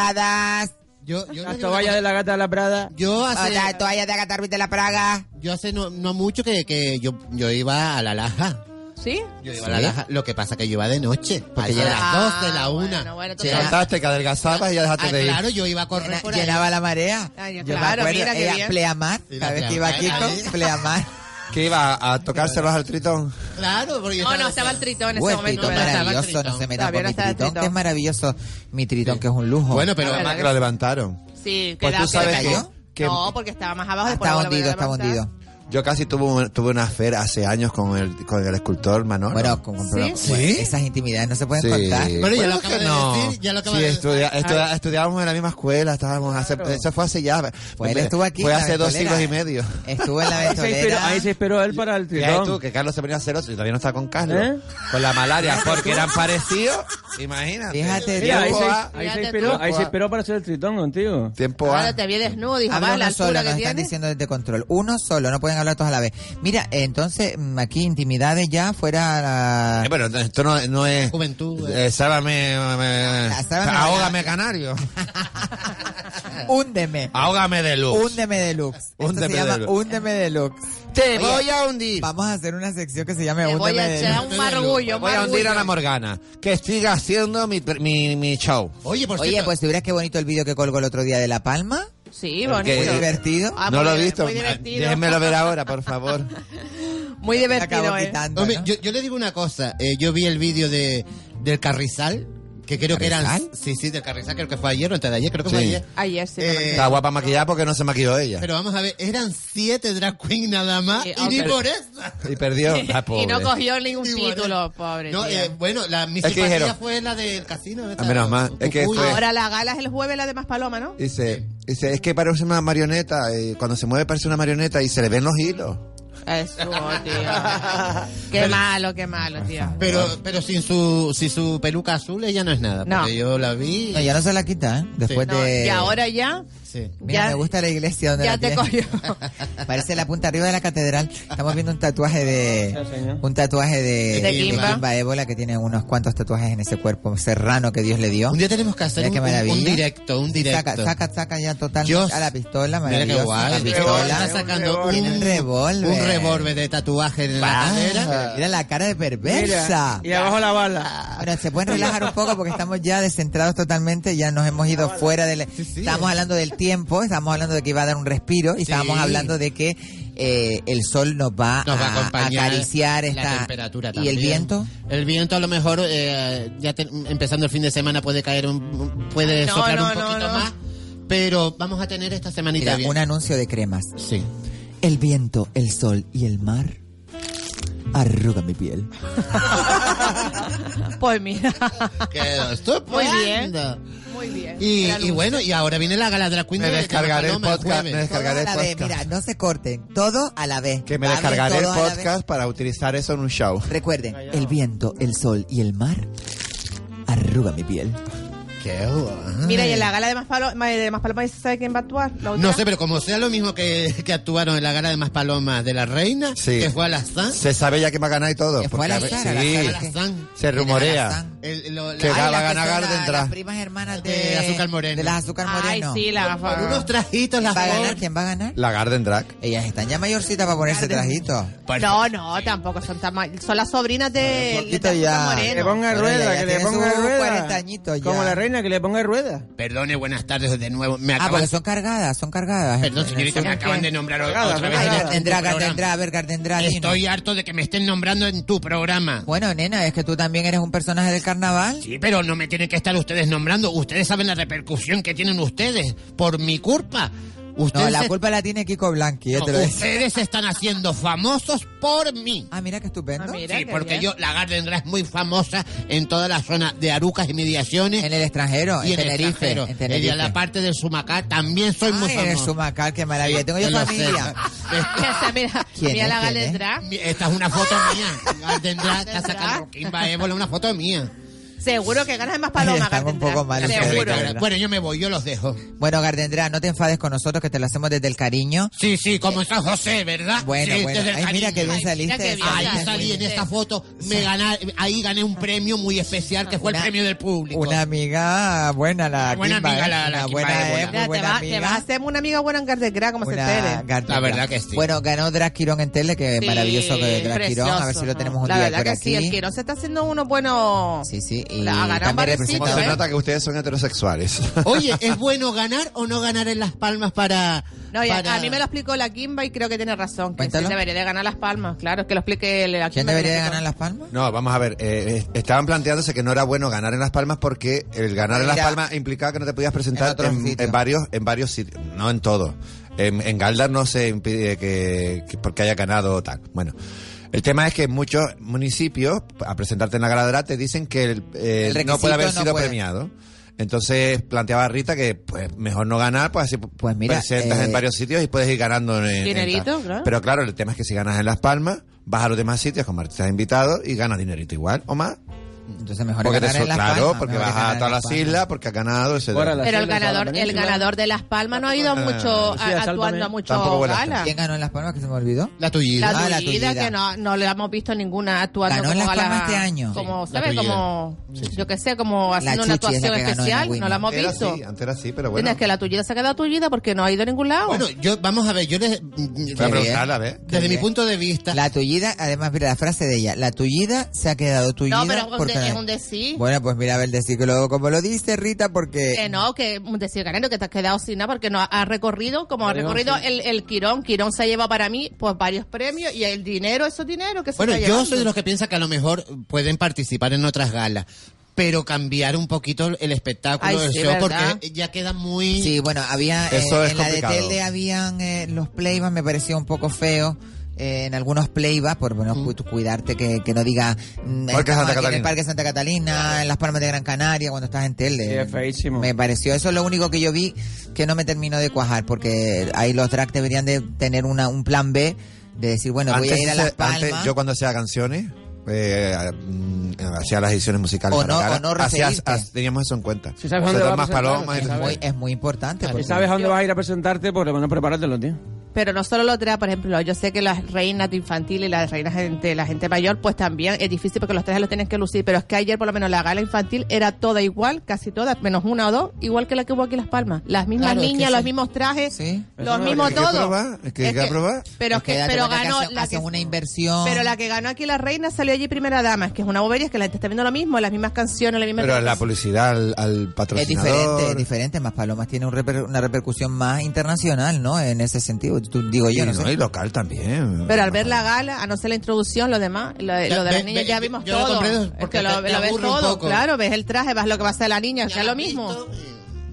bordadas.
Yo, yo
Las toallas de la gata de la Prada.
Yo hace-
La toalla de Agatar de la Praga.
Yo hace no, no mucho que, que yo, yo iba a La Laja.
¿Sí?
Yo iba a La Laja. Lo que pasa que yo iba de noche, porque ya
Ah,
a las 12, la 1.
Te saltaste, que adelgazabas y ya dejaste
Ah,
de ir.
claro, yo iba a correr
Llena-
por ahí.
llenaba la marea.
Ay,
Ah, Yo me
claro,
acuerdo,
mira qué
ella,
bien.
Pleamar,
Y la
cada vez que iba aquí,
Pleamar ahí.
Pleamar.
¿Qué iba a tocárselos al tritón?
Claro, porque yo
No, no, estaba el tritón en ese
Uy, el
momento.
tritón
¿verdad?
maravilloso, no se
Todavía
metan por
no
mi
estaba el
tritón, que es maravilloso. Mi tritón, que es un lujo.
Bueno, pero
Además que
lo levantaron.
Sí,
Pues
que
tú sabes que- que-
No, porque estaba más abajo. después
Está
no lo
hundido,
volvieron a
está
levantar.
hundido.
Yo casi tuve, un- tuve una fera hace años con el, con el escultor Manolo.
Bueno, con, con- bueno, esas intimidades no se pueden contar.
Bueno, ya lo
que
acabo de decir, ya lo acabo de estudiábamos en la misma escuela, estábamos hace- eso fue hace ya.
Pues él estuvo aquí
Fue
en la
hace dos
ventolera.
siglos y medio.
Estuvo en la
Ahí se, esperó,
ventolera.
ahí se esperó él para el
Ya ves
tritón.
tú, que Carlos se ponía celoso y todavía no está con Carlos. Con la malaria, porque eran parecidos. Imagínate.
Fíjate,
Mira, ahí,
Tiempo
se,
a-
ahí se
Fíjate
esperó,
tú.
ahí se esperó para hacer el tritón contigo.
Tiempo
Ahora te vi desnudo, dije,
Habla
va, la
uno
altura
solo,
que
nos están
tiene.
diciendo desde control. Uno solo, no pueden hablar todos a la vez. Mira, entonces, mm, aquí intimidades ya fuera... la-
Eh, pero esto no, no es. Juventud. eh. sábame. me-
sábame
ahógame, canario.
Húndeme.
Ahógame de luz.
Húndeme deluxe. Esto
Húndeme
se llama
deluxe.
Húndeme deluxe.
Te voy a hundir.
Vamos a hacer una sección que se llame
Te voy
Húndeme
a echar
deluxe.
un margullo,
Voy a hundir a la
margullo.
Morgana. Que siga haciendo mi, mi, mi show.
Oye, por
Oye,
cierto,
pues si verás qué bonito el vídeo que colgó el otro día de La Palma.
Sí,
Muy
bonito.
divertido.
Ah,
no
muy
lo he
di-
visto.
Muy divertido.
Déjenmelo ver ahora, por favor.
Muy
Acabo
divertido, eh.
quitando.
hombre,
¿no?
yo, yo le digo una cosa. eh, yo vi el vídeo de, del Carrizal, que creo que
¿Carrizal?
eran... Sí, sí, del Carrizal, creo que fue ayer o antes de ayer, creo que fue
Sí.
ayer.
Ayer sí.
Eh,
me
Está guapa maquillada porque no se maquilló ella.
Pero vamos a ver, eran siete drag queen nada más
Sí,
y ni
ok.
por eso.
Y perdió. Ah,
acordé.
pobre.
Y no cogió ningún
Sí, bueno.
título, pobre.
No,
tía.
eh, bueno, la mi
que
simpatía
dijeron-
fue la del casino. esta,
Ah, menos mal,
Cucuy.
es que fue-
Ahora la gala es el jueves, la de Más Paloma, ¿no?
Dice, dice, es que parece una marioneta. eh, cuando se mueve parece una marioneta y se le ven los hilos.
Eso, tío. Qué malo, qué malo, tío.
Pero, pero sin su, sin su peluca azul ella no es nada.
No.
Porque yo la vi.
No, ya no se la quita, ¿eh? Después
No,
de...
y ahora ya,
Sí.
Mira,
ya-
me gusta la iglesia donde
ya
la
te
tiene.
cogió.
Parece la punta arriba de la catedral. Estamos viendo un tatuaje
Sí,
de
señor.
un tatuaje de,
De Kimba.
Ébola que tiene unos cuantos tatuajes en ese cuerpo serrano que Dios le dio.
Un día tenemos que hacer
Mira qué
un, un-
maravilla.
un directo, un directo.
Saca, saca, saca ya totalmente
Dios.
a la pistola,
Mira qué
maravilloso.
guay.
la
Pero está
pistola.
sacando un,
Tiene un revólver.
un revólver de tatuaje en la
Ah,
cadera.
Mira la cara de perversa.
Y abajo la bala.
Bueno, se pueden relajar un poco porque estamos ya descentrados totalmente, ya nos hemos ido fuera del... Estábamos hablando del tiempo, estábamos hablando de que iba a dar un respiro y estábamos hablando de que eh, el sol nos va,
Nos va a acompañar
Ah, acariciar
la
esta...
temperatura
¿Y el
también.
viento?
El viento a lo mejor eh, ya te- empezando el fin de semana puede caer un- un, puede
No,
soplar
no,
un
no,
poquito
no.
más, pero vamos a tener esta semanita
Mira,
bien.
un anuncio de cremas.
Sí.
El viento, el sol y el mar arruga mi piel.
Pues mira.
Quedó estupendo.
Muy bien. Muy bien.
Y,
Era
y
luz.
bueno, y ahora viene la gala de la Queen
Me
de- de
descargaré el
Paloma,
podcast. Me
jueves.
Todo
descargaré
a
el
la vez,
podcast.
mira, no se corten, todo a la vez.
Que me
Vamos
descargaré el
todos a la vez.
podcast para utilizar eso en un show.
Recuerden, el viento, el sol y el mar arruga mi piel.
qué guay.
Mira, y en
Mm.
la gala de Maspaloma, de Maspaloma se sabe quién va a actuar. La otra.
No sé, pero como sea lo mismo que, que actuaron en la gala de Más Palomas de la Reina, que fue al azar.
Se sabe ya que va a ganar y todo.
Que fue
porque
al
a ver-
azar, al
sí,
azar, al azar.
se rumorea.
Al azar. El- lo- la-
que
Ay,
va
la
a
que
ganar
son
Garden
la-
Trump.
primas hermanas de
Azúcar Moreno.
De las Azúcar
Ay,
Moreno.
sí, la
Por
gafa.
unos trajitos las ¿Va a ganar? ¿Quién va a ganar?
La Garden Drag.
Ellas están ya mayorcitas para ponerse trajitos.
No, no, tampoco son tan mal- Son las sobrinas de, de
poquito ya.
Moreno.
Que le ponga
Pero ella
rueda,
ya
que le
tiene
ponga
sus
rueda.
40 añitos ya.
Como la reina, que le ponga rueda.
Perdone, buenas tardes de nuevo. Me
Ah,
acaban-
porque son cargadas, son cargadas.
Perdón, señorita, me
¿Son
acaban
qué?
de nombrar o-
Cargadas,
otra vez.
cargadas.
en tu
Tendrá,
programa.
tendrá, a ver, tendrá. dinos.
Estoy harto de que me estén nombrando en tu programa.
Bueno, nena, es que tú también eres un personaje del carnaval.
Sí, pero no me tienen que estar ustedes nombrando. Ustedes saben la repercusión que tienen ustedes por mi culpa. Ustedes
No, la
se-
culpa la tiene Kiko Blanqui, ya te lo decía.
Ustedes se están haciendo famosos por mí.
Ah, mira qué estupendo.
sí, porque yo, la Garden Grass es muy famosa en toda la zona de Arucas y Mediaciones.
En el extranjero,
y
en Tenerife,
extranjero.
en Tenerife.
Y en la parte del Sumacá también soy muy
Ay,
famosa.
eres Sumacal, qué maravilla.
Sí,
Tengo yo
te lo
familia.
Esa, mira,
¿Quién
mira
es?
la ¡Ah!
¿Quién
gala
es?
drag.
Mi- Esta es una foto mía. Garden Drag está sacando Kimba Ébola, una foto mía.
Seguro que ganas de más palomas,
Estamos
Garden
un poco
Drag.
mal.
Seguro.
Bueno, yo me voy, yo los dejo.
Bueno, Gardendra, no te enfades con nosotros que te lo hacemos desde el cariño.
Sí, sí, como está José, ¿verdad?
Bueno,
Sí,
bueno.
desde el
Ay,
cariño.
mira que bien saliste.
qué bien
saliste
Ahí
muy
salí en
bien.
esta foto, me gané, ahí gané un premio muy especial que fue el
Una-
premio del público.
Una amiga buena, la
buena
Kimba,
amiga,
¿eh?
la- la
Una
Kimba
buena,
Ébola.
eh,
Mira,
muy
te,
buena
va, te
amiga.
vas a hacer una amiga buena en Garden Drag, como se
Una
entere.
Gardendra.
La verdad que sí.
Bueno, ganó Drag Quirón en tele, que
Sí,
maravilloso que Drag Quirón. A ver
precioso,
si lo
¿no?
tenemos un
La
día
verdad
por
que
aquí.
sí, el Quirón se está haciendo uno bueno.
Sí, sí. Y
La- ha ganado
también
varios
Como
representado.
se nota que ustedes son heterosexuales.
Oye, ¿es bueno ganar o no ganar en Las Palmas para...?
No, y a-
para-
a mí me lo explicó la Kimba y creo que tiene razón. Que sí
Cuéntalo.
debería de ganar las palmas, claro, que lo explique el- la Kimba.
¿Quién
que lo
debería de
explicó.
ganar las palmas?
No, vamos a ver. eh, eh, estaban planteándose que no era bueno ganar en Las Palmas porque el ganar en Las
Mira.
Palmas implicaba que no te podías
En
presentar
otros
en,
sitios.
en varios en varios sitios, no en todos. En, en Galdar no se impide que, que- porque haya ganado o tal. Bueno. El tema es que en muchos municipios, a presentarte en la Galdar, te dicen que el, eh,
El
no puede haber
requisito no
sido
puede.
premiado. Entonces planteaba Rita que pues, mejor no ganar, pues así
Pues mira,
presentas
eh,
en varios sitios y puedes ir ganando en, en
Dinerito,
tal.
claro.
Pero claro, el tema es que si ganas en Las Palmas, vas a los demás sitios como artistas invitados y ganas dinerito igual o más.
Entonces mejor
Porque te
ganar en las
claro,
palmas.
porque
mejor
vas
ganar
a
en
todas las
palmas.
islas, porque has ganado, etcétera.
Ahora la
Pero el
Sale para la
ganador, el
península.
ganador de las palmas no ha ido
Ah,
mucho
sí,
a-
a Sálvame.
actuando a
Tampoco
mucho
vuela
gala.
¿Quién ganó en las palmas Ah, que se me olvidó?
La tuya.
Ah, la
La tuida
Tullida.
que no, no le hemos visto ninguna actuando
Ganó en
como
Las
gala-
Palmas este año.
Como,
Sí, la
¿sabes?
Tullida.
Como, yo que sé, como haciendo una
Chuchi es la
actuación
que ganó en la
especial,
Winnie.
no la hemos
Era
visto.
así, antes era así, pero bueno.
Tienes que la tullida se ha quedado tullida porque no ha ido a ningún lado.
Ah, Bueno, yo, vamos a ver, yo les...
Voy a
Qué bien.
preguntarla, a ver.
Desde mi
bien.
punto de vista,
La tullida, además, mira la frase de ella. La tullida se ha quedado tullida.
no, pero es un,
porque-
de- es un decir.
Bueno, eh, pues mira, a ver, decir que luego, como lo dice Rita, porque.
Que no, que un decir ganero que te has quedado sin nada porque no ha, ha recorrido, como ha
Pero
recorrido
sí.
el, el Quirón. Quirón se lleva para mí pues varios premios y el dinero, esos dinero que se
Bueno,
está
yo
llevando.
soy de los que piensa que a lo mejor pueden participar en otras galas, pero cambiar un poquito el espectáculo
Ay,
del
sí,
show
¿verdad?
porque eh, ya queda muy...
Sí, bueno, había. eh,
Eso es
en la de
complicado.
Telde habían eh, los playbas, me parecía un poco feo. eh, en algunos playbas, por bueno, cu- cuidarte que, que no diga. mm, estamos
Parque Santa
aquí en el
Catalina.
Parque Santa Catalina, en las Palmas de Gran Canaria, cuando estás en Telde.
Sí, es feísimo.
Me pareció eso es lo único que yo vi que no me terminó de cuajar, porque ahí los drags deberían de tener una, un plan B de decir, bueno, voy a ir a
se-
Las Palmas.
antes, yo cuando hacía canciones, eh, mm, hacía las ediciones musicales.
O
para
no-
Gala,
o no
hacías-
referirte.
ha- teníamos eso en cuenta.
Sí, sabes
O sea,
dónde va a
más
presentar,
palomas.
sí,
y-
es, muy,
sabes.
es muy importante.
¿Y
porque-
sabes a dónde vas a ir a presentarte? Por lo menos prepáratello, tío.
Pero no solo lo trae, por ejemplo, yo sé que las reinas de infantil y las reinas de la gente mayor, pues también es difícil porque los trajes los tienen que lucir. Pero es que ayer, por lo menos, la gala infantil era toda igual, casi toda, menos una o dos, igual que la que hubo aquí en Las Palmas. Las mismas
Claro, es que
niñas, los
sí.
mismos trajes,
Sí.
los
Eso no
mismos
es que hay que
todo.
probar, es que hay que probar.
Pero,
Es
es que,
que date
pero
cuenta que
ganó la
hacen-
que,
hacen una inversión.
Pero la que ganó aquí la reina salió allí primera dama, es que es una bobería, es que la gente está viendo lo mismo, las mismas canciones, la misma.
Pero la publicidad al, al
Es
patrocinador.
diferente, es diferente. Más Palomas tiene un reper- una repercusión más internacional, ¿no? En ese sentido, tú, digo
Y,
yo, no
no,
sé.
y local también.
Pero al ver la gala, a no ser la introducción, lo demás, lo, de- lo de
ve-
las niñas
ve-
ya vimos
yo lo
todo.
comprendo,
Es
porque
que lo,
te- te
lo ves
aburre un
todo,
poco.
claro, ves el traje, vas lo que va a hacer la niña, ya, lo mismo.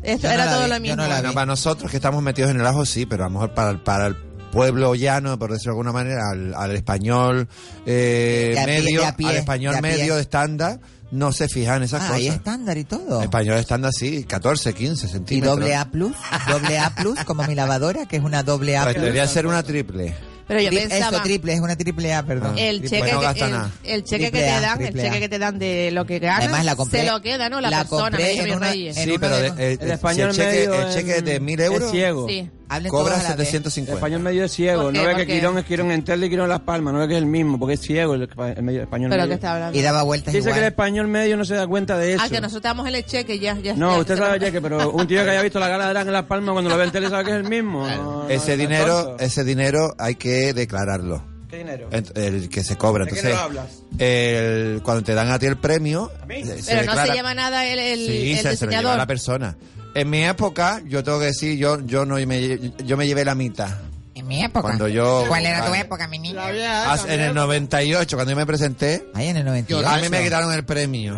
Esto
Yo no
era
la
todo
vi,
lo
yo
mismo.
no la
Bueno, para nosotros que estamos metidos en el ajo, sí, pero a lo mejor para, el- para el pueblo llano, por decirlo de alguna manera, al, al español eh,
De a pie,
medio,
de a pie,
al español
de a pie.
medio estándar, no se fijan en esas
Ah,
cosas.
hay estándar y todo.
Español estándar, sí, 14, 15
Y
centímetros.
doble A plus, doble A plus, como mi lavadora, que es una doble A
Pues
plus.
debería ser una triple.
Pero yo
Tri-
pensaba-
Eso, triple, es una triple A,
Ah,
perdón.
El
Triple
cheque,
A.
que, el, el cheque que
Triple A,
te dan, el
triple A.
cheque que te dan de lo que ganas,
Además, la compré-
se lo queda, ¿no? La,
la
persona,
compré
me dice
en
mi
una-
reyes.
en
Sí, pero de- eh,
El
si
español
el cheque,
medio
el cheque
en-
de 1000 euros
es ciego.
Sí.
cobra
El
750.
español medio es ciego.
¿Por qué?
No ve
¿Por
que
qué?
Quirón es Quirón en Telde y Quirón en Las Palmas. No ve que es el mismo, porque es ciego el, espa- el medio- el español
Pero
medio.
que está hablando. Y daba vueltas
Dice
igual.
que el español medio no se da cuenta de eso.
Ah, que nosotros damos el cheque, ya, ya.
No,
ya,
usted sabe, Jack, pero un tío que haya visto la gala de Drag en Las Palmas cuando lo ve en tele sabe que es el mismo. No, no,
Ese
no,
dinero, ese dinero hay que declararlo.
¿Qué dinero?
Ent- El que se cobra.
¿De qué
Entonces,
no hablas?
el- cuando te dan a ti el premio, se- se
Pero no se
declara-
lleva nada el, el,
sí,
el
se, se lo lleva
diseñador.
a la persona. En mi época, yo tengo que decir, yo, yo no me, lle- yo me llevé la mitad.
En mi época.
Cuando yo-
¿Cuál era tu
Vale.
época, mi niño?
Ah, En el 98, cuando yo me presenté,
Ahí en el 98.
a mí me quitaron el premio.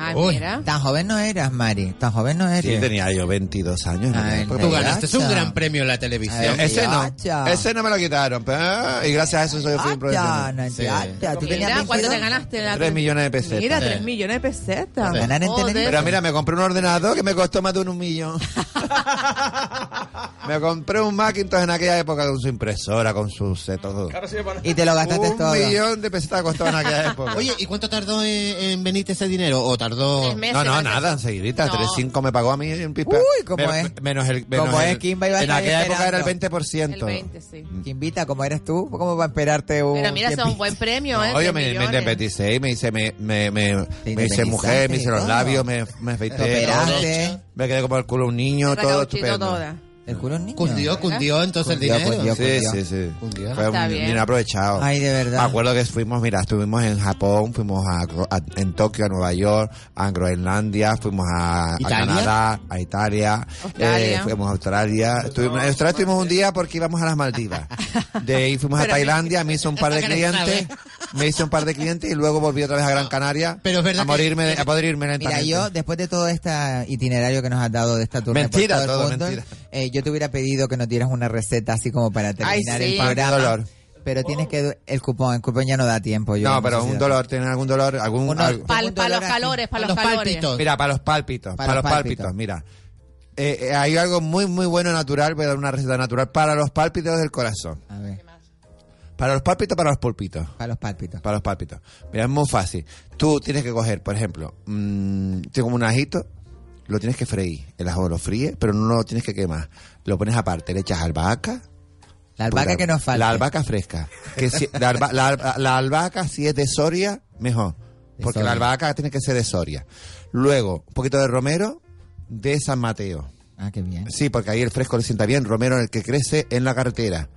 Ah,
Uy,
mira.
tan joven no eras, Mari. Tan joven no eres.
Sí, tenía yo 22
Ah,
años.
Ay,
¿no?
no.
Porque-
Tú ganaste
un gran premio en la televisión.
Ese no.
Gacha.
Ese no me lo quitaron. pero- ah, Y gracias a eso soy un
ah, Ya,
profesional.
no,
Sí.
ya, tú tenías
Mira, ¿cuánto
22.
te ganaste? La-
3 millones de pesetas.
Mira,
Sí.
3 millones de pesetas.
Ganar en
Joder.
Pero mira, me compré un ordenador que me costó más de un millón. me compré un Macintosh en aquella época con su impresora, con su set, todo.
Y te lo gastaste
un
todo.
millón de pesetas costó en aquella época.
Oye, ¿y cuánto tardó en, en venirte ese dinero? ¿O tardó...?
Tres meses,
no, no,
parece.
nada, enseguidita.
No.
3.5 me pagó a mí en pipa.
Uy, ¿cómo
Me-
es?
Menos el... Menos
Como
el-
es, Kimba iba a
En
estar
aquella época era
esperando.
el
Mm.
El
20%.
20, sí.
Kimbita, como eres tú, ¿cómo va a esperarte un...
Pero mira, eso es un
tiempito?
buen premio, ¿eh?
No,
Tres
yo me, me
millones.
independicé y me hice, me, me, me, me hice
independizaste
mujer, me hice los
todo.
labios, me, me afeité.
Te
todo.
operaste.
Me quedé como el culo de un niño,
Otra
todo
cauchito
estupendo.
toda.
El culo niño.
Cundió, cundió entonces
Cundió,
el dinero.
cundió,
Sí, sí, sí. Fue
Está
un-
bien.
bien aprovechado.
Ay, de
Me
verdad.
acuerdo que fuimos, mira, estuvimos en Japón, fuimos a, a- en Tokio, a Nueva York, a Groenlandia, fuimos a, a
¿Italia?
Canadá, a Italia,
Australia.
eh, fuimos a Australia. Estuvimos, en Australia estuvimos un día porque íbamos a las Maldivas. De ahí fuimos a
Pero a mí-
Tailandia, me hizo un par de
Esta que no
clientes, me hizo un par de clientes y luego volví otra vez a Gran Canaria
Pero es verdad
a
que-
morirme, de- a podrirme
Mira,
lentamente.
yo, después de todo este itinerario que nos has dado de esta turno
Mentira,
por todo,
todo,
el mundo,
mentira.
eh, yo te hubiera pedido que nos dieras una receta así como para terminar
sí.
el
Pan de
programa.
dolor.
Pero tienes que... du- El cupón, el cupón ya no da tiempo. Yo
no,
sé
pero
si
un
da-
dolor, ¿tienen algún dolor? Algún,
Unos-
algo-
Para
Un dolor
los
aquí.
calores, para los
Los
calores.
pálpitos.
Mira, para los pálpitos, para,
Para
los
los
pálpitos,
pálpitos.
mira. Eh, eh, hay algo muy, muy bueno natural, voy a dar una receta natural para los pálpitos del corazón.
A ver,
Para los pálpitos, para los pulpitos.
para los pálpitos.
Para los pálpitos. Mira, es muy fácil. Tú tienes que coger, por ejemplo, mm, tengo un ajito, lo tienes que freír. El ajo lo fríes, pero no lo tienes que quemar. Lo pones aparte, le echas albahaca.
La albahaca
Puta,
que nos falta.
La albahaca fresca. Que si- la, alba- la alba- la albahaca, si es de Soria, mejor.
De
Porque
Soria.
la albahaca tiene que ser de Soria. Luego, un poquito de romero de San Mateo.
Ah, qué bien.
Sí, porque ahí el fresco le sienta bien. Romero el que crece en la carretera.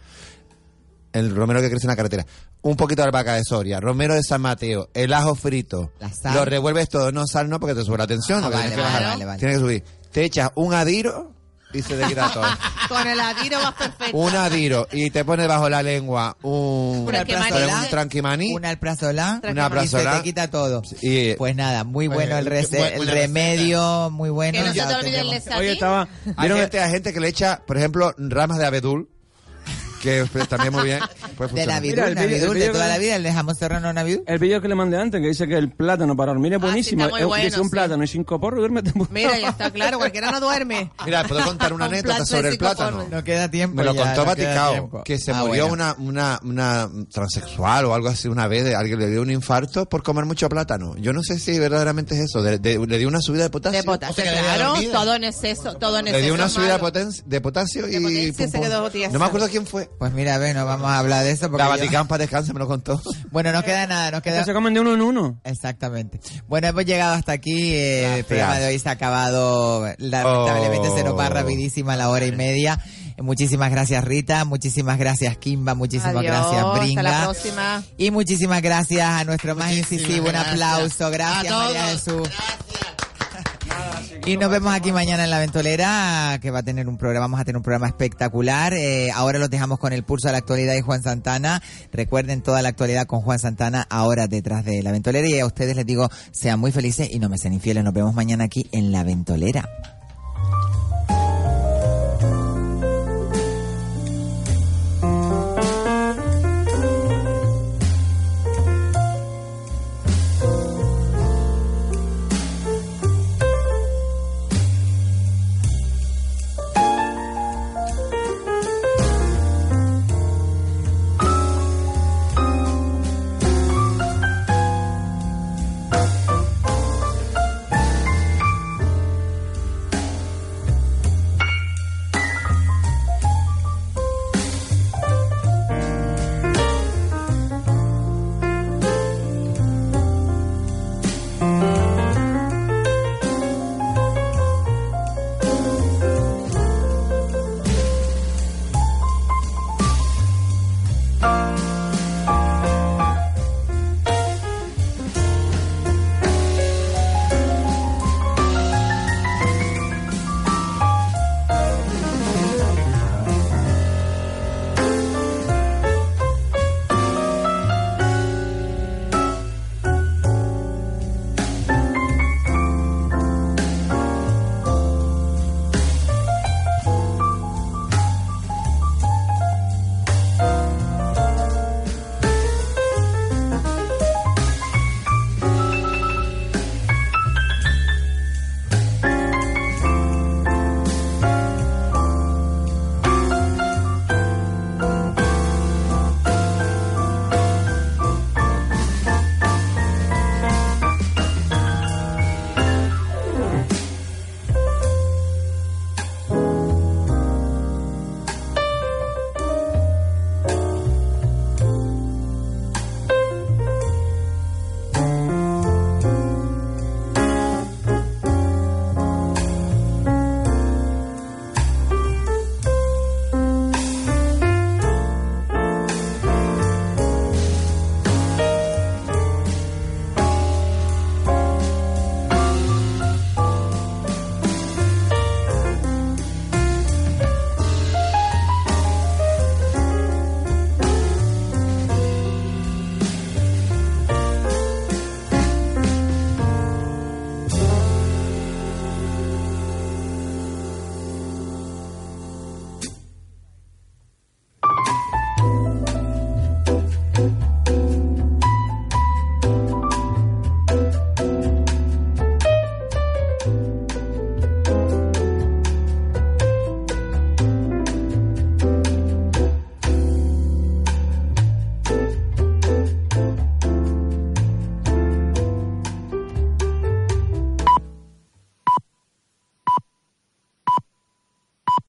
El romero que crece en la carretera. Un poquito de albahaca de Soria, romero de San Mateo, el ajo frito.
La sal.
Lo revuelves todo, no sal no porque te sube la tensión.
Ah,
porque
vale,
tienes que
vale,
bajar.
vale, vale.
Tienes que subir. Te echas un adiro y se te quita todo.
Con el adiro vas perfecto.
un adiro y te pones bajo la lengua un,
Una
alprazolam.
un tranquimaní.
Una alprazolam.
Una alprazolam.
Y se te quita todo.
Y, eh,
Pues nada, muy bueno el,
Bueno,
rece-
buena-
el
buena
remedio, muy bueno.
Que no se
ya
te
lo
olvide el
tenemos.
lesatín.
Oye, estaba...
hay,
¿vieron-
gente, hay gente que le echa, por ejemplo, ramas de abedul. Que pues, también muy bien. puede
De
funcionar.
la
Mira,
vidul,
el
la
vídeo- el
vidul, de
vídeo
toda
que-
la vida, el de jamón serrano navidul.
El vídeo que le mandé antes que dice que el plátano para dormir es
Ah, sí,
buenísimo.
está muy
Es-
bueno,
dice un
sí.
plátano y cinco porros duerme.
Mira, ya está claro, cualquiera no duerme.
Mira, ¿puedo contar una
Un
anécdota
plato de
sobre el
cinco
plátano?
formas.
No queda tiempo.
Me lo
ya,
contó
no queda
Vaticao,
tiempo.
que se
Ah,
murió
bueno.
una, una, una transexual o algo así una vez, de- alguien le dio un infarto por comer mucho plátano. Yo no sé si verdaderamente es eso, de- de- le dio una subida de potasio.
De potasio,
que le dio
claro,
dormida.
todo en exceso, todo en
Le
exceso.
dio una
es
subida de,
malo.
poten- de potasio
De
y...
potasio y se quedó tieso.
no me acuerdo quién fue.
Pues mira, a ver, no vamos a hablar de eso. Porque
La
yo-
Vaticano para descansa me lo contó.
Bueno, no queda nada, no queda
Se comen de uno en uno.
Exactamente. Bueno, hemos llegado hasta aquí. eh, el
Gracias.
programa de hoy se ha acabado. Lamentablemente se nos va
Oh.
rapidísima la hora y media. Eh, Muchísimas gracias Rita, muchísimas gracias Kimba, muchísimas
Adiós,
gracias Bringa.
Hasta la próxima.
Y muchísimas gracias a nuestro más incisivo. Un
gracias.
aplauso. Gracias
A
María
todos.
Jesús. Y nos vemos aquí mañana en La Ventolera, que va a tener un programa, vamos a tener un programa espectacular. Eh, ahora los dejamos con el pulso a la actualidad de Juan Santana. Recuerden toda la actualidad con Juan Santana ahora detrás de La Ventolera. Y a ustedes les digo, sean muy felices y no me sean infieles. Nos vemos mañana aquí en La Ventolera.